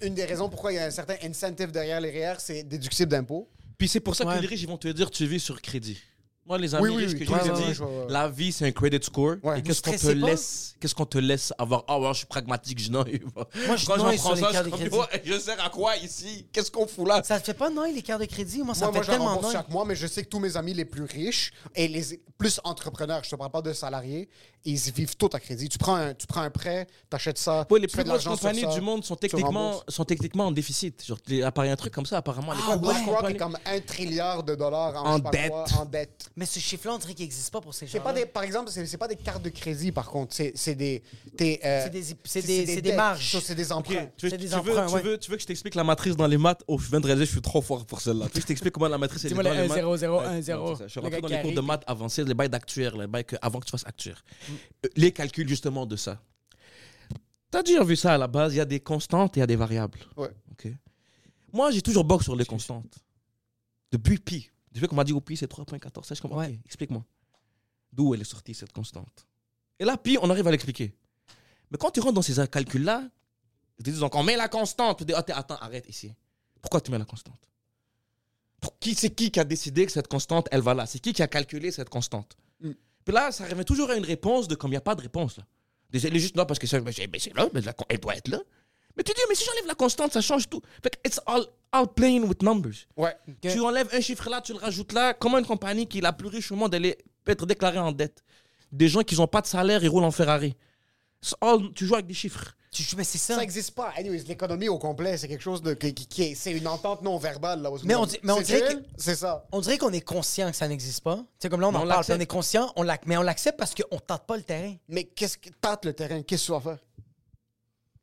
une des raisons pourquoi il y a un certain incentive derrière les REER, c'est déductible d'impôts. Puis c'est pour ça Ouais. que les riches, ils vont te dire tu vis sur crédit. Moi, les amis Oui, oui, riches oui, que toi, j'ai ouais, dit, ouais, ouais, ouais. la vie, c'est un credit score. Ouais. Et qu'est-ce Vous qu'on te stressez pas? laisse Qu'est-ce qu'on te laisse avoir Ah ouais, je suis pragmatique, je n'en ai pas. Moi, je Quand noie j'en sur prends les ça, cartes je, de suis crédit. comme, Ouais, je sers à quoi ici Qu'est-ce qu'on fout là Ça te fait pas non les cartes de crédit? Moi, ça moi, me moi, fait je la tellement rembourse non. chaque mois, mais je sais que tous mes amis les plus riches et les plus entrepreneurs, je te parle pas de salariés, ils y vivent tout à crédit. Tu prends un, tu prends un prêt, t'achètes ça. Ouais, les tu plus fais de grosses l'argent sur compagnies ça, du monde sont tu techniquement, rembourses. sont techniquement en déficit. Genre, les- appareil un truc comme ça, apparemment. les Ah plus grosses BlackRock est compagnies- comme un trilliard de dollars en, En je sais pas dette. quoi, en dette. Mais ce chiffre-là, on dirait qu'il n'existe pas pour ces C'est gens pas des, par exemple, c'est c'est pas des cartes de crédit, par contre. C'est c'est des, t'es, euh, C'est des- c'est des- c'est des dettes. marges. Ça, C'est des Ok, emprunts. Tu veux, C'est des tu veux- emprunts, tu ouais. veux- tu veux que je t'explique la matrice dans les maths Oh, je viens de réaliser, je suis trop fort pour celle-là. Tu veux que je t'explique comment la matrice elle est Dis-moi dans le les 1, 0, 0, maths 1, Ouais, 0. non, c'est ça. Je suis Le rentré gars dans les qui cours de arrive. Mm. maths avancés, les bails d'actuaire, les bails que, avant que tu fasses actuaire. Euh, Les calculs justement de ça. T'as déjà vu ça à la base, il y a des constantes et il y a des variables. Ouais. Ok. Moi, j'ai toujours box sur les constantes. Depuis pi. Depuis qu'on m'a dit au pi, c'est 3.14. Ça, Je comprends. Ouais. Ok, Explique-moi. D'où elle est sortie, cette constante Et là, pi, on arrive à l'expliquer. Mais quand tu rentres dans ces calculs-là, ils te disent donc on met la constante. Tu dis, Ah, t'es- attends, arrête ici. Pourquoi tu mets la constante Pour qui C'est qui qui a décidé que cette constante, elle va là C'est qui qui a calculé cette constante Puis là, ça revient toujours à une réponse de comme il n'y a pas de réponse. Là. Des- Elle est juste là parce que ça, mais c'est mais c'est là, mais la con- elle doit être là. Mais tu dis, mais si j'enlève la constante, ça change tout. Fait que it's all, all playing with numbers. Ouais. Tu enlèves un chiffre là, tu le rajoutes là. Comment une compagnie qui est la plus riche au monde, elle est, peut être déclarée en dette Des gens qui n'ont pas de salaire, ils roulent en Ferrari. It's all- tu joues avec des chiffres. Tu joues, mais c'est ça. Ça n'existe pas. Anyways, l'économie au complet, c'est quelque chose de qui, qui- qui est, c'est une entente non verbale là. Mais on dit- mais on C'est dirait chill, que- c'est ça. On dirait qu'on est conscient que ça n'existe pas. Tu sais, comme là, on Mais en on parle, puis on l'accepte. est conscient, on l'ac- mais on l'accepte parce qu'on tente pas le terrain. Mais qu'est-ce que tâte le terrain Qu'est-ce que tu vas faire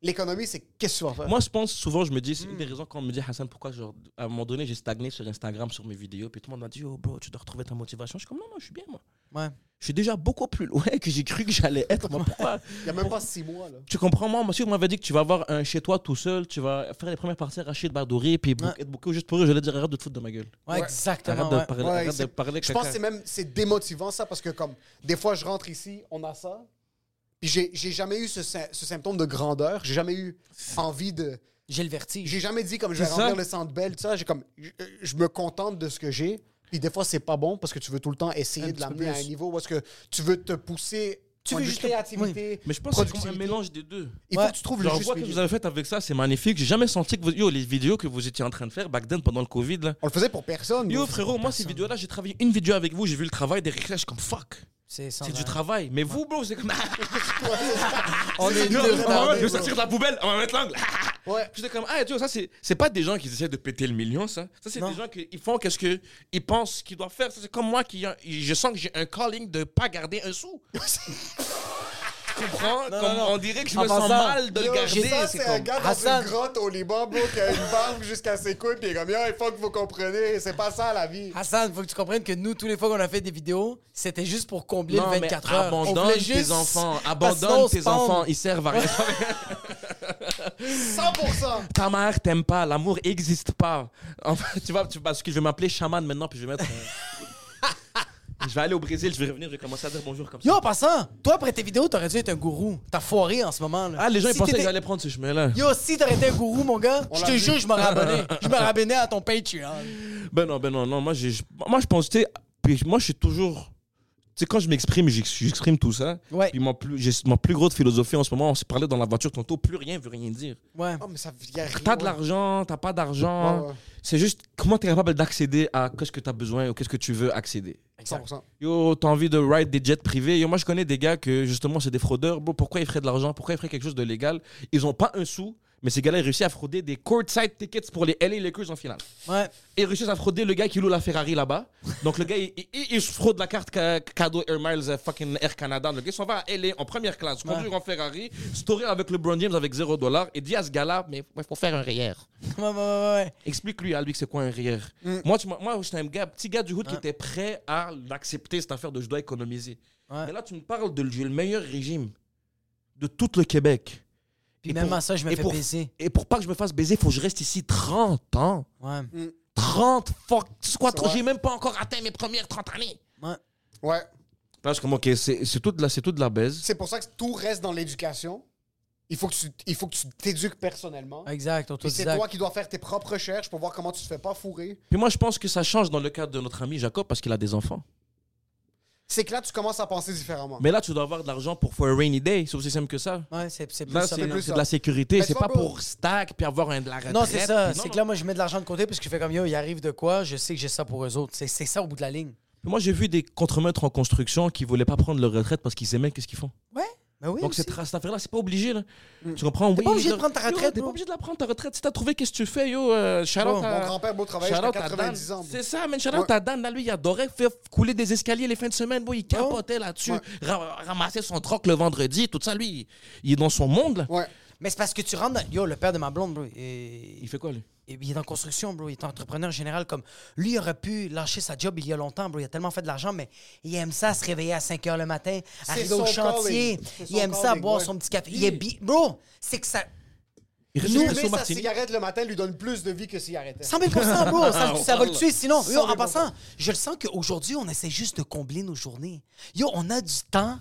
L'économie, c'est qu'est-ce que tu vas faire Moi, je pense souvent, je me dis, c'est une des Mm. raisons quand on me dit, Hassan, pourquoi, genre, à un moment donné, j'ai stagné sur Instagram, sur mes vidéos, puis tout le monde m'a dit, oh, bro, tu dois retrouver ta motivation. Je suis comme, non, non, je suis bien, moi. Ouais. Je suis déjà beaucoup plus loin que j'ai cru que j'allais être. Moi, pourquoi Il n'y a même pas six mois là. Tu comprends, moi, monsieur, on m'avait dit que tu vas avoir un chez toi tout seul, tu vas faire les premières parties à Rachid Bardouri, puis bou- Ouais. être beaucoup juste pour eux, je vais dire, arrête de te foutre de ma gueule. Ouais, exactement. Arrête ouais. de parler, Ouais, arrête de c'est- parler. Je pense que caca. c'est même c'est démotivant ça parce que comme des fois je rentre ici, on a ça. Puis j'ai j'ai jamais eu ce, sy- ce symptôme de grandeur, j'ai jamais eu envie de J'ai le vertige. J'ai jamais dit comme je vais C'est remplir ça. le centre belle, tout ça. J'ai comme je, euh, je me contente de ce que j'ai. Puis des fois, c'est pas bon parce que tu veux tout le temps essayer de petit peu l'amener à un plus. niveau parce que tu veux te pousser. Tu point veux de vue juste- créativité. Mais je pense que c'est comme un productivité. mélange des deux. Il Ouais. faut que tu trouves le Genre, je juste vois que vous milieu. avez fait avec ça, c'est magnifique. J'ai jamais senti que vous. Yo, les vidéos que vous étiez en train de faire back then pendant le Covid, là. On le faisait pour personne. Yo nous. frérot, moi ces vidéos-là, j'ai travaillé une vidéo avec vous, j'ai vu le travail des recherches comme fuck. C'est sans C'est du arrêt. travail. Mais vous, bro, c'est comme. On est Non, deux non, retardés, non, Je vais bro. sortir de la poubelle, on va mettre l'angle. Ouais. J'étais comme, ah, tu vois, ça, c'est c'est pas des gens qui essaient de péter le million, ça. Ça, c'est Non. des gens qui ils font qu'est-ce qu'ils pensent qu'ils doivent faire. Ça, c'est comme moi qui. hein, Je sens que j'ai un calling de pas garder un sou. Tu comprends Non, Comme non, non. On dirait que je En me sens passant, mal de Yo, le garder. ça, c'est c'est un comme- gars dans Hassan. une grotte au Liban, bro, qui a une barbe jusqu'à ses couilles, puis il est comme, yo, il faut que vous compreniez, c'est pas ça la vie. Hassan, faut que tu comprennes que nous, tous les fois qu'on a fait des vidéos, c'était juste pour combler Non, le mais 24 heures. On Abandonne voulait tes juste- enfants. Parce que sinon, on Abandonne se tes pend. enfants. Ils servent à rien. 100%! Ta mère t'aime pas. L'amour existe pas. Enfin, tu vois, tu, parce que je vais m'appeler chaman maintenant, puis je vais mettre. un- je vais aller au Brésil, je vais revenir, je vais commencer à dire bonjour comme ça. Yo, en passant, toi, après tes vidéos, t'aurais dû être un gourou. T'as foiré en ce moment. Là. Ah, les gens, Si ils pensaient t'étais- qu'ils allaient prendre ce chemin-là. Yo, si t'aurais été un gourou, mon gars, je l'a te vu. jure, je m'aurais abonné. Je m'aurais abonné à ton Patreon. Ben non, ben non, non. Moi, j'ai- je- moi je pense, tu sais, puis moi, je suis toujours. Tu sais, quand je m'exprime, j'ex- j'exprime tout ça. Ouais. Puis mon plus, j'ai- mon plus gros de philosophie en ce moment, on se parlait dans la voiture tantôt, plus rien veut rien dire. Ouais. Oh, mais ça y a rien. T'as de l'argent, t'as pas d'argent. Ouais, ouais. C'est juste comment t'es capable d'accéder à qu'est-ce que t'as besoin ou qu'est-ce que tu veux accéder. 100%. Yo, t'as envie de ride des jets privés. Yo, moi, je connais des gars que, justement, c'est des fraudeurs. Bro, pourquoi ils feraient de l'argent Pourquoi ils feraient quelque chose de légal Ils ont pas un sou, mais ces gars-là, ils réussissent à frauder des courtside tickets pour les LA Lakers en finale. Ouais. Et ils réussissent à frauder le gars qui loue la Ferrari là-bas. Donc, le gars, il, il- il se fraude la carte ca- cadeau Air Miles euh, fucking Air Canada. Le gars, il s'en va à LA en première classe, conduire en Ferrari, story avec LeBron James avec 0 dollar et dit à ce gars-là, mais il faut faire un RIER. Ouais, ouais, ouais, ouais. Explique-lui à lui que c'est quoi un rire. Mm. Moi, tu m'as- moi j'étais un gars, petit gars du hood qui était prêt à l'accepter, cette affaire de je dois économiser. Ouais. Mais là, tu me parles de j'ai le meilleur régime de tout le Québec. Puis même à ça, je me et fais pour- baiser. Et pour pas que je me fasse baiser, il faut que je reste ici 30 ans. Ouais. 30 fuck. Tu sais quoi, C'est vrai. j'ai même pas encore atteint mes premières 30 années. Ouais. Ouais. Là, je suis comme, ok, c'est c'est tout, de la- c'est tout de la baise. C'est pour ça que tout reste dans l'éducation. Il faut que tu il faut que tu t'éduques personnellement. Exact, Puis c'est autodidacte. toi qui dois faire tes propres recherches pour voir comment tu te fais pas fourrer. Puis moi, je pense que ça change dans le cadre de notre ami Jacob parce qu'il a des enfants. C'est que là, tu commences à penser différemment. Mais là, tu dois avoir de l'argent pour for a rainy day. C'est aussi simple que ça. Ouais, c'est c'est plus Là, ça. Ben, c'est plus c'est ça. de la sécurité. Mais C'est tu vois, pas bro- pour stack puis avoir un de la retraite. Non, c'est ça. C'est non. que là, moi, je mets de l'argent de côté parce que je fais comme yo, il arrive de quoi, je sais que j'ai ça pour eux autres. C'est c'est ça au bout de la ligne. Moi, j'ai vu des contremaîtres en construction qui voulaient pas prendre leur retraite parce qu'ils aimaient qu'est-ce qu'ils font. Ouais. Ben oui. Donc, aussi. cette, ra- cette affaire-là, c'est pas obligé. Là. Tu comprends? T'es pas obligé de prendre ta retraite, T'es pas bro. obligé de la prendre ta retraite. Si t'as trouvé, qu'est-ce que tu fais, yo? euh, shout-out Bon, à- Mon grand-père, beau travail jusqu'à shout-out à Dan. 90 ans. bro. C'est ça, man. Shout-out à Dan. Là, lui, il adorait faire couler des escaliers les fins de semaine. bro. Il capotait là-dessus. ra- ramassait son troc le vendredi. Tout ça, lui, il, il est dans son monde. là. Ouais. Mais c'est parce que tu rentres dans... Yo, le père de ma blonde, bro, et- Il fait quoi, lui? et il est en construction, bro. Il est entrepreneur général. Comme lui, il aurait pu lâcher sa job il y a longtemps, bro. Il a tellement fait de l'argent, mais il aime ça se réveiller à 5 h le matin, arriver au son chantier. calling. C'est son Il aime ça calling, boire ouais. son petit café. Il est bi... Bro, c'est que ça. Il reste Fumer juste sa au Martini. cigarette le matin lui donne plus de vie que s'il arrêtait. 100 000 bro. Ça, ça va le tuer sinon. Yo, en 100 000 passant, je le sens qu'aujourd'hui, on essaie juste de combler nos journées. Yo, on a du temps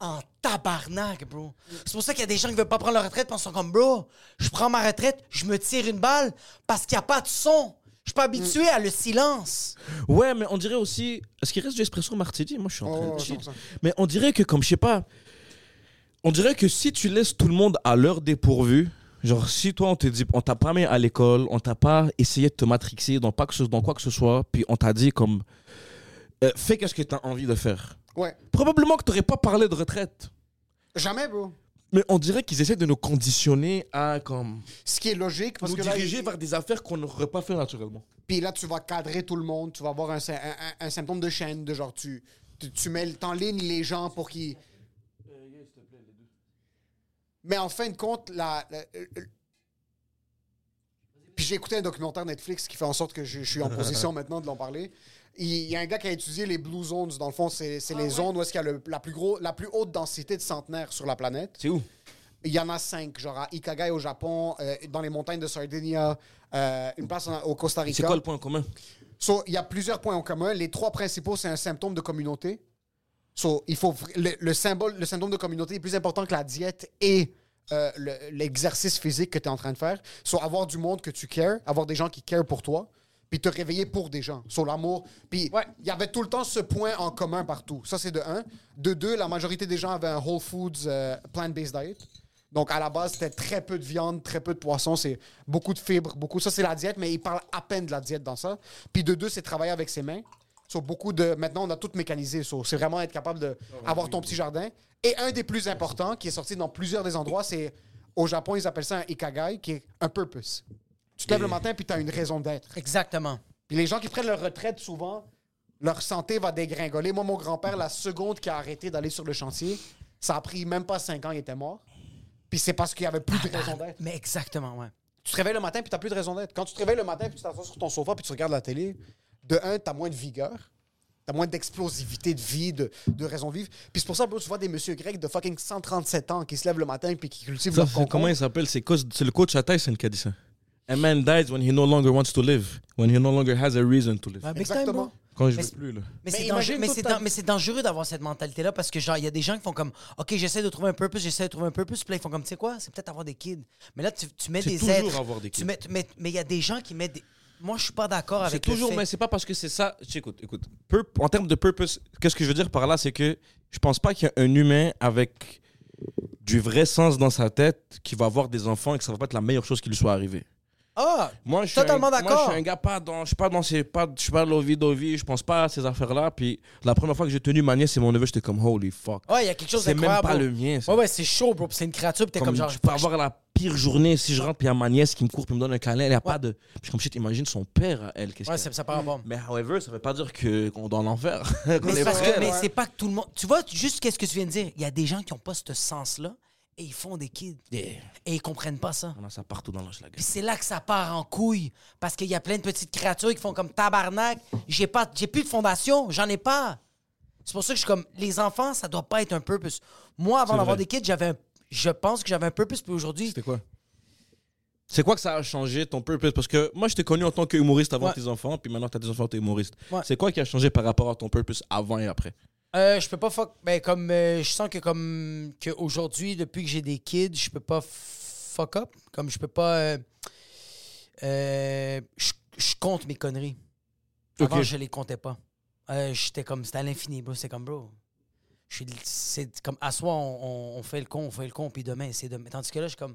en tabarnak, bro. C'est pour ça qu'il y a des gens qui veulent pas prendre leur retraite parce qu'ils sont comme, bro, je prends ma retraite, je me tire une balle parce qu'il n'y a pas de son. Je suis pas habitué à le silence. Ouais, mais on dirait aussi. Est-ce qu'il reste du espresso martini Moi, je suis en train Oh, de chill. 100%. Mais on dirait que, comme je sais pas. On dirait que si tu laisses tout le monde à l'heure dépourvue, genre si toi on te dit, on t'a pas mis à l'école, on t'a pas essayé de te matrixer dans, pas que ce- dans quoi que ce soit, puis on t'a dit comme. euh, fais qu'est-ce que t'as envie de faire. Ouais. Probablement que t'aurais pas parlé de retraite. Jamais, bro. Mais on dirait qu'ils essaient de nous conditionner à comme Ce qui est logique parce nous que là, diriger il- vers des affaires qu'on n'aurait pas fait naturellement. Puis là, tu vas cadrer tout le monde, tu vas avoir un, sy- un- un- un symptôme de chaîne, de genre, tu, tu, tu mets, t'enlignes les gens pour qu'ils. Mais en fin de compte, la. la- euh, euh, puis j'ai écouté un documentaire Netflix qui fait en sorte que je, je suis en position maintenant de l'en parler. Il il y a un gars qui a étudié les blue zones. Dans le fond, c'est c'est les zones où est-ce qu'il y a le- la, plus gros, la plus haute densité de centenaires sur la planète. C'est où Il y en a cinq, genre à Ikagai au Japon, euh, dans les montagnes de Sardinia, euh, une place en- au Costa Rica. C'est quoi le point commun So, il y a plusieurs points en commun. Les trois principaux, c'est un symptôme de communauté. So, il faut vr- le, le symbole, le symptôme de communauté est plus important que la diète et euh, le- l'exercice physique que tu es en train de faire. So, avoir du monde que tu cares, avoir des gens qui care pour toi, puis te réveiller pour des gens. So, l'amour. Puis, il y avait tout le temps ce point en commun partout. Ça, c'est de un. De deux, la majorité des gens avaient un Whole Foods euh, plant-based diet. Donc, à la base, c'était très peu de viande, très peu de poisson, c'est beaucoup de fibres, beaucoup. Ça, c'est la diète, mais il parle à peine de la diète dans ça. Puis de deux, c'est travailler avec ses mains. So, beaucoup de, maintenant, on a tout mécanisé. So, c'est vraiment être capable d'avoir ton petit jardin. Et un des plus importants, qui est sorti dans plusieurs des endroits, c'est au Japon, ils appellent ça un ikagai, qui est un purpose. Tu te lèves le matin, puis tu as une raison d'être. Exactement. Puis les gens qui prennent leur retraite, souvent, leur santé va dégringoler. Moi, mon grand-père, la seconde qui a arrêté d'aller sur le chantier, ça a pris même pas cinq ans, il était mort. Puis c'est parce qu'il n'y avait plus de raison d'être. Mais exactement, ouais. Tu te réveilles le matin, puis t'as plus de raison d'être. Quand tu te réveilles le matin, puis tu t'assois sur ton sofa, puis tu regardes la télé, de un, t'as moins de vigueur. T'as moins d'explosivité de vie, de, de raison de vivre. Puis c'est pour ça, bro, tu vois des monsieur grecs de fucking 137 ans qui se lèvent le matin puis qui cultivent Ça, leur c'est- concombre. comment il s'appelle C'est coach- c'est le coach à Tyson qui a dit ça. A man dies when he no longer wants to live, when he no longer has a reason to live. Ouais, big time, Exactement. bro. Quand je mais veux c'est- plus là. Mais, Mais c'est imagine dangereux, mais toute c'est ta- dan- mais c'est dangereux d'avoir cette mentalité-là parce que, genre, il y a des gens qui font comme OK, j'essaie de trouver un purpose, j'essaie de trouver un purpose. Puis là, ils font comme Tu sais quoi, c'est peut-être avoir des kids. Mais là, tu, tu mets C'est des toujours êtres. avoir des tu kids. mets- tu mets- mais il y a des gens qui mettent des. Moi, je suis pas d'accord C'est avec le toujours, fait- mais c'est pas parce que c'est ça. Tu sais, Écoute, écoute. Pur- en termes de purpose, qu'est-ce que je veux dire par là, c'est que je pense pas qu'il y a un humain avec du vrai sens dans sa tête qui va avoir des enfants et que ça va pas être la meilleure chose qui lui soit arrivée. Ah Moi, je suis Totalement un- moi, d'accord. je suis un gars pas dans, je suis pas dans ces, pas, je suis pas l'ovidovi, je pense pas à ces affaires-là. Puis la première fois que j'ai tenu ma nièce et mon neveu, j'étais comme holy fuck. Ouais, il y a quelque chose C'est même d'incroyable. pas bro. le mien. ça. Ouais, ouais, c'est chaud, bro. puis C'est une créature, puis t'es comme, comme, genre, je je peux avoir la pire journée si je rentre puis il y a ma nièce qui me court puis me donne un câlin elle a pas de puis je suis comme shit imagine son père à elle qu'est-ce Ouais, qu'elle- ça, ça part pas. mais however ça veut pas dire que qu'on doit en faire Mais c'est parce prêt, que- mais ouais. c'est pas que tout le monde. Tu vois, juste qu'est-ce que tu viens de dire? Il y a des gens qui n'ont pas ce sens-là et ils font des kids. Et ils comprennent pas ça. on a ça partout dans l'âge la Puis c'est là que ça part en couille. Parce qu'il y a plein de petites créatures qui font comme tabarnak. J'ai pas, j'ai plus de fondation. J'en ai pas. C'est pour ça que je suis comme, les enfants, ça doit pas être un purpose. Moi, avant d'avoir vrai. des kids, j'avais un- je pense que j'avais un purpose. Puis aujourd'hui, c'était quoi c'est quoi que ça a changé ton purpose parce que moi je t'ai connu en tant qu'humoriste avant Ouais. tes enfants puis maintenant t'as des enfants t'es humoriste Ouais. c'est quoi qui a changé par rapport à ton purpose avant et après Euh, je peux pas fuck. Ben, comme. euh, je sens que, comme. Que aujourd'hui, depuis que j'ai des kids, je peux pas f- fuck up. Comme je peux pas. euh, euh, je je compte mes conneries. Avant, Ok. je les comptais pas. Euh, J'étais comme. C'était à l'infini, bro. C'est comme, bro. je suis- C'est comme. À soi, on, on- on fait le con, on fait le con, puis demain, c'est demain. Tandis que là, je suis comme.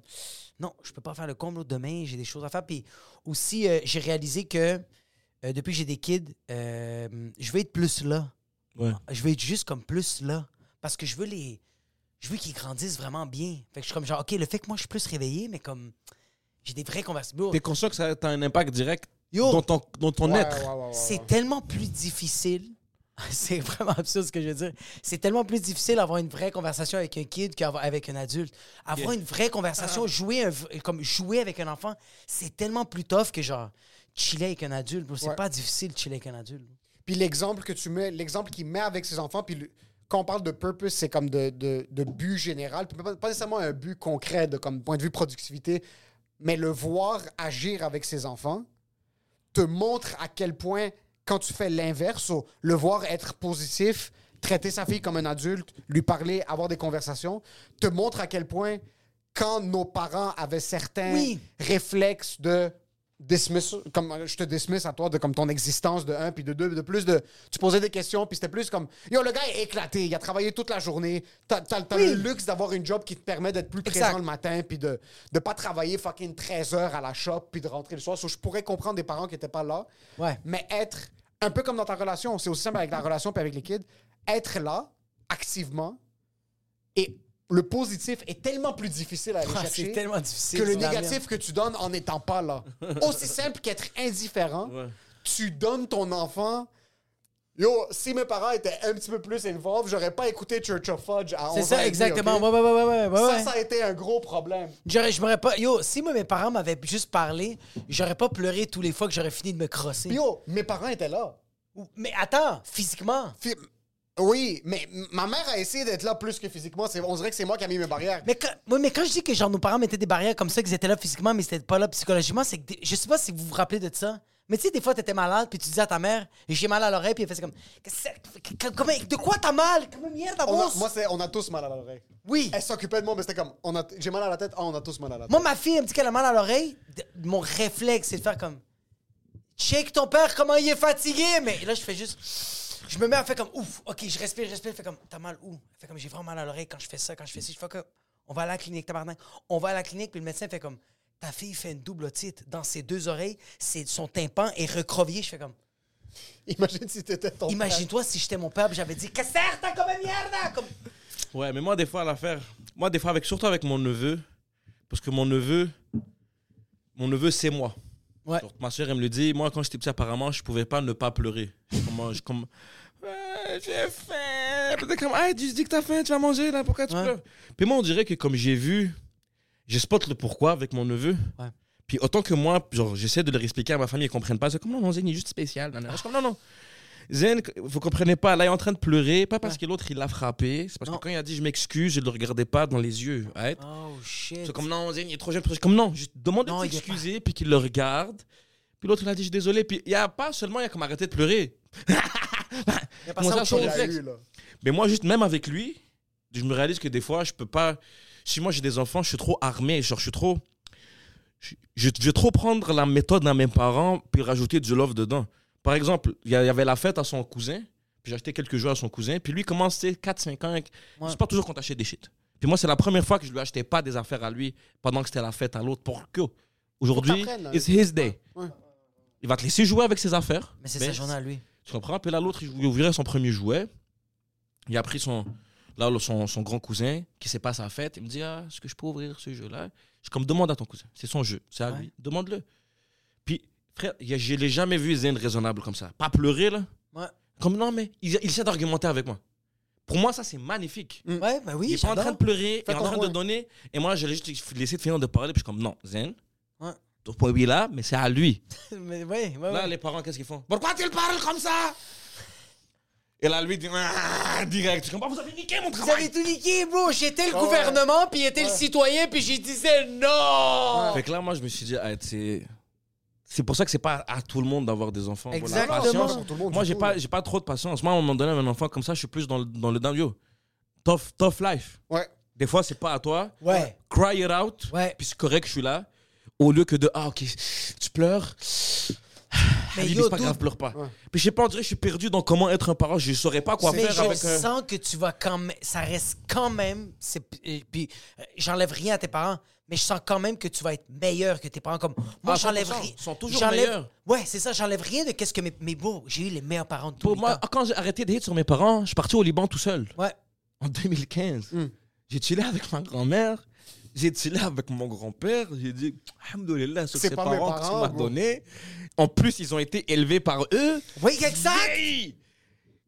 Non, je peux pas faire le con, bro. Demain, j'ai des choses à faire. Puis aussi, euh, j'ai réalisé que. euh, depuis que j'ai des kids, euh, je vais être plus là je veux être juste comme plus là. Parce que je veux les. Je veux qu'ils grandissent vraiment bien. Fait que je suis comme genre, OK, le fait que moi je suis plus réveillé, mais comme. J'ai des vraies conversations. t'es conscient que ça a un impact direct Yo. dans ton dans ton Ouais, être ouais, ouais, ouais, ouais. C'est tellement plus difficile. C'est vraiment absurde ce que je veux dire. C'est tellement plus difficile d'avoir une vraie conversation avec un kid qu'avec un adulte. Avoir une vraie conversation, jouer, un v- comme jouer avec un enfant, c'est tellement plus tough que genre chiller avec un adulte. bro. C'est Ouais. pas difficile de chiller avec un adulte. Puis l'exemple que tu mets, l'exemple qu'il met avec ses enfants, puis le- quand on parle de purpose, c'est comme de, de- de but général, puis pas, pas nécessairement un but concret de comme point de vue productivité, mais le voir agir avec ses enfants te montre à quel point quand tu fais l'inverse, ou le voir être positif, traiter sa fille comme un adulte, lui parler, avoir des conversations, te montre à quel point quand nos parents avaient certains Oui. réflexes de dismiss, comme euh, je te dismiss à toi de comme ton existence de un puis de deux de plus de tu posais des questions puis c'était plus comme yo le gars est éclaté il a travaillé toute la journée t'as t'as- t'as Oui. le luxe d'avoir une job qui te permet d'être plus Exact. présent le matin puis de de pas travailler fucking 13 heures à la shop puis de rentrer le soir So, je pourrais comprendre des parents qui étaient pas là Ouais. mais être un peu comme dans ta relation c'est aussi simple avec la relation puis avec les kids être là activement et le positif est tellement plus difficile à aller Ah, chercher c'est tellement difficile. que le c'est la merde. négatif que tu donnes en n'étant pas là. Aussi simple qu'être indifférent, tu donnes ton enfant. Yo, si mes parents étaient un petit peu plus involved, j'aurais pas écouté Church of Fudge à 11 C'est ans ça, et demi, exactement. ok? Ouais, ouais, ouais, ouais, ouais, ouais. Ça, ça a été un gros problème. J'aurais, je m'aurais pas. Yo, si moi, mes parents m'avaient juste parlé, j'aurais pas pleuré tous les fois que j'aurais fini de me crosser. Puis Yo, mes parents étaient là. Ou- Mais attends, physiquement. Puis- oui, mais m- ma mère a essayé d'être là plus que physiquement. C'est- On dirait que c'est moi qui ai mis mes barrières. Mais quand, oui, mais quand je dis que genre nos parents mettaient des barrières comme ça, qu'ils étaient là physiquement, mais c'était pas là psychologiquement, c'est que des- je sais pas si vous vous rappelez de ça. Mais tu sais, des fois, t'étais malade, puis tu disais à ta mère, j'ai mal à l'oreille, puis elle faisait comme. Qu'est-ce que c'est? Qu- qu- comment- de quoi t'as mal? Comment merde, On a- avance? moi, c'est- on a tous mal à l'oreille. Oui. Elle s'occupait de moi, mais c'était comme, on a- j'ai mal à la tête, ah, on a tous mal à la tête. Moi, ma fille, elle me dit qu'elle a mal à l'oreille. De- Mon réflexe, c'est de faire comme. Check ton père, comment il est fatigué. Mais là, je fais juste. Je me mets à faire comme ouf. Ok, je respire, je respire. Je fais comme, t'as mal où Elle fait comme, j'ai vraiment mal à l'oreille quand je fais ça, quand je fais ci. Je fais comme, on va à la clinique, tabarnak. On va à la clinique, puis le médecin fait comme, ta fille fait une double otite dans ses deux oreilles. C'est, son tympan est recrovié. Je fais comme, Imagine si t'étais Oh, ton père. Imagine-toi si j'étais mon père, puis j'avais dit Que certes, comme merde hein, comme... Ouais, mais moi, des fois, l'affaire. Moi, des fois, avec, surtout avec mon neveu, parce que mon neveu, mon neveu, c'est moi. Ouais. Genre, ma soeur, elle me le dit. Moi, quand j'étais petit, apparemment, je pouvais pas ne pas pleurer. Comment, je, comme. Ouais, j'ai faim. Peut-être comme. Ah, tu dis que t'as faim, tu vas manger, là, pourquoi tu Ouais. pleures Puis moi, on dirait que comme j'ai vu, je spot le pourquoi avec mon neveu. Ouais. Puis autant que moi, genre, j'essaie de leur expliquer à ma famille, ils comprennent pas. C'est comme non, non, Zen, il est juste spécial. nanana. Je suis comme non, non. Zen, vous comprenez pas, là, il est en train de pleurer, pas parce que l'autre, il l'a frappé, c'est parce Non. que quand il a dit je m'excuse, je le regardais pas dans les yeux. right? Oh shit. C'est comme non, Zen, il est trop jeune. pour ça. Je suis comme non, juste demande de Non, il est t'excuser, puis qu'il le regarde. Puis l'autre, il a dit je suis désolé. Puis il y a pas seulement, il a comme arrêté de pleurer. Il a passé Moi, à ça, autre je chose. suis Il a réflexe. eu, là. Mais moi, juste même avec lui, je me réalise que des fois, je peux pas. Si moi j'ai des enfants, je suis trop armé. Genre, je suis trop. Je, je- je vais trop prendre la méthode à mes parents puis rajouter du love dedans. Par exemple, il y, a- il y avait la fête à son cousin, puis j'ai acheté quelques jouets à son cousin, puis lui commence 4-5 ans. avec- Ouais. C'est pas toujours qu'on t'achète des shit. Puis moi, c'est la première fois que je lui achetais pas des affaires à lui pendant que c'était la fête à l'autre. Pour que aujourd'hui, t'apprennes, hein. it's his day. Ouais. Il va te laisser jouer avec ses affaires. Ben, Mais c'est sa journée à lui. Tu comprends? Puis là, l'autre, il il ouvrait son premier jouet. Il a pris son, là, le- son, son grand cousin qui s'est passé à la fête. Il me dit Ah, est-ce que je peux ouvrir ce jeu-là Je suis comme demande à ton cousin. C'est son jeu. C'est à Ouais. lui. Demande-le. Puis, frère, il y a- je l'ai jamais vu zen raisonnable comme ça. Pas pleurer, là. Ouais. Comme non, mais il, il essaie d'argumenter avec moi. Pour moi, ça, c'est magnifique. Ouais, bah il oui, est pas en train de j'adore. pleurer, il est en ton train point. de donner. Et moi, je l'ai juste laissé de finir de parler. Puis, je suis comme Non, zen. Ouais. Ton point de vue est là, mais c'est à lui. Mais ouais, ouais, Là, Ah ouais. les parents, qu'est-ce qu'ils font Pourquoi tu parles comme ça Et là, lui, dit Ah, direct. Tu comprends Vous avez niqué mon Vous avez travail. tout niqué, bro. J'étais le gouvernement, puis il était le citoyen, puis j'y disais non. Fait que là, moi, je me suis dit, Ah, c'est. C'est pour ça que c'est pas à tout le monde d'avoir des enfants. Faut la Exactement. patience. Pour tout le monde, Moi, du j'ai coup, pas, là. j'ai pas trop de patience. Moi, à un moment donné, un enfant comme ça, je suis plus dans le, dans le down. Yo, tough, tough life. Ouais. Des fois, c'est pas à toi. Ouais. Cry it out. Ouais. Puis c'est correct, je suis là. Au lieu que de Ah, ok, tu pleures. Mais Mais yo, c'est pas dude. grave, pleure pas. Puis je sais pas, on dirait, que je suis perdu dans comment être un parent. Je saurais pas quoi Mais faire avec je un. sens que tu vas quand même. Ça reste quand même. c'est- et Puis, euh, j'enlève rien à tes parents, mais je sens quand même que tu vas être meilleur que tes parents. Comme moi, Ah, j'enlève 100%, rien. ils sont toujours j'enlève- meilleurs. Ouais, c'est ça. J'enlève rien de qu'est-ce que mes. Mais bro, j'ai eu les meilleurs parents de tous Pour les moi, temps. quand j'ai arrêté d'être sur mes parents, je suis parti au Liban tout seul. Ouais. En 2015, Hmm. j'ai chillé avec ma grand-mère, j'ai chillé avec mon grand-père, j'ai dit, Alhamdoulilah, ce que C'est ses pas parents, mes que parents, ça m'a bro. donné. En plus, ils ont été élevés par eux. Oui, exact. Hey!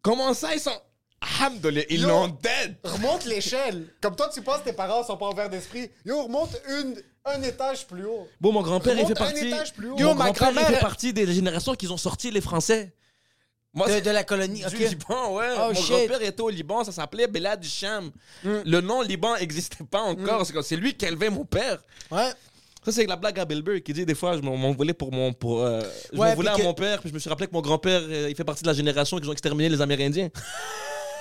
Comment ça, ils sont. Alhamdoulilah, ils Yo. l'ont dead! Remonte l'échelle. Comme toi, tu penses que tes parents sont pas ouverts d'esprit. Yo, remonte une, un étage plus haut. Bon, mon grand-père, il fait Remonte un partie. étage plus haut. Yo, Mon ma grand-père, grand-mère, il elle- fait partie des générations qui ont sorti les Français. Moi, De, c'est- de la colonie. Du ok. Liban, ouais. Oh, Mon shit. grand-père était au Liban, ça s'appelait Bella du Cham. Le nom Liban n'existait pas encore. C'est comme- C'est lui qui élevait mon père. Ouais. Ça, c'est la blague à Bilber qui dit des fois, je m'en m'en voulais pour mon. Pour, euh, je Ouais, m'en voulais puis à que- mon père, puis je me suis rappelé que mon grand-père, euh, il fait partie de la génération qui ont exterminé les Amérindiens.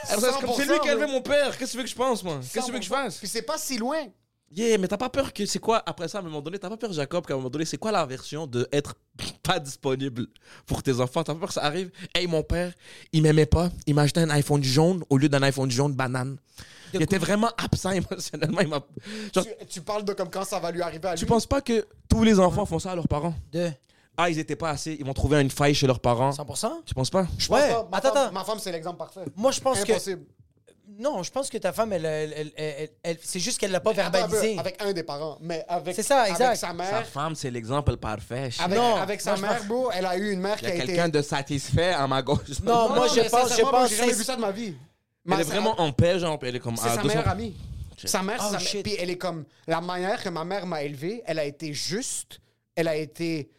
Alors, ça, c'est comme, C'est lui 100%, qui a élevé ouais. mon père. Qu'est-ce que tu veux que je pense, moi Qu'est-ce que tu veux que je fasse Puis c'est pas si loin. Yeah, mais t'as pas peur que c'est quoi après ça à un moment donné T'as pas peur, Jacob, qu'à un moment donné, c'est quoi la version de être pas disponible pour tes enfants T'as pas peur que ça arrive Hey, mon père, il m'aimait pas. Il m'a acheté un iPhone jaune au lieu d'un iPhone jaune banane. Il était vraiment absent émotionnellement. Il m'a- Genre, tu... Tu, tu parles de comme quand ça va lui arriver à lui. penses pas que tous les enfants font ça à leurs parents De Ah, ils étaient pas assez. Ils vont trouver une faille chez leurs parents. 100 Tu penses pas Je pense Ouais. pas. ma Attends, femme, attends. Ma femme, c'est l'exemple parfait. Moi, je pense que. Impossible. Non, je pense que ta femme, elle, elle, elle- elle- elle- c'est juste qu'elle l'a pas Attends un peu, verbalisé. Avec un des parents. Mais avec, Ah, ben, C'est ça, exact. avec sa Sa mère. femme, c'est l'exemple parfait. Avec, Non, avec sa moi, je mère, pense- bro, elle a eu une mère Il qui y a a été. quelqu'un de satisfait à ma gauche. Non, moi, je mais pense, je sincèrement, pense. J'ai jamais c'est- vu ça de ma vie. Elle Ma- est vraiment en paix, genre. Elle est comme. ah, C'est à sa 200. meilleure amie. Sa mère, Oh, c'est sa mère. shit. Puis elle est comme. La manière que ma mère m'a élevé, elle a été juste. Elle a été.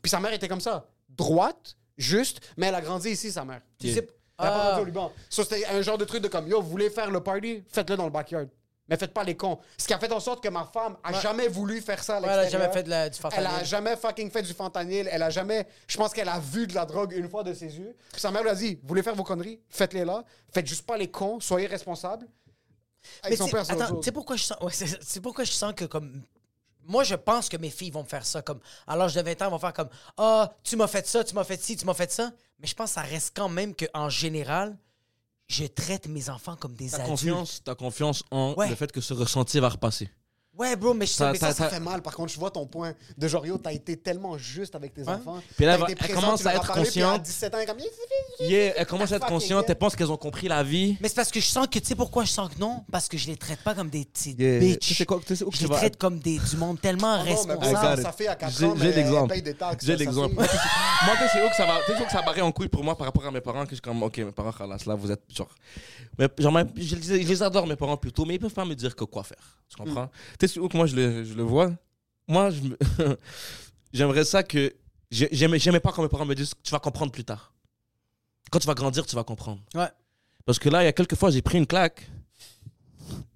Puis sa mère était comme ça. Droite, juste, mais elle a grandi ici, sa mère. Tu sais- Elle a pas grandi Ah. au Liban. Ça, c'était un genre de truc de comme Yo, vous voulez faire le party, faites-le dans le backyard. Mais faites pas les cons. Ce qui a fait en sorte que ma femme a jamais voulu faire ça à Ouais, elle a l'extérieur. jamais fait de la- du fentanyl. Elle a jamais fucking fait du fentanyl. Elle a jamais. Je pense qu'elle a vu de la drogue une fois de ses yeux. Puis sa mère lui a dit Vous voulez faire vos conneries Faites-les là. Faites juste pas les cons. Soyez responsables. Mais Avec son tu- père, c'est autre attends, chose. tu sais pourquoi je sens, ouais, c'est c'est pourquoi je sens que comme moi je pense que mes filles vont me faire ça comme à l'âge de 20 ans elles vont faire comme ah tu m'as fait ça, tu m'as fait ci, tu m'as fait ça, mais je pense que ça reste quand même que en général je traite mes enfants comme des T'as adultes. confiance, t'as confiance en Ouais. le fait que ce ressenti va repasser. Ouais, bro, mais je sais Ça- Mais mais ça, t'as- ça t'as- fait mal. Par contre, je vois ton point de genre, yo, t'as été tellement juste avec tes enfants. Puis T'as là, elle va- été elle commence tu leur à as être parlé, puis consciente. À 17 ans, elle est comme, Yeah, elles commencent à être conscientes, elles pensent qu'elles ont compris la vie. Mais c'est parce que je sens que, tu sais pourquoi je sens que non? Parce que je les traite pas comme des petites Yeah. bitches. Tu sais quoi- tu sais où je tu les vas- traite comme des, du monde tellement Ah mais bon, responsable. ça fait à quatre J'ai- ans, mais euh, J'ai elle l'exemple. paye des taxes, ça, J'ai ça l'exemple. fait- Moi, tu sais, c'est où que ça va, tu sais, c'est où que ça barrait en couille pour moi par rapport à mes parents, que je suis comme, ok, mes parents, khalas, là, vous êtes genre. Mais, genre, même- je, les- je les adore, mes parents, plutôt, mais ils peuvent pas me dire que quoi faire. Tu comprends? Tu sais, c'est où que moi, je le, je le vois? Moi, je me- j'aimerais ça que. j'ai- J'aimais j'aimais pas quand mes parents me disent, tu vas comprendre plus tard. Quand tu vas grandir, tu vas comprendre. Ouais. Parce que là, il y a quelques fois, j'ai pris une claque.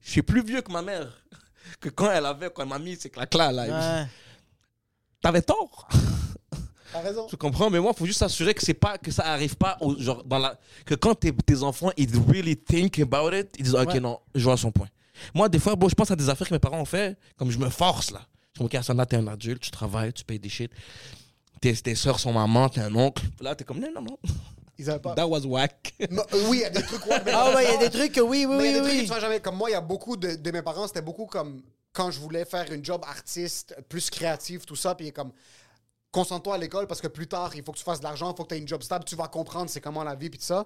Je suis plus vieux que ma mère. Que quand elle avait, quand elle m'a mis ces claques-là, Ah là. Ouais. T'avais tort. T'as raison. Tu comprends, mais moi, faut juste s'assurer que c'est pas que ça arrive pas au genre dans la que quand tes, tes enfants ils really think about it, ils disent ok Ouais. non, je vois son point. Moi, des fois, bon, je pense à des affaires que mes parents ont fait, comme je me force là. Je me dis ok, là, t'es un adulte, tu travailles, tu payes des shit. Tes, tes soeurs sont maman, t'es un oncle. Là, t'es comme non, non, non. Ils avaient pas. That was whack. Non, euh, oui, il y a des trucs. ouais, mais- Ah ouais, il y a des trucs que oui, oui, Mais il oui, y a des trucs que oui. tu feras jamais. Comme moi, il y a beaucoup de, de mes parents, c'était beaucoup comme quand je voulais faire une job artiste, plus créative, tout ça, puis il est comme concentre-toi à l'école parce que plus tard, il faut que tu fasses de l'argent, il faut que tu aies une job stable, tu vas comprendre c'est comment la vie, puis tout ça.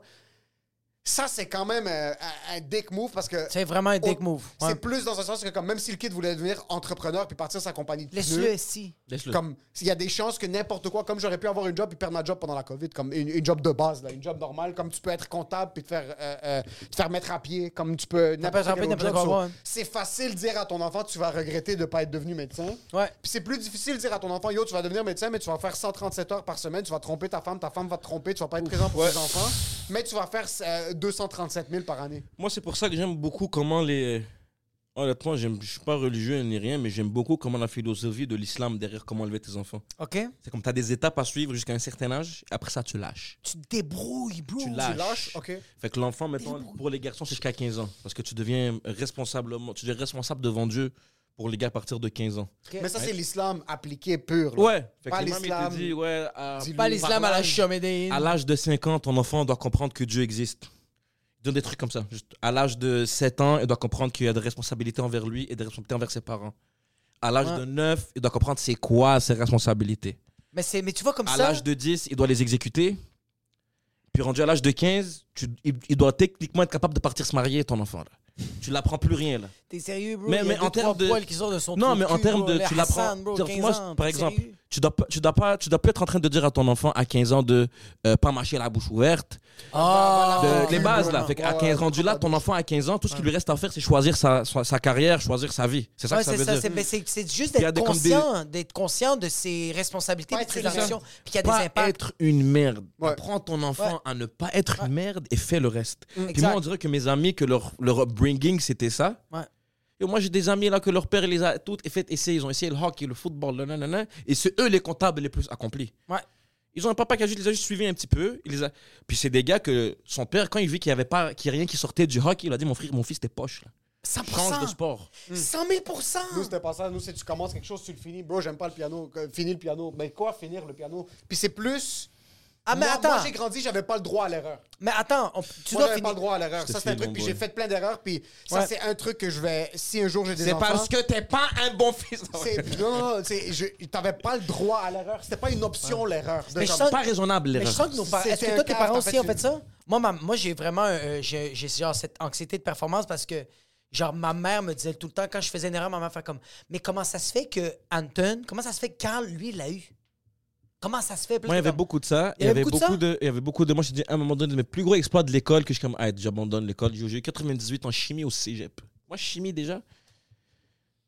Ça, c'est quand même euh, un, un dick move parce que. C'est vraiment un dick move, ouais. C'est plus dans un sens que, comme même si le kid voulait devenir entrepreneur puis partir sa compagnie de Laisse-le pneus, ici. comme il y a des chances que n'importe quoi, comme j'aurais pu avoir une job puis perdre ma job pendant la COVID, comme une, une job de base, là, une job normale, comme tu peux être comptable puis te faire, euh, euh, te faire mettre à pied, comme tu peux n'importe rattraper quel autre n'importe job. quoi, So, ouais. C'est facile de dire à ton enfant tu vas regretter de ne pas être devenu médecin. Ouais. Puis c'est plus difficile de dire à ton enfant yo tu vas devenir médecin mais tu vas faire 137 heures par semaine, tu vas tromper ta femme, ta femme va te tromper, tu vas pas être présent pour tes enfants, mais tu vas faire euh, 237 000 par année. Moi, c'est pour ça que j'aime beaucoup comment les. euh, Honnêtement, j'aime- je suis pas religieux ni rien, mais j'aime beaucoup comment la philosophie de l'islam derrière comment élever tes enfants. OK? C'est comme t'as des étapes à suivre jusqu'à un certain âge, après ça, tu lâches. Tu te débrouilles, bro. Tu lâches. ok. Fait que l'enfant, maintenant, pour les garçons, c'est jusqu'à 15 ans. Parce que tu deviens responsablement, tu deviens responsable devant Dieu pour les gars à partir de 15 ans. Mais ça c'est l'islam appliqué pur. là. Ouais. Fait Pas que l'imam, il l'islam. te dit, ouais, euh, à, Dis-lui. Pas l'islam à la l'âge- Chomédéine. à l'âge de 5 ans, ton enfant doit comprendre que Dieu existe. Il donne des trucs comme ça. Juste, à l'âge de 7 ans, il doit comprendre qu'il y a des responsabilités envers lui et des responsabilités envers ses parents. À l'âge Ouais. de 9, il doit comprendre c'est quoi ses responsabilités. Mais, c'est- mais tu vois, comme À ça, l'âge de 10, il doit les exécuter. Puis rendu à l'âge de 15, tu- il, il doit techniquement être capable de partir se marier, ton enfant. Là. Tu l'apprends plus rien. Là. t'es sérieux, bro. Il Mais- y a mais deux, en termes trois de- poils qui sortent de son Non, trou mais en cul, termes bro. de. Le Tu l'apprends. Hassan, bro, Genre, 15 moi, ans, par t'es exemple, sérieux? tu dois, pas- tu, dois pas, tu dois plus être en train de dire à ton enfant à 15 ans de euh, pas mâcher la bouche ouverte. Ah, De- Ah, les oui, bases, vraiment. là. Fait qu'à Ouais, 15 ouais, rendu là, ton enfant à 15 ans, tout ce qui lui reste à faire, c'est choisir sa, sa, sa carrière, choisir sa vie. C'est ça Ouais, que ça c'est veut ça, dire. c'est mais c'est- c'est juste Il y a d'être des- comme des- conscient, d'être conscient de ses responsabilités, Pas de ses être actions, puis qu'il y a des pas impacts. être une merde. Ouais. Apprends ton enfant à ne pas être une merde et fais le reste. Puis Mm. Exact. moi, on dirait que mes amis, que leur, leur upbringing, c'était ça. Ouais. Et moi, j'ai des amis là que leur père les a toutes fait essayer. Ils ont essayé le hockey, le football, le nanana. Et c'est eux les comptables les plus accomplis. Ouais. Ils ont un papa qui a juste- les a juste suivis un petit peu. Il les a... Puis c'est des gars que son père, quand il vit qu'il n'y avait pas, qu'il y a rien qui sortait du hockey, il a dit Mon frère, mon fils, t'es poche. Là. Change de 100%! sport. 100 000 Nous, c'était pas ça. Nous, c'est tu commences quelque chose, tu le finis. Bro, j'aime pas le piano. Que- Finis le piano. Mais quoi, finir le piano? Puis c'est plus. Ah, mais moi, attends. moi, j'ai grandi, j'avais pas le droit à l'erreur. Mais attends, on- tu dois Moi, j'avais pas finir. le droit à l'erreur. Je te Ça, c'est un file, truc. mon Puis boy. j'ai fait plein d'erreurs. Puis ça, Ouais. c'est un truc que je vais. Si un jour j'ai des C'est enfants. parce que t'es pas un bon fils. c'est- Non, non, non, c'est- je- T'avais pas le droit à l'erreur. C'était pas une option, l'erreur. De Mais je comme- sens- Pas raisonnable, Mais je l'erreur. sens que nos parents. C'était Ben, Est-ce que un toi, tes cave, parents t'as aussi fait ont fait une- ça? Moi, ma- moi j'ai vraiment. euh, j'ai j'ai genre cette anxiété de performance parce que, genre, ma mère me disait tout le temps, quand je faisais une erreur, ma mère fait comme. Mais comment ça se fait que Anton, comment ça se fait que Carl, lui, l'a eu? Comment ça se fait? Puis là, Moi, il y j'étais avait comme, beaucoup de ça. Il y avait beaucoup de. Il y avait beaucoup de. Moi, je dis à un moment donné, mes plus gros exploits de l'école, que je suis comme, ah, j'abandonne l'école. J'ai eu 98 en chimie au cégep. Moi, chimie déjà.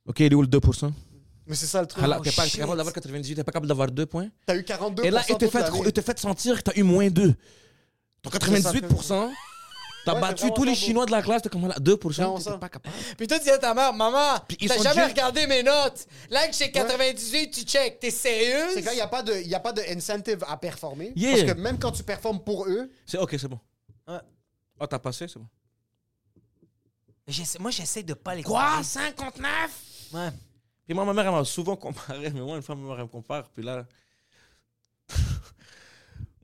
Ok, il est où le 2% Mais c'est ça le truc. Alors, Oh, Ah T'es pas shit. capable d'avoir 98, t'es pas capable d'avoir 2 points. T'as eu 42 Et là, il te toute fait, l'année. il te fait sentir que t'as eu moins 2. Ton 98%, t'as Ouais, c'est battu vraiment tous les ça, Chinois de la classe, t'es comme, là, 2%, Non, t'étais ça. pas capable. Puis toi, tu dis à ta mère, maman, Puis ils t'as sont jamais durs. regardé mes notes. Là que j'ai 98, tu check. T'es sérieuse? C'est qu'il n'y a, pas de- y a pas de incentive à performer. Yeah. Parce que même quand tu performes pour eux, C'est ok, c'est bon. Ouais. Ah, t'as passé, c'est bon. J'essa- Moi, j'essaie de pas les Quoi? 59 Ouais. Puis moi, ma mère, elle m'a souvent comparé, mais moi, une fois, ma mère, elle me compare. Puis là.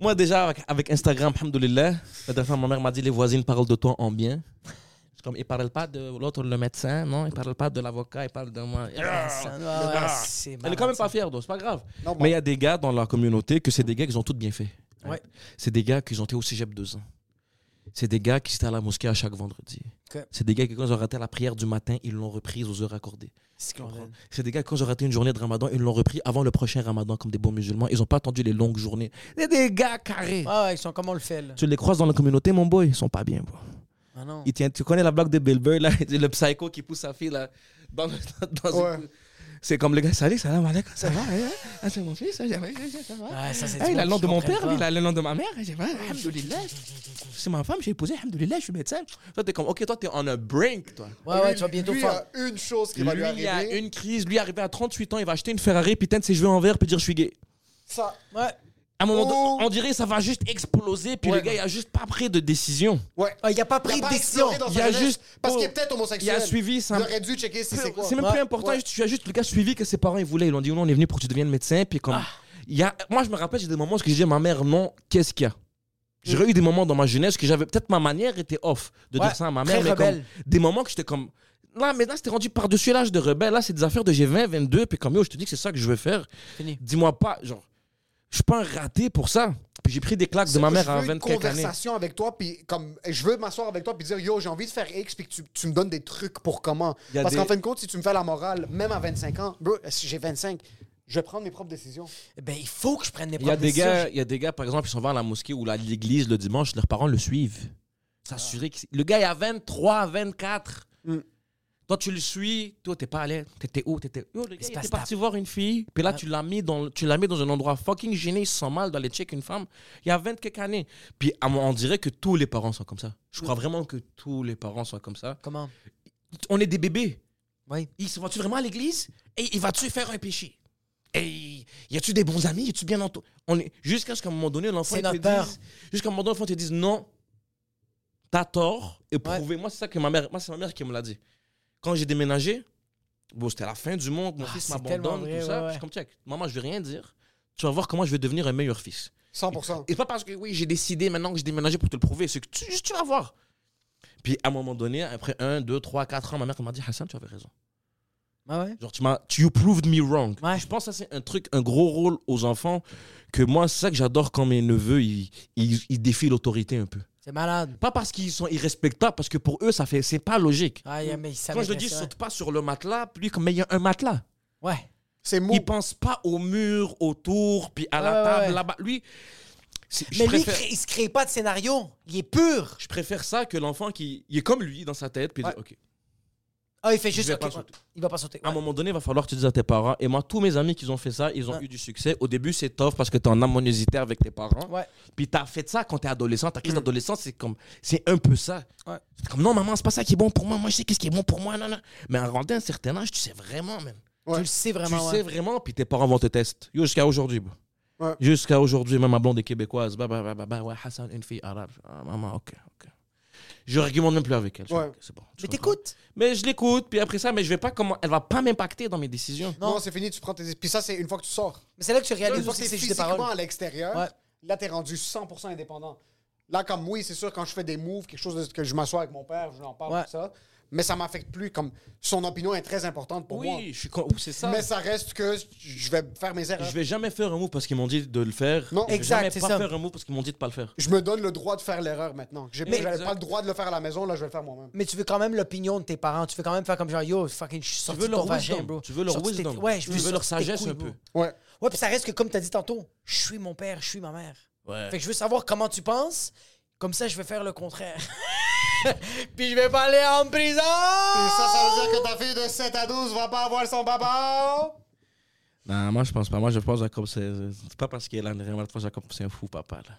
moi, déjà, avec, avec Instagram, alhamdoulilah, la dernière fois, ma mère m'a dit les voisines parlent de toi en bien. Je suis Comme, il parle pas de l'autre, le médecin, non, il parle pas de l'avocat, il parle de moi. Ah, c'est Elle est quand même pas fière, donc c'est pas grave. Non, bon. Mais il y a des gars dans la communauté que c'est des gars qui ont tout bien fait. Ouais. C'est des gars qui ont été au cégep deux ans. C'est des gars qui étaient à la mosquée à chaque vendredi. Ok. C'est des gars qui, quand ils ont raté la prière du matin, ils l'ont reprise aux heures accordées. C'est clair. C'est des gars qui, quand ils ont raté une journée de ramadan, ils l'ont repris avant le prochain ramadan comme des bons musulmans. Ils n'ont pas attendu les longues journées. C'est des gars carrés. Ah ouais, ils sont comme on le fait, là. Tu les croises dans la communauté, mon boy, ils sont pas bien. bro. Ah non. Ils tiennent- tu connais la blague de Bill Burr, là, le psycho qui pousse sa fille là, dans, dans- dans une- Ouais. C'est comme le gars, salut, salam alaikum, ça va, hein? ah, c'est mon fils, hein, ça va, ça va. Ouais, ça, c'est Ah, du il a monde le nom qui de mon comprennent père, pas. lui, il a le nom de ma mère. J'ai pas, alhamdoulilah. C'est ma femme, j'ai épousé, alhamdoulilah, je suis médecin. Toi, t'es comme, ok, toi, t'es on a break, toi. Ouais, ouais, tu vas Lui, bientôt lui faire. a une chose qui Lui, va lui il a arriver. une crise, lui, arrivé à 38 ans, il va acheter une Ferrari, puis teindre ses cheveux en vert, puis dire, je suis gay. Ça, Ouais. À un moment Oh. donné, on dirait, ça va juste exploser, puis Ouais. le gars, il a juste pas pris de décision. ouais. Ah, il a pas Il pris a de pas décision. exploré dans Il sa a jeunesse, juste- Parce oh. qu'il est peut-être Il homosexuel. a suivi Il ça. aurait dû checker si c'est quoi. Bah, C'est même Ouais. plus important. Ouais. juste- Tu as juste le gars suivi que ses parents ils voulaient. Ils l'ont dit non, on est venu pour que tu deviennes médecin. Puis Ah. comme il y a, moi je me rappelle j'ai des moments où je disais à ma mère non, qu'est-ce qu'il y a. Mm. J'aurais eu des moments dans ma jeunesse que j'avais peut-être ma manière était off de Ouais, dire ça à ma très mère. mais comme- rebelle. des moments que j'étais comme là maintenant c'était rendu par dessus l'âge de rebelle. Là c'est des affaires de j'ai 20, 22 puis comme yo je te dis que c'est ça que je veux faire. Fini. Dis-moi pas genre je suis pas un raté pour ça. Puis j'ai pris des claques de ma mère à je veux une 20 quelques années. conversation avec toi, puis comme je veux m'asseoir avec toi, puis dire yo, j'ai envie de faire X, puis que tu, tu me donnes des trucs pour comment. Y a Parce des- qu'en fin de compte, si tu me fais la morale, même à 25 ans, bro, si j'ai 25, je vais prendre mes propres décisions. Ben, il faut que je prenne des Il y a propres des décisions. gars, il y a des gars par exemple qui sont vers la mosquée ou la- l'église le dimanche, leurs parents le suivent. S'assurer que le gars il a 23, 24. Toi tu le suis, toi t'es pas allé, t'étais où, t'étais Yo, le gars, se il passe était parti voir une fille, puis là Ah. tu l'as mis dans tu l'as mis dans un endroit fucking gêné, il se sent mal d'aller check une femme. Il y a 20 quelques années. Puis à mon- on dirait que tous les parents sont comme ça. Je crois vraiment que tous les parents sont comme ça. Hmm. Comment On est des bébés. Oui. Il se va-tu vraiment à l'église et il va-tu faire un péché? Et y a-tu des bons amis? Y a-tu bien entendu? On est... Jusqu'à ce qu'à un moment donné, l'enfant C'est il te notre peur. dise... Jusqu'à un moment donné, l'enfant te dise non, t'as tort, et prouvez-moi. C'est ça que ma mère... Moi, c'est ma mère qui me l'a dit. Quand j'ai déménagé, bon, c'était la fin du monde, mon Ah, fils c'est tellement m'abandonne, vrai, tout ça. ouais, Je suis comme, check, maman, je vais rien dire. Tu vas voir comment je vais devenir un meilleur fils. 100%. Et pas parce que oui, j'ai décidé maintenant que j'ai déménagé pour te le prouver, c'est que tu, juste, tu vas voir. Puis à un moment donné, après 1, 2, 3, 4 ans, ma mère m'a dit Hassan, tu avais raison. Ah ouais Genre, tu m'as, tu you proved me wrong. Ouais. Je pense que ça, c'est un truc, un gros rôle aux enfants que moi, c'est ça que j'adore quand mes neveux, ils, ils, ils défient l'autorité un peu. C'est malade. Pas parce qu'ils sont irrespectables, parce que pour eux, ça fait, c'est pas logique. Ah, il y a- mais il savait Mmh. Quand je le bien dis, ça. saute pas sur le matelas, puis lui, comme, mais il y a un matelas. Ouais. C'est mou. Il pense pas au mur, autour, puis à Ouais, ouais, la table, ouais. là-bas. Lui, c'est- je Mais lui, il préfère- crée- il se crée pas de scénario. Il est pur. je préfère ça que l'enfant qui il est comme lui dans sa tête, puis il dit, OK. Ah, il fait juste. vais ok, pas ouais. sauter. Il va pas sauter. À un Ouais. moment donné, il va falloir que tu dises à tes parents. Et moi, tous mes amis qui ont fait ça, ils ont Ouais. eu du succès. Au début, c'est tough parce que tu es en harmoniosité avec tes parents. Ouais. Puis tu as fait ça quand tu es adolescent. Ta crise d'adolescence, c'est comme c'est un peu ça. Mm. Ouais. C'est comme non, maman, c'est pas ça qui est bon pour moi. Moi, je sais qu'est-ce qui est bon pour moi. Non, non. Mais en rendant un certain âge, tu sais vraiment, même. Tu le sais Tu vraiment. sais ouais. vraiment, puis tes parents vont te tester. Yo, Jusqu'à aujourd'hui. bro. Ouais. Jusqu'à aujourd'hui, même ma blonde est québécoise. Bah, bah, bah, bah, bah, ouais, Hassan, une fille arabe. Ah, maman, ok, ok. Je argumente même plus avec elle. Je fais, Ouais. Ok, c'est bon. Tu Mais comprends? t'écoutes. Mais je l'écoute, puis après ça, mais je vais pas comment. Elle va pas m'impacter dans mes décisions. Non, c'est fini, tu prends tes. Puis ça, c'est une fois que tu sors. Mais c'est là que tu Une réalises fois aussi que que t'es c'est juste des physiquement paroles. à l'extérieur, Ouais. là, t'es rendu 100% indépendant. Là, comme oui, c'est sûr, quand je fais des moves, quelque chose de- que je m'assois avec mon père, je lui en parle, Ouais. tout ça. Mais ça m'affecte plus. Comme son opinion est très importante pour moi. Oui, je suis con- c'est ça. Mais ça reste que je vais faire mes erreurs. Je vais jamais faire un move parce qu'ils m'ont dit de le faire. Non. Je vais Exact, jamais c'est pas ça. faire un move parce qu'ils m'ont dit de pas le faire. je me donne le droit de faire l'erreur maintenant. J'ai Mais- j'avais pas le droit de le faire à la maison, là je vais le faire moi-même. Mais tu veux quand même l'opinion de tes parents. Tu veux quand même faire comme genre, yo, fucking, je suis Tu sorti veux de leur ton vagin, wisdom. bro. Tu veux leur Sorti de tes- wisdom. Ouais, je tu veux leur sortir tes sagesse couilles, un bro. peu. Ouais. Ouais, puis ça reste que comme t'as dit tantôt, je suis mon père, je suis ma mère. Ouais. Fait que je veux savoir comment tu penses. Comme ça, je vais faire le contraire. puis je vais pas aller en prison. Et ça, ça veut dire que ta fille de 7 à 12 va pas avoir son papa. Non, moi je pense pas. Moi je pense que Jacob, c'est c'est pas parce qu'il est en rien. Toi, Jacob, c'est un fou papa. Là.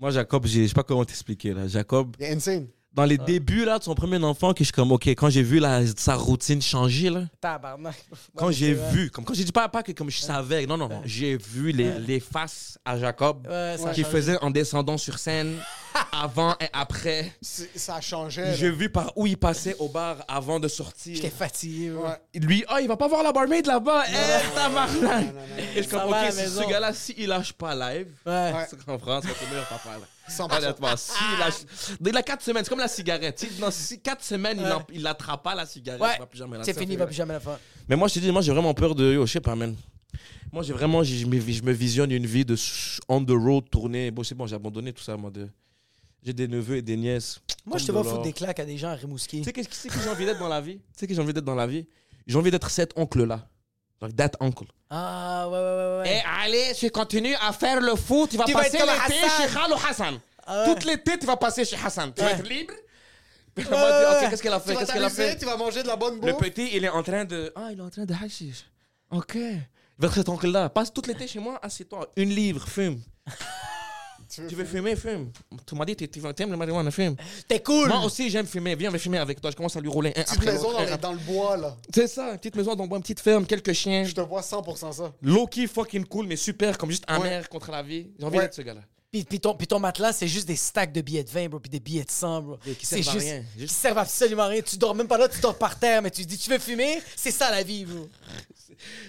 Moi, Jacob, j'ai- je sais pas comment t'expliquer. là. Jacob, C'est insane. dans les débuts là, de son premier enfant, que je suis comme, ok, quand j'ai vu la, sa routine changer, là, Tabarnak. quand j'ai vu, comme quand j'ai dit pas, pas que comme je savais, non, non, non, j'ai vu les, les faces à Jacob Ouais, ça a qu'il changé. faisait en descendant sur scène, avant et après. C'est- Ça changeait. J'ai vu par où il passait au bar avant de sortir. J'étais fatigué, bro. Ouais. Lui, ah, il va pas voir la barmaid là-bas. Eh, tabarnak! Et je suis Ça comme, va à la ok, ce- maison. ce gars-là, s'il lâche pas live, Ouais. c'est qu'en France, c'est le meilleur papa là. 100%. Honnêtement, si la, dès la 4 semaines, c'est comme la cigarette. Si, dans 4 semaines, il en- il l'attrape pas la cigarette, Ouais, il va plus jamais la c'est sortir. fini, il va plus jamais la faire. Mais moi, je te dis, moi, j'ai vraiment peur de. Yo, je sais pas, man. Moi, j'ai vraiment. j'ai- Je me, je me visionne une vie de s- on the road, tournée. Bon, c'est bon, j'ai abandonné tout ça, moi. de- J'ai des neveux et des nièces. Moi, je te Comme vois de foutre l'or. des claques à des gens à Rimouski. Tu sais qu'est-ce que c'est que j'ai envie d'être dans la vie Tu sais que j'ai envie d'être dans la vie J'ai envie d'être cet oncle-là. Like that uncle. Ah, ouais, ouais, ouais, ouais. Et Eh, allez, tu continues à faire le foot, tu vas Tu vas passer être comme l'été Hassan. chez Khal ou Hassan. Ah ouais. Toutes les têtes, tu vas passer chez Hassan. Tu vas être libre. Tu vas ouais, dire, ouais. ok, qu'est-ce qu'elle a Tu fait vas Qu'est-ce qu'elle a t'amuser, fait tu vas manger de la bonne Le bouffe. petit, il est en train de. Ah, il est en train de hashish. Ok. Vers cet oncle-là. Passe toute l'été chez moi, assieds-toi. Une livre, fume. Tu veux Tu veux fumer, fume. Tu m'as dit, tu tu- t'aimes le marijuana, fume. T'es cool! Moi aussi, j'aime fumer. Viens, on va fumer avec toi. Je commence à lui rouler un Petite après maison l'autre, dans, un les- après- dans le bois, là. C'est ça, une petite maison dans une petite ferme, quelques chiens. Je te vois 100% ça. Low-key, fucking cool, mais super, comme juste amer contre la vie. J'ai envie Ouais. d'être ce gars-là. Puis, puis ton, puis ton matelas, c'est juste des stacks de billets de 20, bro, puis des billets de 100, bro. Et qui C'est servent à juste, rien, Qui juste- servent absolument à rien. Tu dors même pas là, tu dors par terre, mais tu dis, tu veux fumer? C'est ça la vie, bro.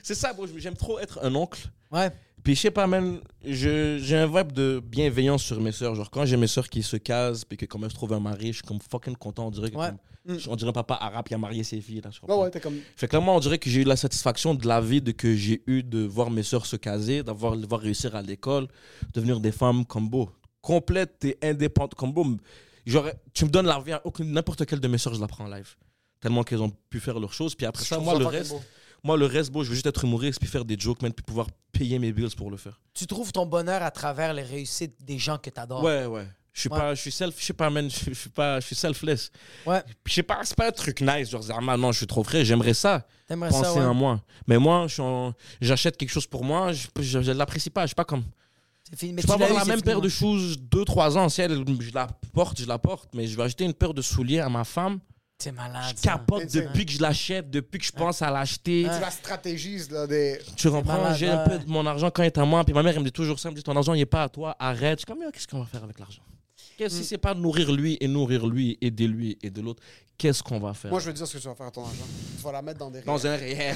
C'est ça, bro. J'aime trop être un oncle. Ouais. Puis je sais pas, man, je- j'ai un vibe de bienveillance sur mes sœurs. Genre, quand j'ai mes sœurs qui se casent, puis que quand même je trouve un mari, je suis comme fucking content. On dirait, que Ouais. comme- on dirait un papa arabe qui a marié ses filles. Là, je Ouais, comprends. ouais, t'es comme. Fait que là, moi, on dirait que j'ai eu la satisfaction de la vie de que j'ai eu de voir mes sœurs se caser, d'avoir de voir réussir à l'école, devenir des femmes combo, complètes et indépendantes combo. Genre, tu me donnes la vie à aucune, n'importe quelle de mes sœurs, je la prends en live. Tellement qu'elles ont pu faire leurs choses. Puis après ça, trouve moi, ça le fucking reste, beau. moi, le reste, beau, je veux juste être humoriste, puis faire des jokes, man, puis pouvoir payer mes bills pour le faire. Tu trouves ton bonheur à travers les réussites des gens que Ah. t'adores. Ouais, ouais. Je suis Ouais. pas, je suis self, je sais pas, man, je suis pas, je suis selfless. Ouais. Puis Je sais pas, c'est pas un truc nice, genre, ah, non, je suis trop frais, j'aimerais ça. T'aimerais penser ça, ouais. à moi. Mais moi, je suis en- j'achète quelque chose pour moi, je, je, je l'apprécie pas, je suis pas comme. C'est fini. Mais je peux tu l'as avoir eu, la c'est même fini, paire ouais. de choses 2-3 ans, si elle, je la porte, je la porte, mais je vais acheter une paire de souliers à ma femme. T'es malade. Ah, Je ça. Ah. capote C'est- depuis que je l'achète, depuis que je pense à l'acheter. Tu la stratégises, là, des. Tu comprends, malade, j'ai un peu ouais. de mon argent quand il est à moi. Puis ma mère, elle me dit toujours ça, elle me dit ton argent, il est pas à toi, arrête. Je suis comme, Mais qu'est-ce qu'on va faire avec l'argent Qu'est-ce- Si c'est pas nourrir lui et nourrir lui, aider lui et de l'autre, qu'est-ce qu'on va faire Moi, je veux dire ce que tu vas faire à ton argent. Tu vas la mettre dans des. Dans un réel.